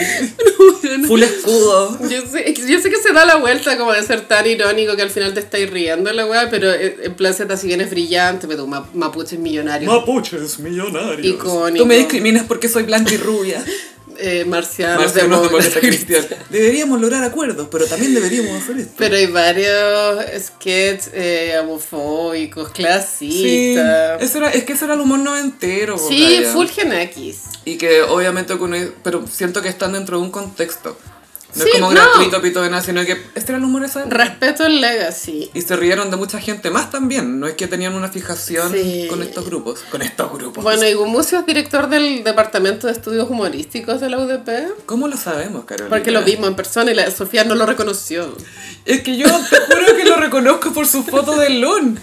Speaker 1: Full escudo.
Speaker 2: Yo sé, es que- yo sé que se da la vuelta como de ser tan irónico que al final te estáis riendo la weá, pero eh, en plan Z si bien es brillante, pero ma- mapuche es millonario.
Speaker 1: Mapuches millonarios.
Speaker 2: Icónico.
Speaker 1: Tú me discriminas porque soy blanca y rubia.
Speaker 2: eh, marcianos,
Speaker 1: Marcianos
Speaker 2: demócratas,
Speaker 1: demócrata cristiano. Deberíamos lograr acuerdos, pero también deberíamos hacer esto.
Speaker 2: Pero hay varios sketches eh, homofóbicos,
Speaker 1: Sí,
Speaker 2: clasistas. Sí,
Speaker 1: eso era, es que eso era el humor noventero. po, Gaia.
Speaker 2: full genakis.
Speaker 1: Y que obviamente que uno, pero siento que están dentro de un contexto. No
Speaker 2: Sí,
Speaker 1: es como
Speaker 2: no.
Speaker 1: gratuito, pito de nada, sino que este era el humor de esa época.
Speaker 2: Respeto el legacy.
Speaker 1: Y se rieron de mucha gente más también. No es que tenían una fijación
Speaker 2: Sí.
Speaker 1: con estos grupos. Con estos grupos.
Speaker 2: Bueno, y Gumucio es director del Departamento de Estudios Humorísticos de la UDP.
Speaker 1: ¿Cómo lo sabemos, Carolina?
Speaker 2: Porque lo vimos en persona y la Sofía no lo reconoció.
Speaker 1: Es que yo te juro que lo reconozco por su foto del LON.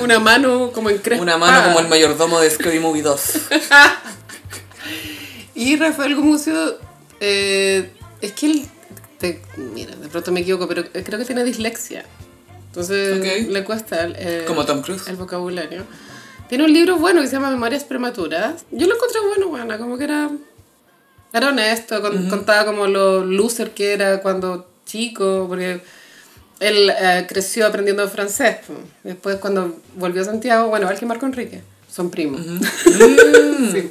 Speaker 2: Una mano como en
Speaker 1: Una mano como el mayordomo de Scary Movie 2.
Speaker 2: Y Rafael Gumucio, eh, es que él, te- mira, de pronto me equivoco, pero creo que tiene dislexia. Entonces
Speaker 1: Ok.
Speaker 2: le cuesta el, eh,
Speaker 1: Como Tom Cruise.
Speaker 2: el vocabulario. Tiene un libro bueno que se llama Memorias Prematuras. Yo lo encontré bueno, buena, como que era, era honesto, con- contaba como lo loser que era cuando chico, porque él eh, creció aprendiendo francés. po. Después cuando volvió a Santiago, bueno, igual que Marco Enrique, son primos.
Speaker 1: Mm.
Speaker 2: Sí.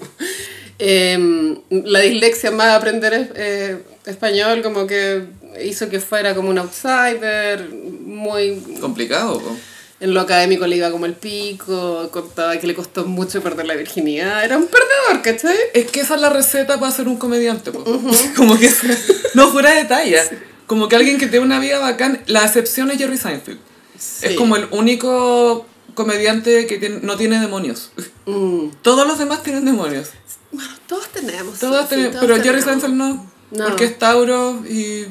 Speaker 2: Em, la dislexia más aprender es- eh, español como que hizo que fuera como un outsider, muy
Speaker 1: Complicado, po.
Speaker 2: en lo académico le iba como el pico, contaba que le costó mucho perder la virginidad, era un perdedor, ¿cachai?
Speaker 1: Es que esa es la receta para ser un comediante, po. Como que no fuera de talla. Como que alguien que tiene una vida bacán, la excepción es Jerry Seinfeld.
Speaker 2: Sí.
Speaker 1: Es como el único comediante que tiene- no tiene demonios.
Speaker 2: Mm.
Speaker 1: Todos los demás tienen demonios.
Speaker 2: Bueno, todos tenemos.
Speaker 1: Todos
Speaker 2: sí,
Speaker 1: tienen,
Speaker 2: todos
Speaker 1: pero Jerry
Speaker 2: tenemos.
Speaker 1: Seinfeld no,
Speaker 2: No.
Speaker 1: Porque es Tauro y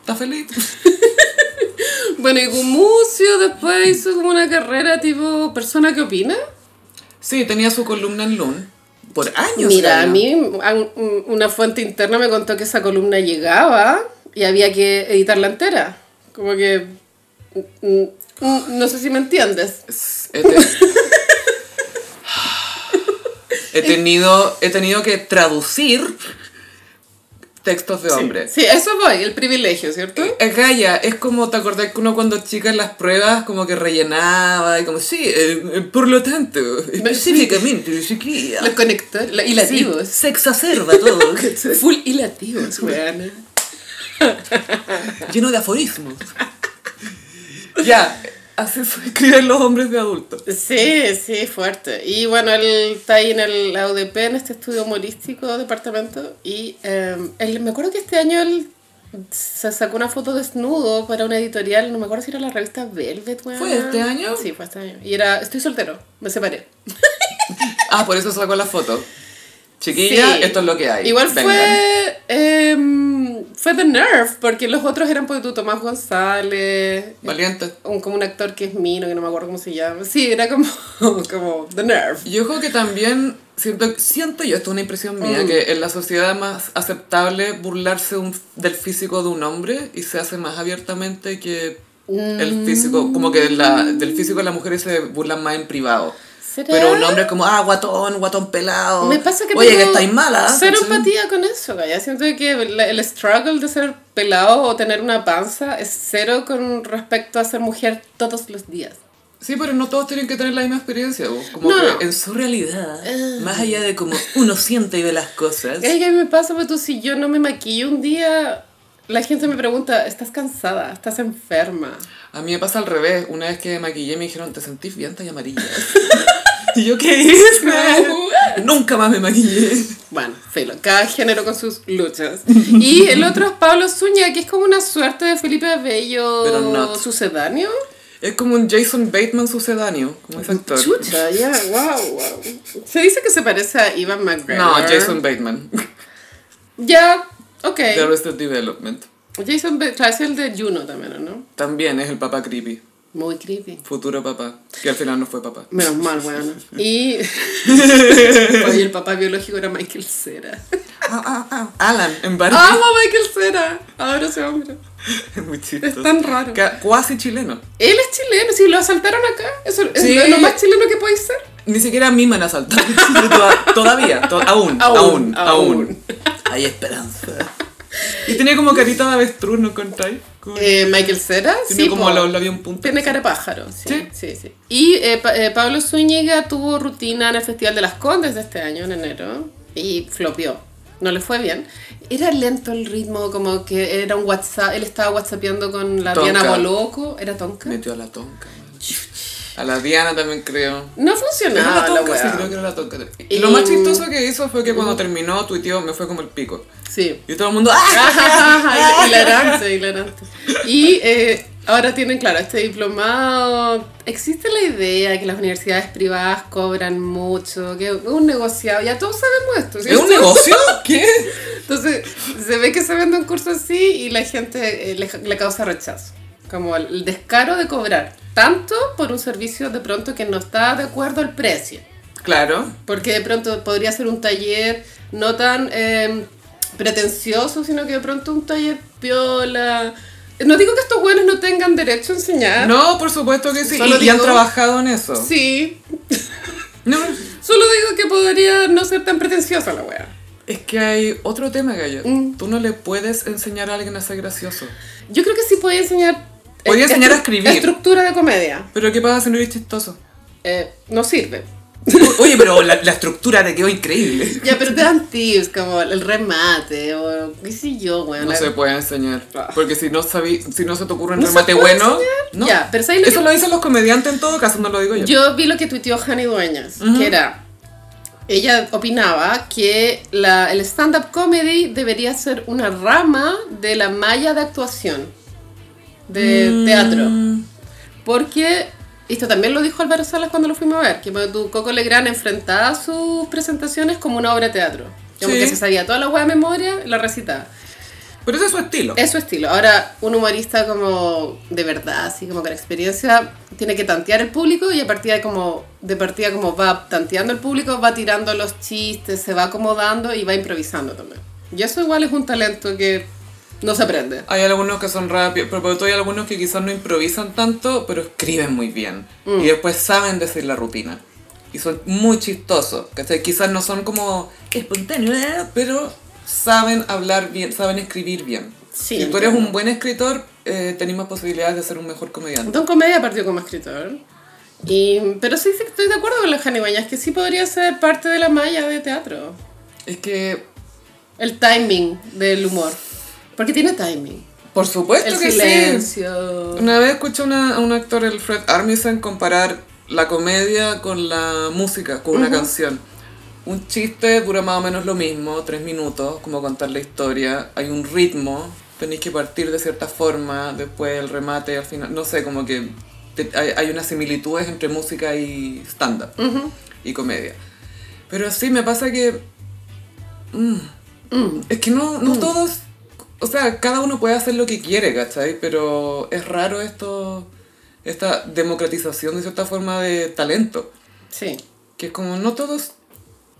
Speaker 1: está feliz.
Speaker 2: Bueno, y Gumucio después hizo como una carrera tipo persona que opina.
Speaker 1: Sí, tenía su columna en Loon. Por años.
Speaker 2: Mira,
Speaker 1: Gaia.
Speaker 2: a mí a un- un- una fuente interna me contó que esa columna llegaba y había que editarla entera. Como que... mm, mm, mm, No sé si me entiendes.
Speaker 1: Es- he te- He tenido, he tenido que traducir textos de hombre.
Speaker 2: Sí, eso voy, el privilegio, ¿cierto?
Speaker 1: Es Gaia, es como te acordás que uno cuando chica en las pruebas como que rellenaba y como, sí, eh, eh, por lo tanto, específicamente, chiquilla.
Speaker 2: Los conectores, los hilativos.
Speaker 1: se exacerba todo.
Speaker 2: Full hilativos, weana.
Speaker 1: lleno de aforismos. Ya, así fue escriben los hombres de adultos.
Speaker 2: Sí, sí, fuerte. Y bueno, él está ahí en el AUDP, en este estudio humorístico departamento. Y eh, él- me acuerdo que este año él se sacó una foto desnudo para una editorial, no me acuerdo si era la revista Velvet. weón.
Speaker 1: ¿Fue este año?
Speaker 2: Sí, fue este año. Y era, estoy soltero, me separé.
Speaker 1: Ah, por eso sacó la foto. Chiquilla,
Speaker 2: Sí.
Speaker 1: esto es lo que hay.
Speaker 2: Igual
Speaker 1: Vengan.
Speaker 2: fue. em, fue The Nerve, porque los otros eran, pues tú, Tomás González,
Speaker 1: Valiente.
Speaker 2: un, como un actor que es mino, que no me acuerdo cómo se llama. Sí, era como, como The Nerve.
Speaker 1: Yo creo que también siento, siento yo, esto es una impresión
Speaker 2: Mm.
Speaker 1: mía, que en la sociedad es más aceptable burlarse un- del físico de un hombre y se hace más abiertamente que
Speaker 2: Mm.
Speaker 1: el físico, como que la- del físico de las mujeres se burlan más en privado.
Speaker 2: ¿Será?
Speaker 1: Pero un hombre es como, ah, guatón, guatón pelado.
Speaker 2: Me pasa que
Speaker 1: Oye,
Speaker 2: tengo
Speaker 1: que estáis mala.
Speaker 2: Cero
Speaker 1: ¿cachai?
Speaker 2: empatía con eso, ya Siento que la- el struggle de ser pelado o tener una panza es cero con respecto a ser mujer todos los días.
Speaker 1: Sí, pero no todos tienen que tener la misma experiencia. vos. Como
Speaker 2: No, no. Eh.
Speaker 1: que en su realidad, más allá de cómo uno siente y ve las cosas.
Speaker 2: Es que a mí me pasa, pero tú, si yo no me maquillo un día, la gente me pregunta, ¿estás cansada? ¿Estás enferma?
Speaker 1: A mí me pasa al revés. Una vez que me maquillé me dijeron, te sentís bien, estás amarilla. y yo, ¿qué hice? Nunca más me maquillé.
Speaker 2: Bueno, filo, cada género con sus luchas. Y el otro es Pablo Zúñiga, que es como una suerte de Felipe
Speaker 1: Pero
Speaker 2: Bello
Speaker 1: not.
Speaker 2: sucedáneo.
Speaker 1: Es como un Jason Bateman sucedáneo, como ese actor.
Speaker 2: Chucha, ya, wow, wow. Se dice que se parece a Ivan McGregor.
Speaker 1: No, Jason Bateman.
Speaker 2: Ya, ok.
Speaker 1: De Arrested Development.
Speaker 2: Jason Ba- claro, es el de Juno también, ¿o ¿no?
Speaker 1: También es el papá creepy.
Speaker 2: Muy creepy.
Speaker 1: Futuro papá. Que al final no fue papá.
Speaker 2: Menos mal, weón. Y. Oye, el papá biológico era Michael Cera. Ah,
Speaker 1: Alan, en Barbie.
Speaker 2: ¡Amo a Michael Cera! Adoro ese hombre.
Speaker 1: Es muy
Speaker 2: Es
Speaker 1: chistoso.
Speaker 2: tan raro.
Speaker 1: Ca- Cuasi chileno.
Speaker 2: Él es chileno, si lo asaltaron acá, eso es
Speaker 1: Sí.
Speaker 2: lo- lo más chileno que podéis ser.
Speaker 1: Ni siquiera a mí me han asaltado. Toda- Todavía, to- aún,
Speaker 2: Aún,
Speaker 1: aún, aún,
Speaker 2: aún.
Speaker 1: Hay esperanza. Y tiene como carita de avestruz, ¿no encontráis? Como-
Speaker 2: Eh, Michael Cera,
Speaker 1: tiene
Speaker 2: sí,
Speaker 1: como
Speaker 2: po.
Speaker 1: los labios en punta.
Speaker 2: Tiene cara de pájaro, sí.
Speaker 1: Sí.
Speaker 2: sí, sí. Y eh, Pa- eh, Pablo Zúñiga tuvo rutina en el Festival de las Condes de este año, en enero, y flopió. No le fue bien. Era lento el ritmo, como que era un WhatsApp, él estaba whatsappeando con la
Speaker 1: Tonka.
Speaker 2: Diana Boloco, era Tonka.
Speaker 1: Metió a la tonca. man. A la Diana también creo.
Speaker 2: No
Speaker 1: Era
Speaker 2: funcionaba
Speaker 1: Ah, la
Speaker 2: la
Speaker 1: tonca, sí, creo
Speaker 2: weá.
Speaker 1: que era la tonca.
Speaker 2: Y-
Speaker 1: Lo más chistoso que hizo fue que cuando terminó, tuiteó, me fue como el pico.
Speaker 2: Sí.
Speaker 1: Y todo el mundo, ¡ah!
Speaker 2: hilarante, hilarante. Y eh, ahora tienen, claro, este diplomado. Existe la idea de que las universidades privadas cobran mucho, que es un negociado. Ya todos sabemos esto. ¿sí?
Speaker 1: ¿Es un negocio? ¿Qué?
Speaker 2: Entonces, se ve que se vende un curso así y la gente eh, le, le causa rechazo. Como el, el descaro de cobrar tanto por un servicio de pronto que no está de acuerdo al precio.
Speaker 1: Claro.
Speaker 2: Porque de pronto podría ser un taller no tan eh, pretencioso, sino que de pronto un taller piola. No digo que estos buenos no tengan derecho a enseñar.
Speaker 1: No, por supuesto que sí.
Speaker 2: Solo
Speaker 1: y, y han
Speaker 2: digo-
Speaker 1: trabajado en eso.
Speaker 2: Sí.
Speaker 1: No,
Speaker 2: Solo digo que podría no ser tan pretenciosa la wea.
Speaker 1: es que hay otro tema, Gaya.
Speaker 2: Mm.
Speaker 1: Tú no le puedes enseñar a alguien a ser gracioso.
Speaker 2: Yo creo que sí podía enseñar.
Speaker 1: Podía
Speaker 2: eh,
Speaker 1: enseñar a
Speaker 2: estru-
Speaker 1: escribir.
Speaker 2: Estructura de comedia.
Speaker 1: Pero ¿qué pasa si no eres chistoso?
Speaker 2: Eh, no sirve.
Speaker 1: Oye, pero la, la estructura te quedó increíble.
Speaker 2: Ya, pero te dan tips como el remate o qué sé yo, weón.
Speaker 1: No
Speaker 2: La-
Speaker 1: se puede enseñar.
Speaker 2: Ah.
Speaker 1: Porque si no, sabí, si no se te ocurre un
Speaker 2: No se
Speaker 1: remate
Speaker 2: puede
Speaker 1: bueno.
Speaker 2: enseñar.
Speaker 1: No.
Speaker 2: Ya, pero ¿sabes lo
Speaker 1: Eso
Speaker 2: que-
Speaker 1: lo dicen los comediantes en todo caso, no lo digo yo.
Speaker 2: Yo vi lo que tuiteó Hany Dueñas, que era. Ella opinaba que la- el stand-up comedy debería ser una rama de la malla de actuación, de eh,
Speaker 1: Mm.
Speaker 2: teatro. Porque, esto también lo dijo Álvaro Salas cuando lo fuimos a ver, que bueno, tu Coco Legrand enfrentaba sus presentaciones como una obra de teatro. Como
Speaker 1: Sí.
Speaker 2: que se sabía toda la hueá de memoria, la recitaba.
Speaker 1: Pero ese es su estilo.
Speaker 2: Es su estilo. Ahora, un humorista como de verdad, así como con experiencia, tiene que tantear el público y a partir de como, de partida como va tanteando el público, va tirando los chistes, se va acomodando y va improvisando también. Y eso igual es un talento que no se aprende.
Speaker 1: Hay algunos que son rápidos, pero sobre todo hay algunos que quizás no improvisan tanto, pero escriben muy bien.
Speaker 2: Mm.
Speaker 1: Y después saben decir la rutina. Y son muy chistosos. ¿cachai? Quizás no son como espontáneos, ¿eh? pero saben hablar bien, saben escribir bien.
Speaker 2: Sí,
Speaker 1: si tú eres
Speaker 2: entiendo.
Speaker 1: un buen escritor, eh, tenés más posibilidades de ser un mejor comediante.
Speaker 2: Don Comedia partió como escritor. Y, pero sí, sí, estoy de acuerdo con la Jani Bañas, que sí podría ser parte de la malla de teatro.
Speaker 1: Es que
Speaker 2: El timing del humor. Porque tiene timing.
Speaker 1: Por supuesto
Speaker 2: El
Speaker 1: que sí.
Speaker 2: silencio.
Speaker 1: Una vez escuché una- a un actor, el Fred Armisen, comparar la comedia con la música, con una canción. Un chiste dura más o menos lo mismo, tres minutos, como contar la historia. Hay un ritmo, tenéis que partir de cierta forma, después el remate al final. No sé, como que te- hay, hay unas similitudes entre música y stand-up y comedia. Pero sí, me pasa que es que no, no todos, o sea, cada uno puede hacer lo que quiere, ¿cachai? Pero es raro esto, esta democratización de cierta forma de talento.
Speaker 2: Sí.
Speaker 1: Que es como no todos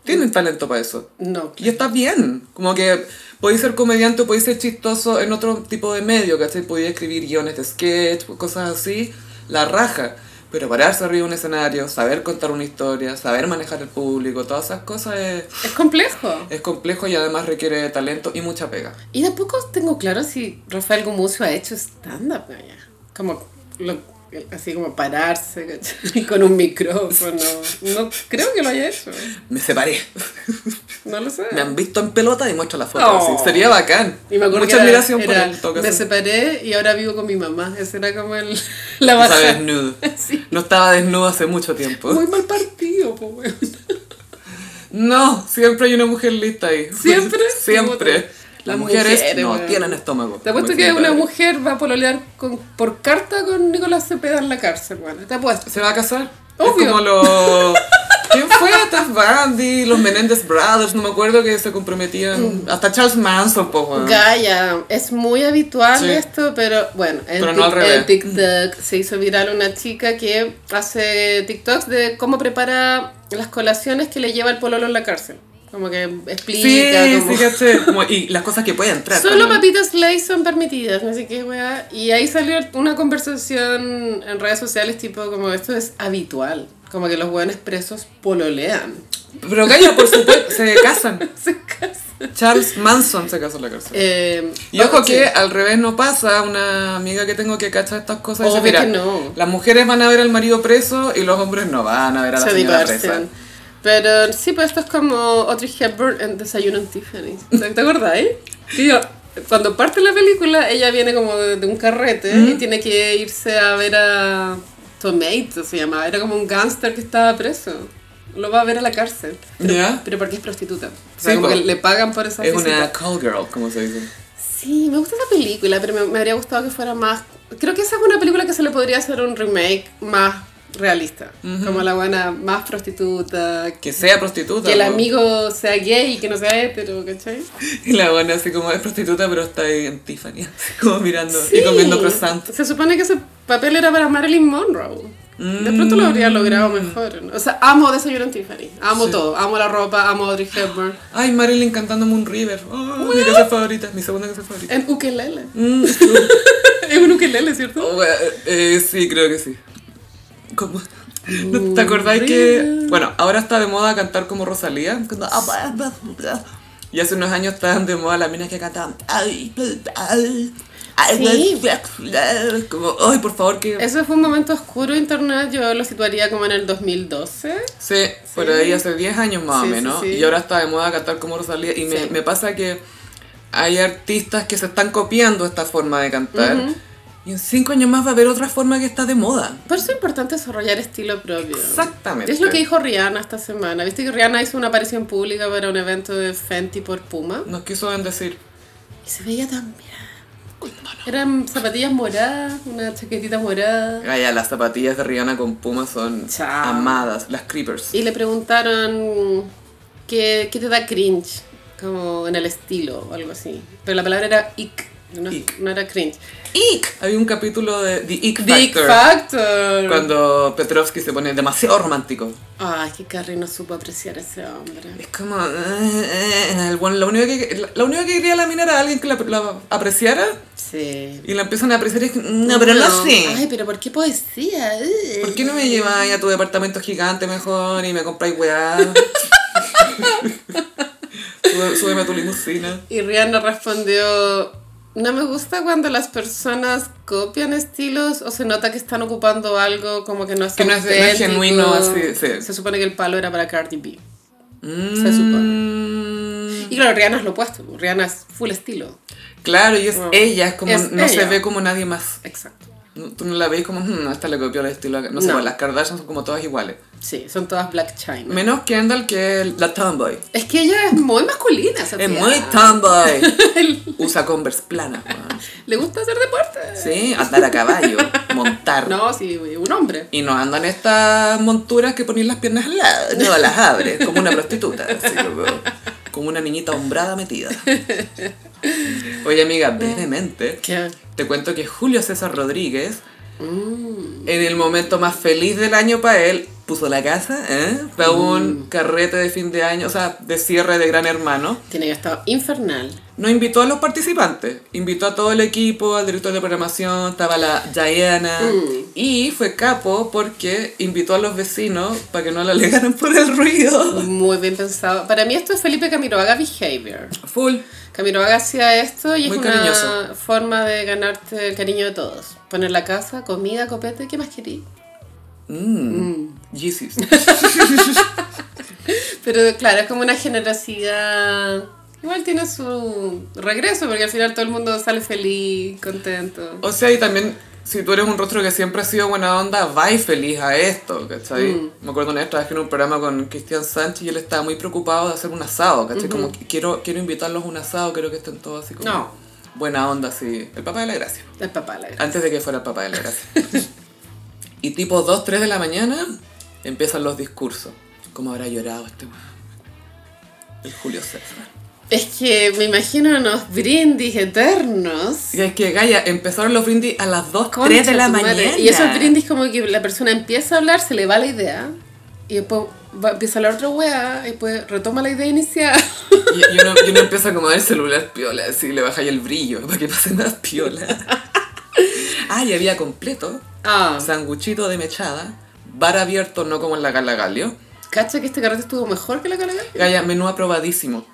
Speaker 1: tienen talento para eso.
Speaker 2: No.
Speaker 1: Y está bien. Como que podéis ser comediante o podéis ser chistoso en otro tipo de medio, ¿cachai? Podéis escribir guiones de sketch, cosas así, la raja. Pero pararse arriba de un escenario, saber contar una historia, saber manejar el público, todas esas cosas es,
Speaker 2: Es complejo.
Speaker 1: es complejo y además requiere de talento y mucha pega.
Speaker 2: Y tampoco tengo claro si Rafael Gumucio ha hecho stand-up ¿no? ya. Como, lo- así como pararse ¿cachai? con un micrófono. No creo que lo haya hecho.
Speaker 1: Me separé.
Speaker 2: No lo sé.
Speaker 1: Me han visto en pelota y muestra la foto.
Speaker 2: Oh.
Speaker 1: así. Sería bacán.
Speaker 2: Y me acuerdo
Speaker 1: Mucha
Speaker 2: que era-
Speaker 1: admiración
Speaker 2: era,
Speaker 1: por el toque.
Speaker 2: Me
Speaker 1: así.
Speaker 2: separé y ahora vivo con mi mamá. Esa era como el, la
Speaker 1: Estaba
Speaker 2: baja.
Speaker 1: desnudo.
Speaker 2: Sí.
Speaker 1: No estaba desnudo hace mucho tiempo.
Speaker 2: Muy mal partido, po, weón.
Speaker 1: No, siempre hay una mujer lista ahí.
Speaker 2: ¿Siempre?
Speaker 1: siempre. Las
Speaker 2: Las
Speaker 1: mujeres,
Speaker 2: mujeres,
Speaker 1: no
Speaker 2: weón.
Speaker 1: tienen estómago.
Speaker 2: Te apuesto
Speaker 1: Como
Speaker 2: que
Speaker 1: decía mi
Speaker 2: una
Speaker 1: padre.
Speaker 2: mujer va a pololear con, por carta con Nicolás Cepeda en la cárcel, bueno. Te apuesto.
Speaker 1: ¿Se va a casar?
Speaker 2: Obvio.
Speaker 1: Es como los... ¿Quién fue? Taz Bandy, los Menéndez Brothers, no me acuerdo que se
Speaker 2: Mm.
Speaker 1: comprometían. Hasta Charles Manson, po, weón.
Speaker 2: Gaya, es muy habitual
Speaker 1: Sí.
Speaker 2: esto, pero bueno, en,
Speaker 1: Pero no al
Speaker 2: Tik-
Speaker 1: revés.
Speaker 2: en TikTok se hizo viral una chica que hace TikToks de cómo prepara las colaciones que le lleva el pololo en la cárcel. Como que
Speaker 1: Sí,
Speaker 2: explica. como...
Speaker 1: sí, caché. Como- Y las cosas que pueden entrar.
Speaker 2: Solo
Speaker 1: también.
Speaker 2: papitas Lay son permitidas, no sé qué, weá. Y ahí salió una conversación en redes sociales tipo como esto es habitual. Como que los weones presos pololean.
Speaker 1: Pero gallo, por supuesto, se casan.
Speaker 2: Se casan.
Speaker 1: Charles Manson se casó en la cárcel.
Speaker 2: Eh,
Speaker 1: Y ojo
Speaker 2: oh, sí.
Speaker 1: que al revés no pasa, una amiga que tengo que cachar estas cosas dice,
Speaker 2: Obvio
Speaker 1: mira,
Speaker 2: que Oh, no.
Speaker 1: las mujeres van a ver al marido preso y los hombres no van a ver a la
Speaker 2: se
Speaker 1: señora
Speaker 2: divorcian.
Speaker 1: presa.
Speaker 2: Pero sí, pues esto es como Audrey Hepburn en Desayuno en Tiffany. ¿Te, te acordáis? Tío, cuando parte la película, ella viene como de, de un carrete y tiene que irse a ver a Tomato, se llamaba. Era como un gángster que estaba preso. Lo va a ver a la cárcel. Pero,
Speaker 1: Ya.
Speaker 2: pero porque es prostituta. O sea,
Speaker 1: Sí,
Speaker 2: como
Speaker 1: po.
Speaker 2: que le pagan por esa
Speaker 1: Es
Speaker 2: visita.
Speaker 1: una call girl, como se dice.
Speaker 2: Sí, me gusta esa película, pero me, me habría gustado que fuera más... Creo que esa es una película que se le podría hacer un remake más realista. Como la buena más prostituta,
Speaker 1: Que sea prostituta.
Speaker 2: que el
Speaker 1: po.
Speaker 2: amigo sea gay y que no sea hetero, ¿cachai?
Speaker 1: Y la buena así como es prostituta, pero está ahí en Tiffany, así como mirando y
Speaker 2: Sí.
Speaker 1: comiendo croissant.
Speaker 2: Se supone que ese papel era para Marilyn Monroe. De pronto lo
Speaker 1: Mm.
Speaker 2: habría logrado mejor. ¿no? O sea, amo Desayuno en Tiffany. Amo todo. Amo la ropa, amo a Audrey Hepburn.
Speaker 1: Ay, Marilyn cantando Moon River. Oh, mi casa favorita, mi segunda casa favorita.
Speaker 2: En ukelele.
Speaker 1: Mm, es true.
Speaker 2: es un ukelele, ¿cierto?
Speaker 1: Oh, eh, eh, sí, creo que sí. ¿Cómo? ¿No ¿Te acordáis que.? Bueno, ahora está de moda cantar como Rosalía. Cuando-
Speaker 2: ah,
Speaker 1: Y hace unos años estaban de moda las minas que cantaban. "Ay, ay, ay, Como, ay, por favor, que.
Speaker 2: Eso fue un momento oscuro de internet. Yo lo situaría como en el 2012.
Speaker 1: Sí, por ahí hace 10 años más
Speaker 2: Sí,
Speaker 1: o
Speaker 2: sí,
Speaker 1: menos.
Speaker 2: sí.
Speaker 1: Y ahora está de moda cantar como Rosalía. Y me,
Speaker 2: Sí.
Speaker 1: me pasa que hay artistas que se están copiando esta forma de cantar. Y en 5 años más va a haber otra forma que está de moda.
Speaker 2: Por eso es importante desarrollar estilo propio.
Speaker 1: Exactamente.
Speaker 2: Es lo que dijo Rihanna esta semana. Viste que Rihanna hizo una aparición pública para un evento de Fenty por Puma.
Speaker 1: Nos quiso bendecir.
Speaker 2: Y se veía tan bien. Eran zapatillas moradas, una chaquetita morada.
Speaker 1: Gaya, las zapatillas de Rihanna con Puma son
Speaker 2: Chao.
Speaker 1: amadas, las creepers.
Speaker 2: Y le preguntaron qué, qué te da cringe, como en el estilo o algo así. Pero la palabra era ick, no,
Speaker 1: Ick.
Speaker 2: no era cringe.
Speaker 1: Ick. Había un capítulo de The Ick Factor.
Speaker 2: The ick factor.
Speaker 1: Cuando Petrovsky se pone demasiado romántico.
Speaker 2: Ay, que Carrie no supo apreciar a ese hombre.
Speaker 1: Es como... eh, eh, el bueno, lo, único que, la- lo único que quería la mina era alguien que la, la apreciara
Speaker 2: Sí.
Speaker 1: y la empiezan a apreciar y es que, no, pero no, sé.
Speaker 2: Ay, pero ¿por qué poesía? Ugh.
Speaker 1: ¿Por qué no me lleváis a tu departamento gigante mejor y me compráis weá? Sube- Súbeme a tu limusina.
Speaker 2: Y Rihanna respondió, no me gusta cuando las personas copian estilos o se nota que están ocupando algo como que no es,
Speaker 1: Que no es- no es
Speaker 2: auténtico".
Speaker 1: genuino, así, sí.
Speaker 2: Se supone que el palo era para Cardi B.
Speaker 1: Mm.
Speaker 2: supone. Y claro, Rihanna es lo opuesto. pues, Rihanna es full estilo.
Speaker 1: Claro, y es
Speaker 2: No.
Speaker 1: ella, es como,
Speaker 2: Es
Speaker 1: no se
Speaker 2: ella.
Speaker 1: ve como nadie más.
Speaker 2: Exacto.
Speaker 1: No- Tú no la veis como, "Hmm, esta le copió el estilo. a-". No, sé,
Speaker 2: No.
Speaker 1: pues, las Kardashian son como todas iguales.
Speaker 2: Sí, son todas Black China.
Speaker 1: Menos Kendall que el- la tomboy.
Speaker 2: Es que ella es muy masculina, esa
Speaker 1: Es
Speaker 2: tía.
Speaker 1: muy tomboy. Usa converse planas. weón.
Speaker 2: Le gusta hacer deporte.
Speaker 1: Sí, andar a caballo, montar.
Speaker 2: No, sí, un hombre.
Speaker 1: Y no andan estas monturas que ponen las piernas al lado. No, las abres, como una prostituta. así como, como una niñita hombrada metida. Oye, amiga, brevemente,
Speaker 2: ¿Qué?
Speaker 1: te cuento que Julio César Rodríguez, en el momento más feliz del año para él, puso la casa ¿eh? para un carrete de fin de año, o sea, de cierre de Gran Hermano.
Speaker 2: Tiene que estar infernal.
Speaker 1: No invitó a los participantes, invitó a todo el equipo, al director de programación, estaba la Diana
Speaker 2: Mm.
Speaker 1: y fue capo porque invitó a los vecinos para que no la alegaran por el ruido.
Speaker 2: Muy bien pensado. Para mí esto es Felipe Camiroaga Behavior.
Speaker 1: Full.
Speaker 2: Camiroaga hacía esto y
Speaker 1: Muy
Speaker 2: es una
Speaker 1: cariñoso.
Speaker 2: forma de ganarte el cariño de todos. Poner la casa, comida, copete, ¿qué más querís?
Speaker 1: Mm. Jesus.
Speaker 2: Pero claro, es como una generosidad. Igual tiene su regreso, porque al final todo el mundo sale feliz, contento.
Speaker 1: o sea, y también si tú eres un rostro que siempre ha sido buena onda, vai feliz a esto, ¿cachai? Me acuerdo una vez trabajé en un programa con Cristian Sánchez y él estaba muy preocupado de hacer un asado, ¿cachai? Como que quiero, quiero invitarlos a un asado, quiero que estén todos así como...
Speaker 2: No.
Speaker 1: Buena onda, sí. El papá de la gracia.
Speaker 2: El papá, la verdad.
Speaker 1: Antes de que fuera el papá de la gracia. y tipo 2, 3 de la mañana empiezan los discursos. ¿Cómo habrá llorado este weón? El Julio César.
Speaker 2: Es que me imagino unos brindis eternos.
Speaker 1: Y es que, Gaya, empezaron los brindis a las 2,
Speaker 2: Concha
Speaker 1: 3 de la
Speaker 2: su madre.
Speaker 1: mañana.
Speaker 2: Y esos brindis como que la persona empieza a hablar, se le va la idea. Y después va- empieza la otra weá, y después retoma la idea inicial.
Speaker 1: Y, y uno, y uno empieza como a ver celular piola, así le bajáis el brillo para que pase más piola. ah, y había completo.
Speaker 2: Ah,
Speaker 1: Sanguchito de mechada. Bar abierto, no como en la Gala Galio.
Speaker 2: cacha que este carrete estuvo mejor que la carga.
Speaker 1: Gaya, menú aprobadísimo.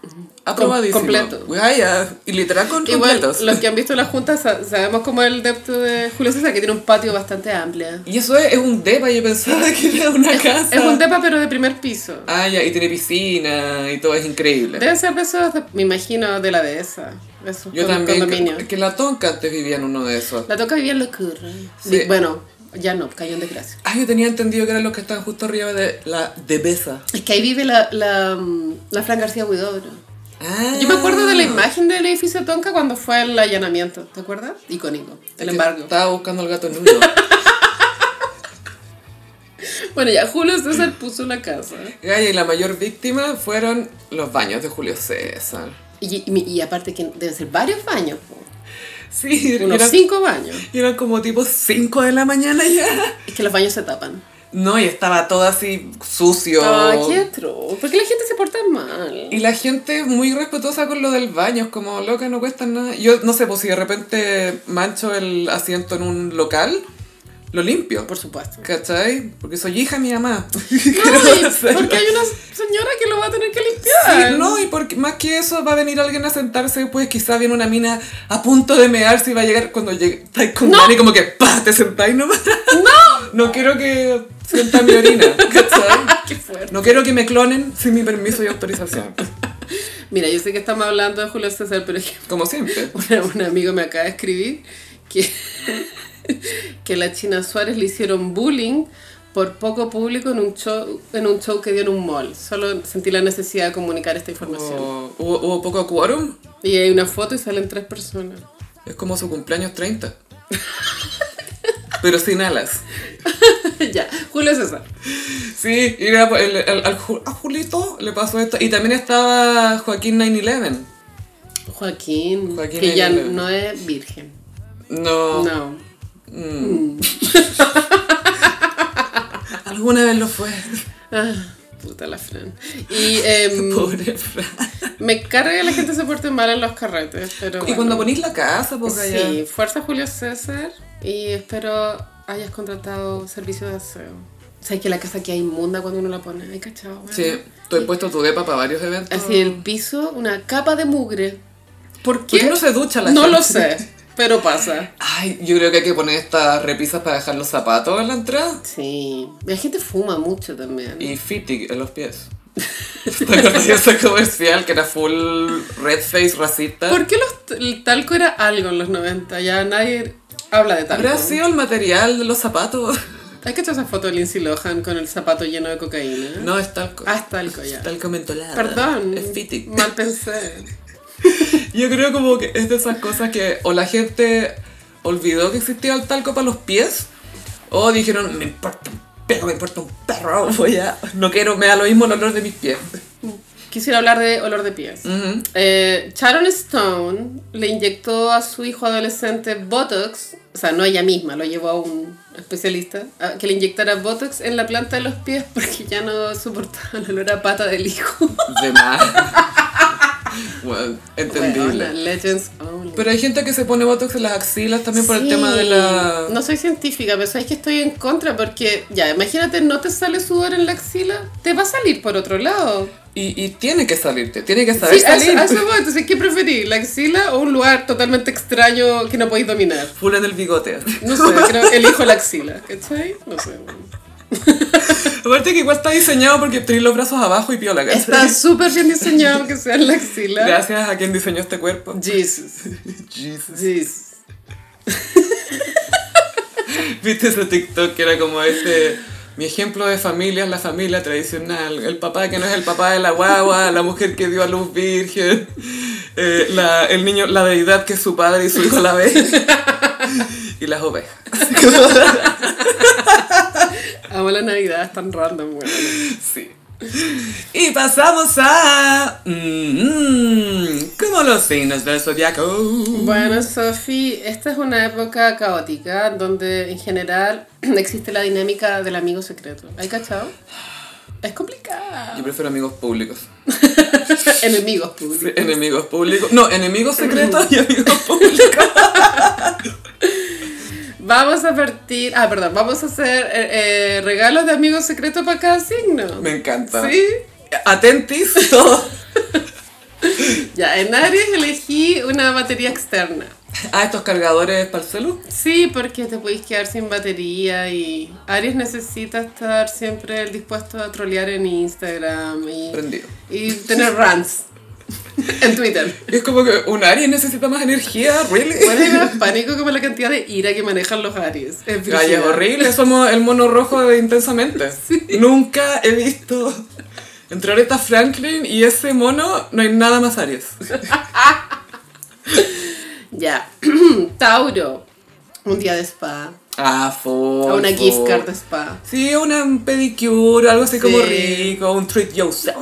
Speaker 1: Aprobadísimo.
Speaker 2: completo.
Speaker 1: Gaya, y literal con
Speaker 2: Igual,
Speaker 1: completos.
Speaker 2: los que han visto la junta sa- sabemos cómo es el depto de Julio César, que tiene un patio bastante amplio.
Speaker 1: Y eso es, es un depa, yo pensaba que era una casa.
Speaker 2: Es un depa, pero de primer piso.
Speaker 1: Ah, ya, y tiene piscina y todo, es increíble.
Speaker 2: Deben ser de esos, de- me imagino, de la dehesa. De esos
Speaker 1: yo
Speaker 2: con-
Speaker 1: también,
Speaker 2: condominios.
Speaker 1: que, que la tonca antes vivía en uno de esos.
Speaker 2: La toca vivir en los curros.
Speaker 1: Sí.
Speaker 2: Bueno, ya no, cayó en desgracia.
Speaker 1: Ah, yo tenía entendido que eran los que están justo arriba de la dehesa.
Speaker 2: Es que ahí vive la, la, mm, la Fran García Huidobro.
Speaker 1: Ah.
Speaker 2: Yo me acuerdo de la imagen del edificio Tonka cuando fue el allanamiento, ¿te acuerdas? Icónico,
Speaker 1: Es
Speaker 2: el
Speaker 1: que
Speaker 2: embargo.
Speaker 1: Estaba buscando al gato nudo.
Speaker 2: Bueno, ya Julio César puso la casa.
Speaker 1: Gaya, y la mayor víctima fueron los baños de Julio César.
Speaker 2: Y, y- y aparte que deben ser varios baños, po.
Speaker 1: Sí,
Speaker 2: unos
Speaker 1: eran,
Speaker 2: cinco baños.
Speaker 1: eran como tipo 5 de la mañana ya.
Speaker 2: Es que los baños se tapan.
Speaker 1: No, y estaba todo así sucio.
Speaker 2: Ay, qué atroz. ¿Por qué la gente se porta mal?
Speaker 1: Y la gente es muy respetuosa con lo del baño, es como, loca, no cuesta nada. Yo no sé, pues si de repente mancho el asiento en un local, lo limpio.
Speaker 2: Por supuesto.
Speaker 1: ¿Cachai? Porque soy hija de mi mamá.
Speaker 2: Ay,
Speaker 1: Quiero hacerlo.
Speaker 2: porque hay una señora que lo va a tener que limpiar.
Speaker 1: Sí, no, y porque más que eso va a venir alguien a sentarse, pues quizá viene una mina a punto de mearse y va a llegar cuando llegue, estáis con
Speaker 2: No.
Speaker 1: ganas y como que pa, te sentáis nomás. No. No quiero que sienta mi orina, ¿cachai?
Speaker 2: Qué fuerte.
Speaker 1: No quiero que me clonen sin mi permiso y autorización,
Speaker 2: Mira, yo sé que estamos hablando de Julio César, pero es que
Speaker 1: como siempre.
Speaker 2: Una- un amigo me acaba de escribir que, que a la China Suárez le hicieron bullying por poco público en un show, en un show que dio en un mall. Solo sentí la necesidad de comunicar esta información.
Speaker 1: O- ¿Hubo, hubo poco quórum?
Speaker 2: Y hay una foto y salen tres personas.
Speaker 1: Es como su cumpleaños 30. Pero sin alas.
Speaker 2: ya, Julio César.
Speaker 1: Sí, y era pues, el- el- al Ju- a Julito le pasó esto. Y también estaba Joaquín 9-11.
Speaker 2: Joaquín,
Speaker 1: Joaquín
Speaker 2: que ya
Speaker 1: Elena.
Speaker 2: no es virgen.
Speaker 1: No.
Speaker 2: No.
Speaker 1: Alguna vez lo fue.
Speaker 2: Ah, puta la Fran. Y em,
Speaker 1: Pobre Fran.
Speaker 2: me carga que la gente se porte mal en los carretes, pero
Speaker 1: Y
Speaker 2: bueno.
Speaker 1: cuando ponís la casa, pues allá.
Speaker 2: Sí, fuerza Julio César y espero hayas contratado servicio de aseo. Sabes que la casa queda inmunda cuando uno la pone. Ay, cachao. weón.
Speaker 1: Sí, tú he puesto tu depa para varios eventos.
Speaker 2: Así el piso, una capa de mugre. ¿Por
Speaker 1: ¿Por
Speaker 2: qué?
Speaker 1: qué no se ducha la
Speaker 2: No
Speaker 1: gente?
Speaker 2: lo sé, pero pasa.
Speaker 1: Ay, yo creo que hay que poner estas repisas para dejar los zapatos en la entrada.
Speaker 2: Sí. La gente fuma mucho también.
Speaker 1: Y fitting en los pies. ¿Te acuerdas de ese comercial que era full red face racista?
Speaker 2: ¿Por qué los- el talco era algo en los 90? Ya nadie habla de talco.
Speaker 1: ¿Habrá sido el material de los zapatos?
Speaker 2: ¿Hay que echar esa foto de Lindsay Lohan con el zapato lleno de cocaína?
Speaker 1: No, es talco.
Speaker 2: Ah, es talco ya.
Speaker 1: Talco mentolado.
Speaker 2: Perdón.
Speaker 1: Es fitting.
Speaker 2: Mal pensé.
Speaker 1: Yo creo como que es de esas cosas que o la gente olvidó que existía el talco para los pies o dijeron, me importa un perro, me importa un perro, voy a... No quiero, me da lo mismo el olor de mis pies.
Speaker 2: Quisiera hablar de olor de pies.
Speaker 1: Ujú.
Speaker 2: Eh, Sharon Stone le inyectó a su hijo adolescente Botox, o sea, no ella misma, lo llevó a un especialista, a que le inyectara Botox en la planta de los pies porque ya no soportaba el olor a pata del hijo.
Speaker 1: De más. Bueno,
Speaker 2: Weona,
Speaker 1: entendible.
Speaker 2: legends only.
Speaker 1: Pero hay gente que se pone botox en las axilas también por el
Speaker 2: Sí.
Speaker 1: tema de la...
Speaker 2: No soy científica, pero sabes que estoy en contra porque, ya, imagínate, no te sale sudor en la axila, te va a salir por otro lado.
Speaker 1: Y, y tiene que salirte, tiene que saber
Speaker 2: Sí, a eso-
Speaker 1: salir.
Speaker 2: a eso voy. Entonces, ¿qué preferís? ¿La axila o un lugar totalmente extraño que no podéis dominar?
Speaker 1: Full en el bigote.
Speaker 2: No sé, creo que elijo la axila, ¿cachai? No sé.
Speaker 1: Aparte que igual está diseñado porque tenés los brazos abajo y piola. ¿cachai?
Speaker 2: Está súper bien diseñado que sea la axila.
Speaker 1: Gracias a quien diseñó este cuerpo.
Speaker 2: Jesus.
Speaker 1: Jesus.
Speaker 2: Jesus.
Speaker 1: ¿Viste ese TikTok que era como este? Mi ejemplo de familia es la familia tradicional. El papá que no es el papá de la guagua, la mujer que dio a luz virgen, eh, la, el niño, la deidad que es su padre y su hijo a la vez. Y las ovejas.
Speaker 2: Amo la Navidad, es tan random, bueno.
Speaker 1: Sí. Y pasamos a. mm, como los signos del zodiaco.
Speaker 2: Bueno, Sofi, esta es una época caótica donde en general existe la dinámica del amigo secreto. ¿Hay cachado? Es complicado.
Speaker 1: Yo prefiero amigos públicos.
Speaker 2: Enemigos
Speaker 1: Sí,
Speaker 2: públicos.
Speaker 1: Enemigos públicos. No, enemigos secretos y amigos públicos.
Speaker 2: Vamos a partir. Ah, perdón, vamos a hacer eh, eh, regalos de amigos secretos para cada signo.
Speaker 1: Me encanta.
Speaker 2: Sí.
Speaker 1: Atentis. todos.
Speaker 2: Ya, en Aries elegí una batería externa.
Speaker 1: Ah, estos cargadores para el celu.
Speaker 2: Sí, porque te podéis quedar sin batería y Aries necesita estar siempre dispuesto a trolear en Instagram y,
Speaker 1: Prendido.
Speaker 2: y tener rants en Twitter.
Speaker 1: Es como que un Aries necesita más energía, really.
Speaker 2: Bueno, y me da pánico como la cantidad de ira que manejan los Aries. Es
Speaker 1: Ay, es
Speaker 2: brígido.
Speaker 1: horrible, somos el mono rojo de intensamente. Nunca he visto entre Aretha Franklin y ese mono no hay nada más Aries.
Speaker 2: Ya. Tauro. Un día de spa.
Speaker 1: Ah, fo.
Speaker 2: O una
Speaker 1: fo.
Speaker 2: gift card de spa.
Speaker 1: Sí, una pedicure, algo así como
Speaker 2: Sí.
Speaker 1: rico, un treat yourself.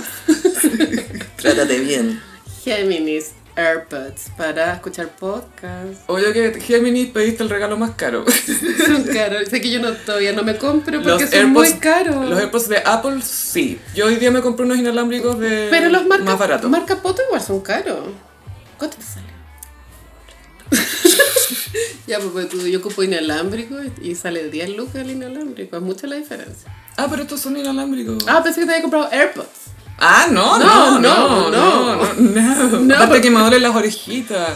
Speaker 1: Trátate bien.
Speaker 2: Géminis. AirPods para escuchar podcasts.
Speaker 1: Obvio que Géminis pediste el regalo más caro.
Speaker 2: Son caros. Sé que yo no, todavía no me compro porque son muy caros.
Speaker 1: Los AirPods de Apple, sí. Yo hoy día me compré unos inalámbricos de
Speaker 2: Pero los marcas,
Speaker 1: más baratos.
Speaker 2: marca Poto igual son caros. ¿Cuánto te sale? ya, pues tú, yo ocupo inalámbrico y sale 10 lucas el inalámbrico. Es mucha la diferencia.
Speaker 1: ah, pero estos son inalámbricos.
Speaker 2: Ah, pensé que te había comprado AirPods.
Speaker 1: Ah, no, no,
Speaker 2: No,
Speaker 1: no,
Speaker 2: no,
Speaker 1: no, no, no.
Speaker 2: No.
Speaker 1: Aparte que me duelen las orejitas.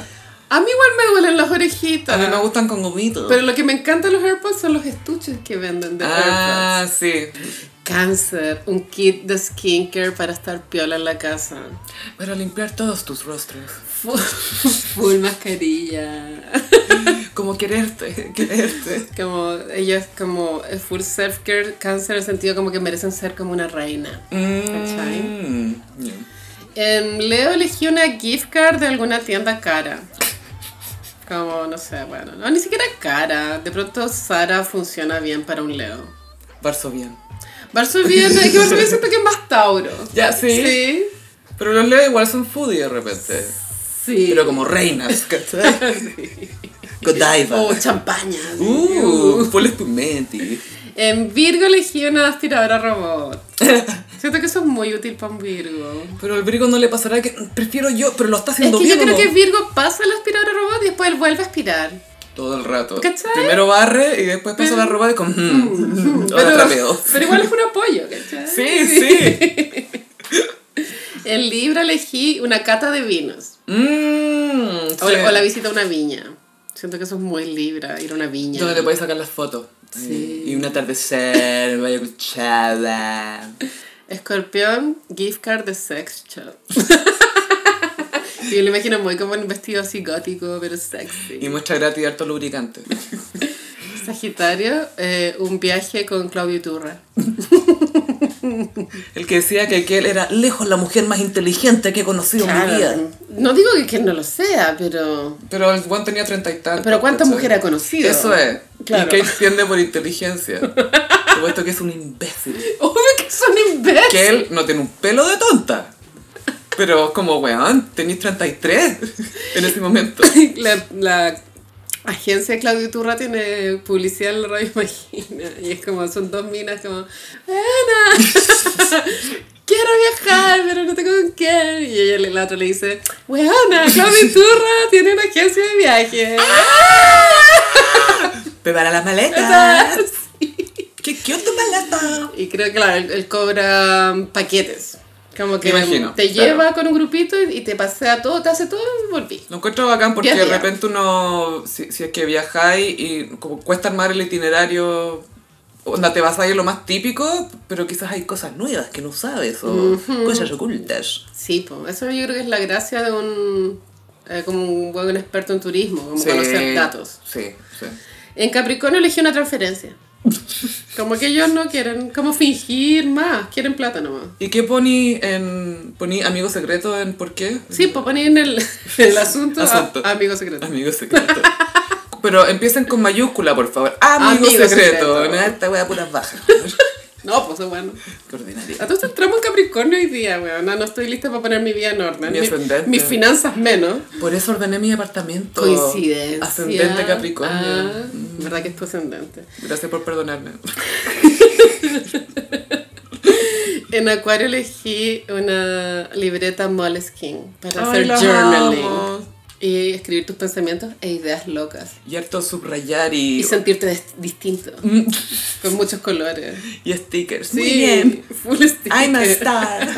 Speaker 2: A mí igual me duelen las
Speaker 1: A mí me
Speaker 2: orejitas.
Speaker 1: gustan con gomitos.
Speaker 2: Ah. Pero lo que me encanta de los AirPods son los estuches que venden de
Speaker 1: ah, sí.
Speaker 2: AirPods. Cáncer, un kit de skincare para estar piola en la casa.
Speaker 1: Para limpiar todos tus rostros.
Speaker 2: Full, full mascarilla.
Speaker 1: Como quererte, quererte.
Speaker 2: Como ellas como eh, full self care cáncer en el sentido como que merecen ser como una reina.
Speaker 1: Mm. Yeah.
Speaker 2: En Leo elegí una gift card de alguna tienda cara. Como no sé, bueno, no ni siquiera cara. De pronto Sara funciona bien para un Leo.
Speaker 1: Varsovian.
Speaker 2: Varsovia, no, es que Varsovia siento que es más Tauro.
Speaker 1: Ya, sí.
Speaker 2: Sí.
Speaker 1: Pero los leo igual son foodie de repente.
Speaker 2: Sí.
Speaker 1: Pero como reinas, ¿cachai? Godiva.
Speaker 2: O champaña. sí.
Speaker 1: Uh, full espumante.
Speaker 2: En Virgo elegí una aspiradora robot. Siento que eso es muy útil para un Virgo.
Speaker 1: Pero al brico no le pasará que prefiero yo, pero lo está
Speaker 2: Es
Speaker 1: haciendo
Speaker 2: que yo
Speaker 1: bien. ¿o
Speaker 2: creo
Speaker 1: no?
Speaker 2: que Virgo pasa el aspirador robot y después él vuelve a aspirar.
Speaker 1: Todo el rato.
Speaker 2: ¿Cachai?
Speaker 1: Primero barre y después pasa la ropa de con. Mm, ahora trapeo.
Speaker 2: pero igual es un apoyo, ¿cachai?
Speaker 1: Sí, sí.
Speaker 2: En Libra elegí una cata de vinos.
Speaker 1: Mmm.
Speaker 2: O, o la visita a una viña. Siento que eso es muy Libra, ir a una viña.
Speaker 1: Donde te puedes sacar las fotos. Sí. Y un atardecer, vaya cuchada.
Speaker 2: Escorpión, gift card de sex shop. Yo lo imagino muy como un vestido así gótico, pero sexy.
Speaker 1: Y muestra gratis harto lubricante.
Speaker 2: Sagitario, eh, un viaje con Claudio Turra.
Speaker 1: El que decía que aquel era lejos la mujer más inteligente que he conocido en mi vida.
Speaker 2: No digo que, que no lo sea, pero...
Speaker 1: Pero el Juan tenía treinta y tantos.
Speaker 2: Pero ¿cuántas
Speaker 1: ¿cachai?
Speaker 2: mujeres ha conocido?
Speaker 1: Eso es.
Speaker 2: Claro.
Speaker 1: Y que entiende por inteligencia. Por supuesto que es un imbécil.
Speaker 2: Obvio que son imbéciles.
Speaker 1: que él no tiene un pelo de tonta. Pero como, weón, tenéis 33 en ese momento.
Speaker 2: La, la agencia de Claudio Turra tiene publicidad en la radio Imagina. Y es como, son dos minas como, ¡Ana! Quiero viajar, pero no tengo con quién. Y ella, le- la otra le dice, ¡Weona, Claudio Turra tiene una agencia de viajes!
Speaker 1: Prepara las maletas. ¿Qué quiero tu maleta?
Speaker 2: Y creo que, claro, él, él cobra um, paquetes. Como que
Speaker 1: Me imagino,
Speaker 2: te
Speaker 1: claro.
Speaker 2: lleva con un grupito y, y te pasea todo, te hace todo y volví.
Speaker 1: Lo encuentro bacán porque de
Speaker 2: Viaja.
Speaker 1: repente uno, si, si es que viajáis y como cuesta armar el itinerario, onda te vas a ir lo más típico, pero quizás hay cosas nuevas que no sabes o cosas ocultas.
Speaker 2: Sí, po, eso yo creo que es la gracia de un, eh, como un buen experto en turismo, como conocer datos.
Speaker 1: Sí, sí.
Speaker 2: En Capricornio elegí una transferencia. Como que ellos no quieren, como fingir más, quieren plata nomás.
Speaker 1: ¿Y qué poní en. poní amigo secreto en por qué?
Speaker 2: Sí, pues poner en el, el asunto, a-
Speaker 1: Asunto.
Speaker 2: amigo secreto.
Speaker 1: Amigo secreto. Pero empiecen con mayúscula, por favor. Amigo,
Speaker 2: Amigo
Speaker 1: secreto.
Speaker 2: secreto.
Speaker 1: Nada, esta wea puras bajas.
Speaker 2: No, pues bueno.
Speaker 1: Qué ordinaria.
Speaker 2: A todos entramos en Capricornio hoy día, weón. No, no estoy lista para poner mi vida en orden.
Speaker 1: Mi
Speaker 2: Mi-
Speaker 1: ascendente.
Speaker 2: mis finanzas menos.
Speaker 1: Por eso ordené mi apartamento.
Speaker 2: Coincidencia.
Speaker 1: Ascendente Capricornio. Mm.
Speaker 2: Ah, verdad que es tu ascendente.
Speaker 1: Gracias por perdonarme.
Speaker 2: En Acuario elegí una libreta Moleskine para
Speaker 1: Ay,
Speaker 2: hacer
Speaker 1: las
Speaker 2: journaling
Speaker 1: amo.
Speaker 2: y escribir tus pensamientos e ideas locas
Speaker 1: Y harto subrayar y,
Speaker 2: y sentirte des- distinto
Speaker 1: Mm,
Speaker 2: con muchos colores.
Speaker 1: y stickers.
Speaker 2: Sí,
Speaker 1: Muy bien.
Speaker 2: full sticker.
Speaker 1: I'm a star.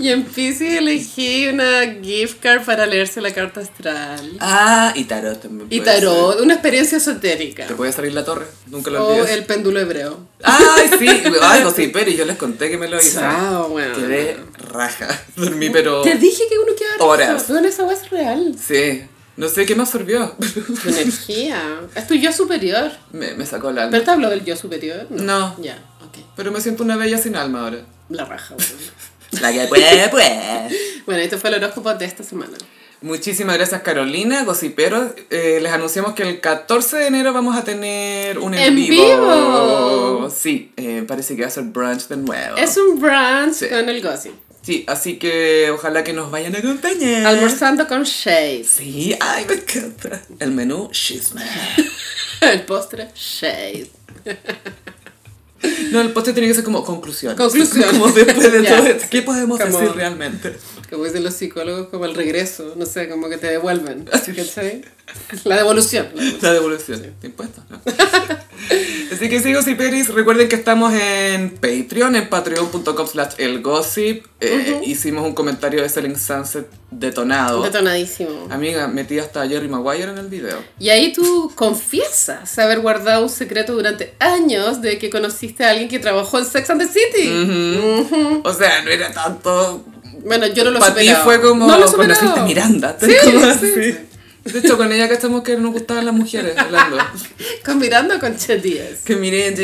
Speaker 2: Y en Pisces elegí una gift card para leerse la carta astral.
Speaker 1: Ah, y tarot también.
Speaker 2: Y
Speaker 1: puede
Speaker 2: tarot,
Speaker 1: ser.
Speaker 2: una experiencia esotérica.
Speaker 1: Te puede salir la torre. Nunca lo
Speaker 2: O
Speaker 1: olvides.
Speaker 2: el péndulo hebreo.
Speaker 1: Ay, sí. Ay, José Pérez, yo les conté que me lo hice.
Speaker 2: Chao, weón.
Speaker 1: Quedé raja. Dormí, pero.
Speaker 2: Te dije que uno queda
Speaker 1: Horas.
Speaker 2: Con esa weá es real.
Speaker 1: Sí. No sé qué me absorbió.
Speaker 2: Tu energía. Es tu yo superior.
Speaker 1: me, me sacó el alma.
Speaker 2: ¿Pero te habló del yo superior?
Speaker 1: No.
Speaker 2: Ya, ok.
Speaker 1: Pero me siento una bella sin alma ahora.
Speaker 2: La raja, bueno.
Speaker 1: La que puede, pues.
Speaker 2: bueno, este fue el horóscopo de esta semana.
Speaker 1: Muchísimas gracias Carolina, Gociperos. Eh, les anunciamos que el 14 de enero vamos a tener un en,
Speaker 2: ¡En
Speaker 1: vivo.
Speaker 2: vivo!
Speaker 1: Sí, eh, parece que va a ser brunch de nuevo.
Speaker 2: Es un brunch
Speaker 1: Sí.
Speaker 2: con el gossip.
Speaker 1: Sí, así que ojalá que nos vayan a acompañar.
Speaker 2: Almorzando con Shades.
Speaker 1: Sí, ay, me encanta. El menú chisme.
Speaker 2: El postre, Shades.
Speaker 1: No, el postre tiene que ser como conclusión.
Speaker 2: Conclusión.
Speaker 1: Como después de
Speaker 2: Ya.
Speaker 1: todo esto, ¿qué podemos
Speaker 2: Como-
Speaker 1: decir realmente?
Speaker 2: Como dicen los psicólogos, como el regreso. No sé, como que te devuelven.
Speaker 1: Así
Speaker 2: ¿Cachai? La devolución. la devolución.
Speaker 1: La devolución de impuestos, ¿no? Así que sí, Gossip Peris, recuerden que estamos en Patreon, en patreon.com slash elgossip. Eh, Hicimos un comentario de Selling Sunset detonado.
Speaker 2: Detonadísimo.
Speaker 1: Amiga, metí hasta a Jerry Maguire en el video.
Speaker 2: Y ahí tú confiesas haber guardado un secreto durante años de que conociste a alguien que trabajó en Sex and the City.
Speaker 1: O sea, no era tanto...
Speaker 2: Bueno, yo no lo
Speaker 1: Para ti
Speaker 2: superaba.
Speaker 1: fue como
Speaker 2: no lo superaba.
Speaker 1: conociste a Miranda.
Speaker 2: Sí,
Speaker 1: como
Speaker 2: sí,
Speaker 1: así. De hecho, con ella cachamos que nos gustaban las mujeres hablando.
Speaker 2: Con Miranda con Che Díaz.
Speaker 1: Que miren,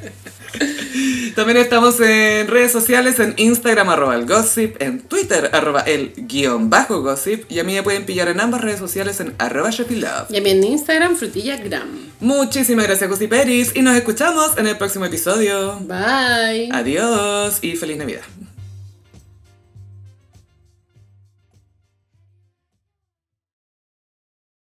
Speaker 1: Jay. También estamos en redes sociales, en Instagram, arroba el gossip, en Twitter, arroba el guión bajo gossip, y a mí me pueden pillar en ambas redes sociales en arroba shopilove.
Speaker 2: Y a mí en Instagram, frutillagram.
Speaker 1: Muchísimas gracias, Gossip Peris, y nos escuchamos en el próximo episodio.
Speaker 2: Bye.
Speaker 1: Adiós y feliz Navidad.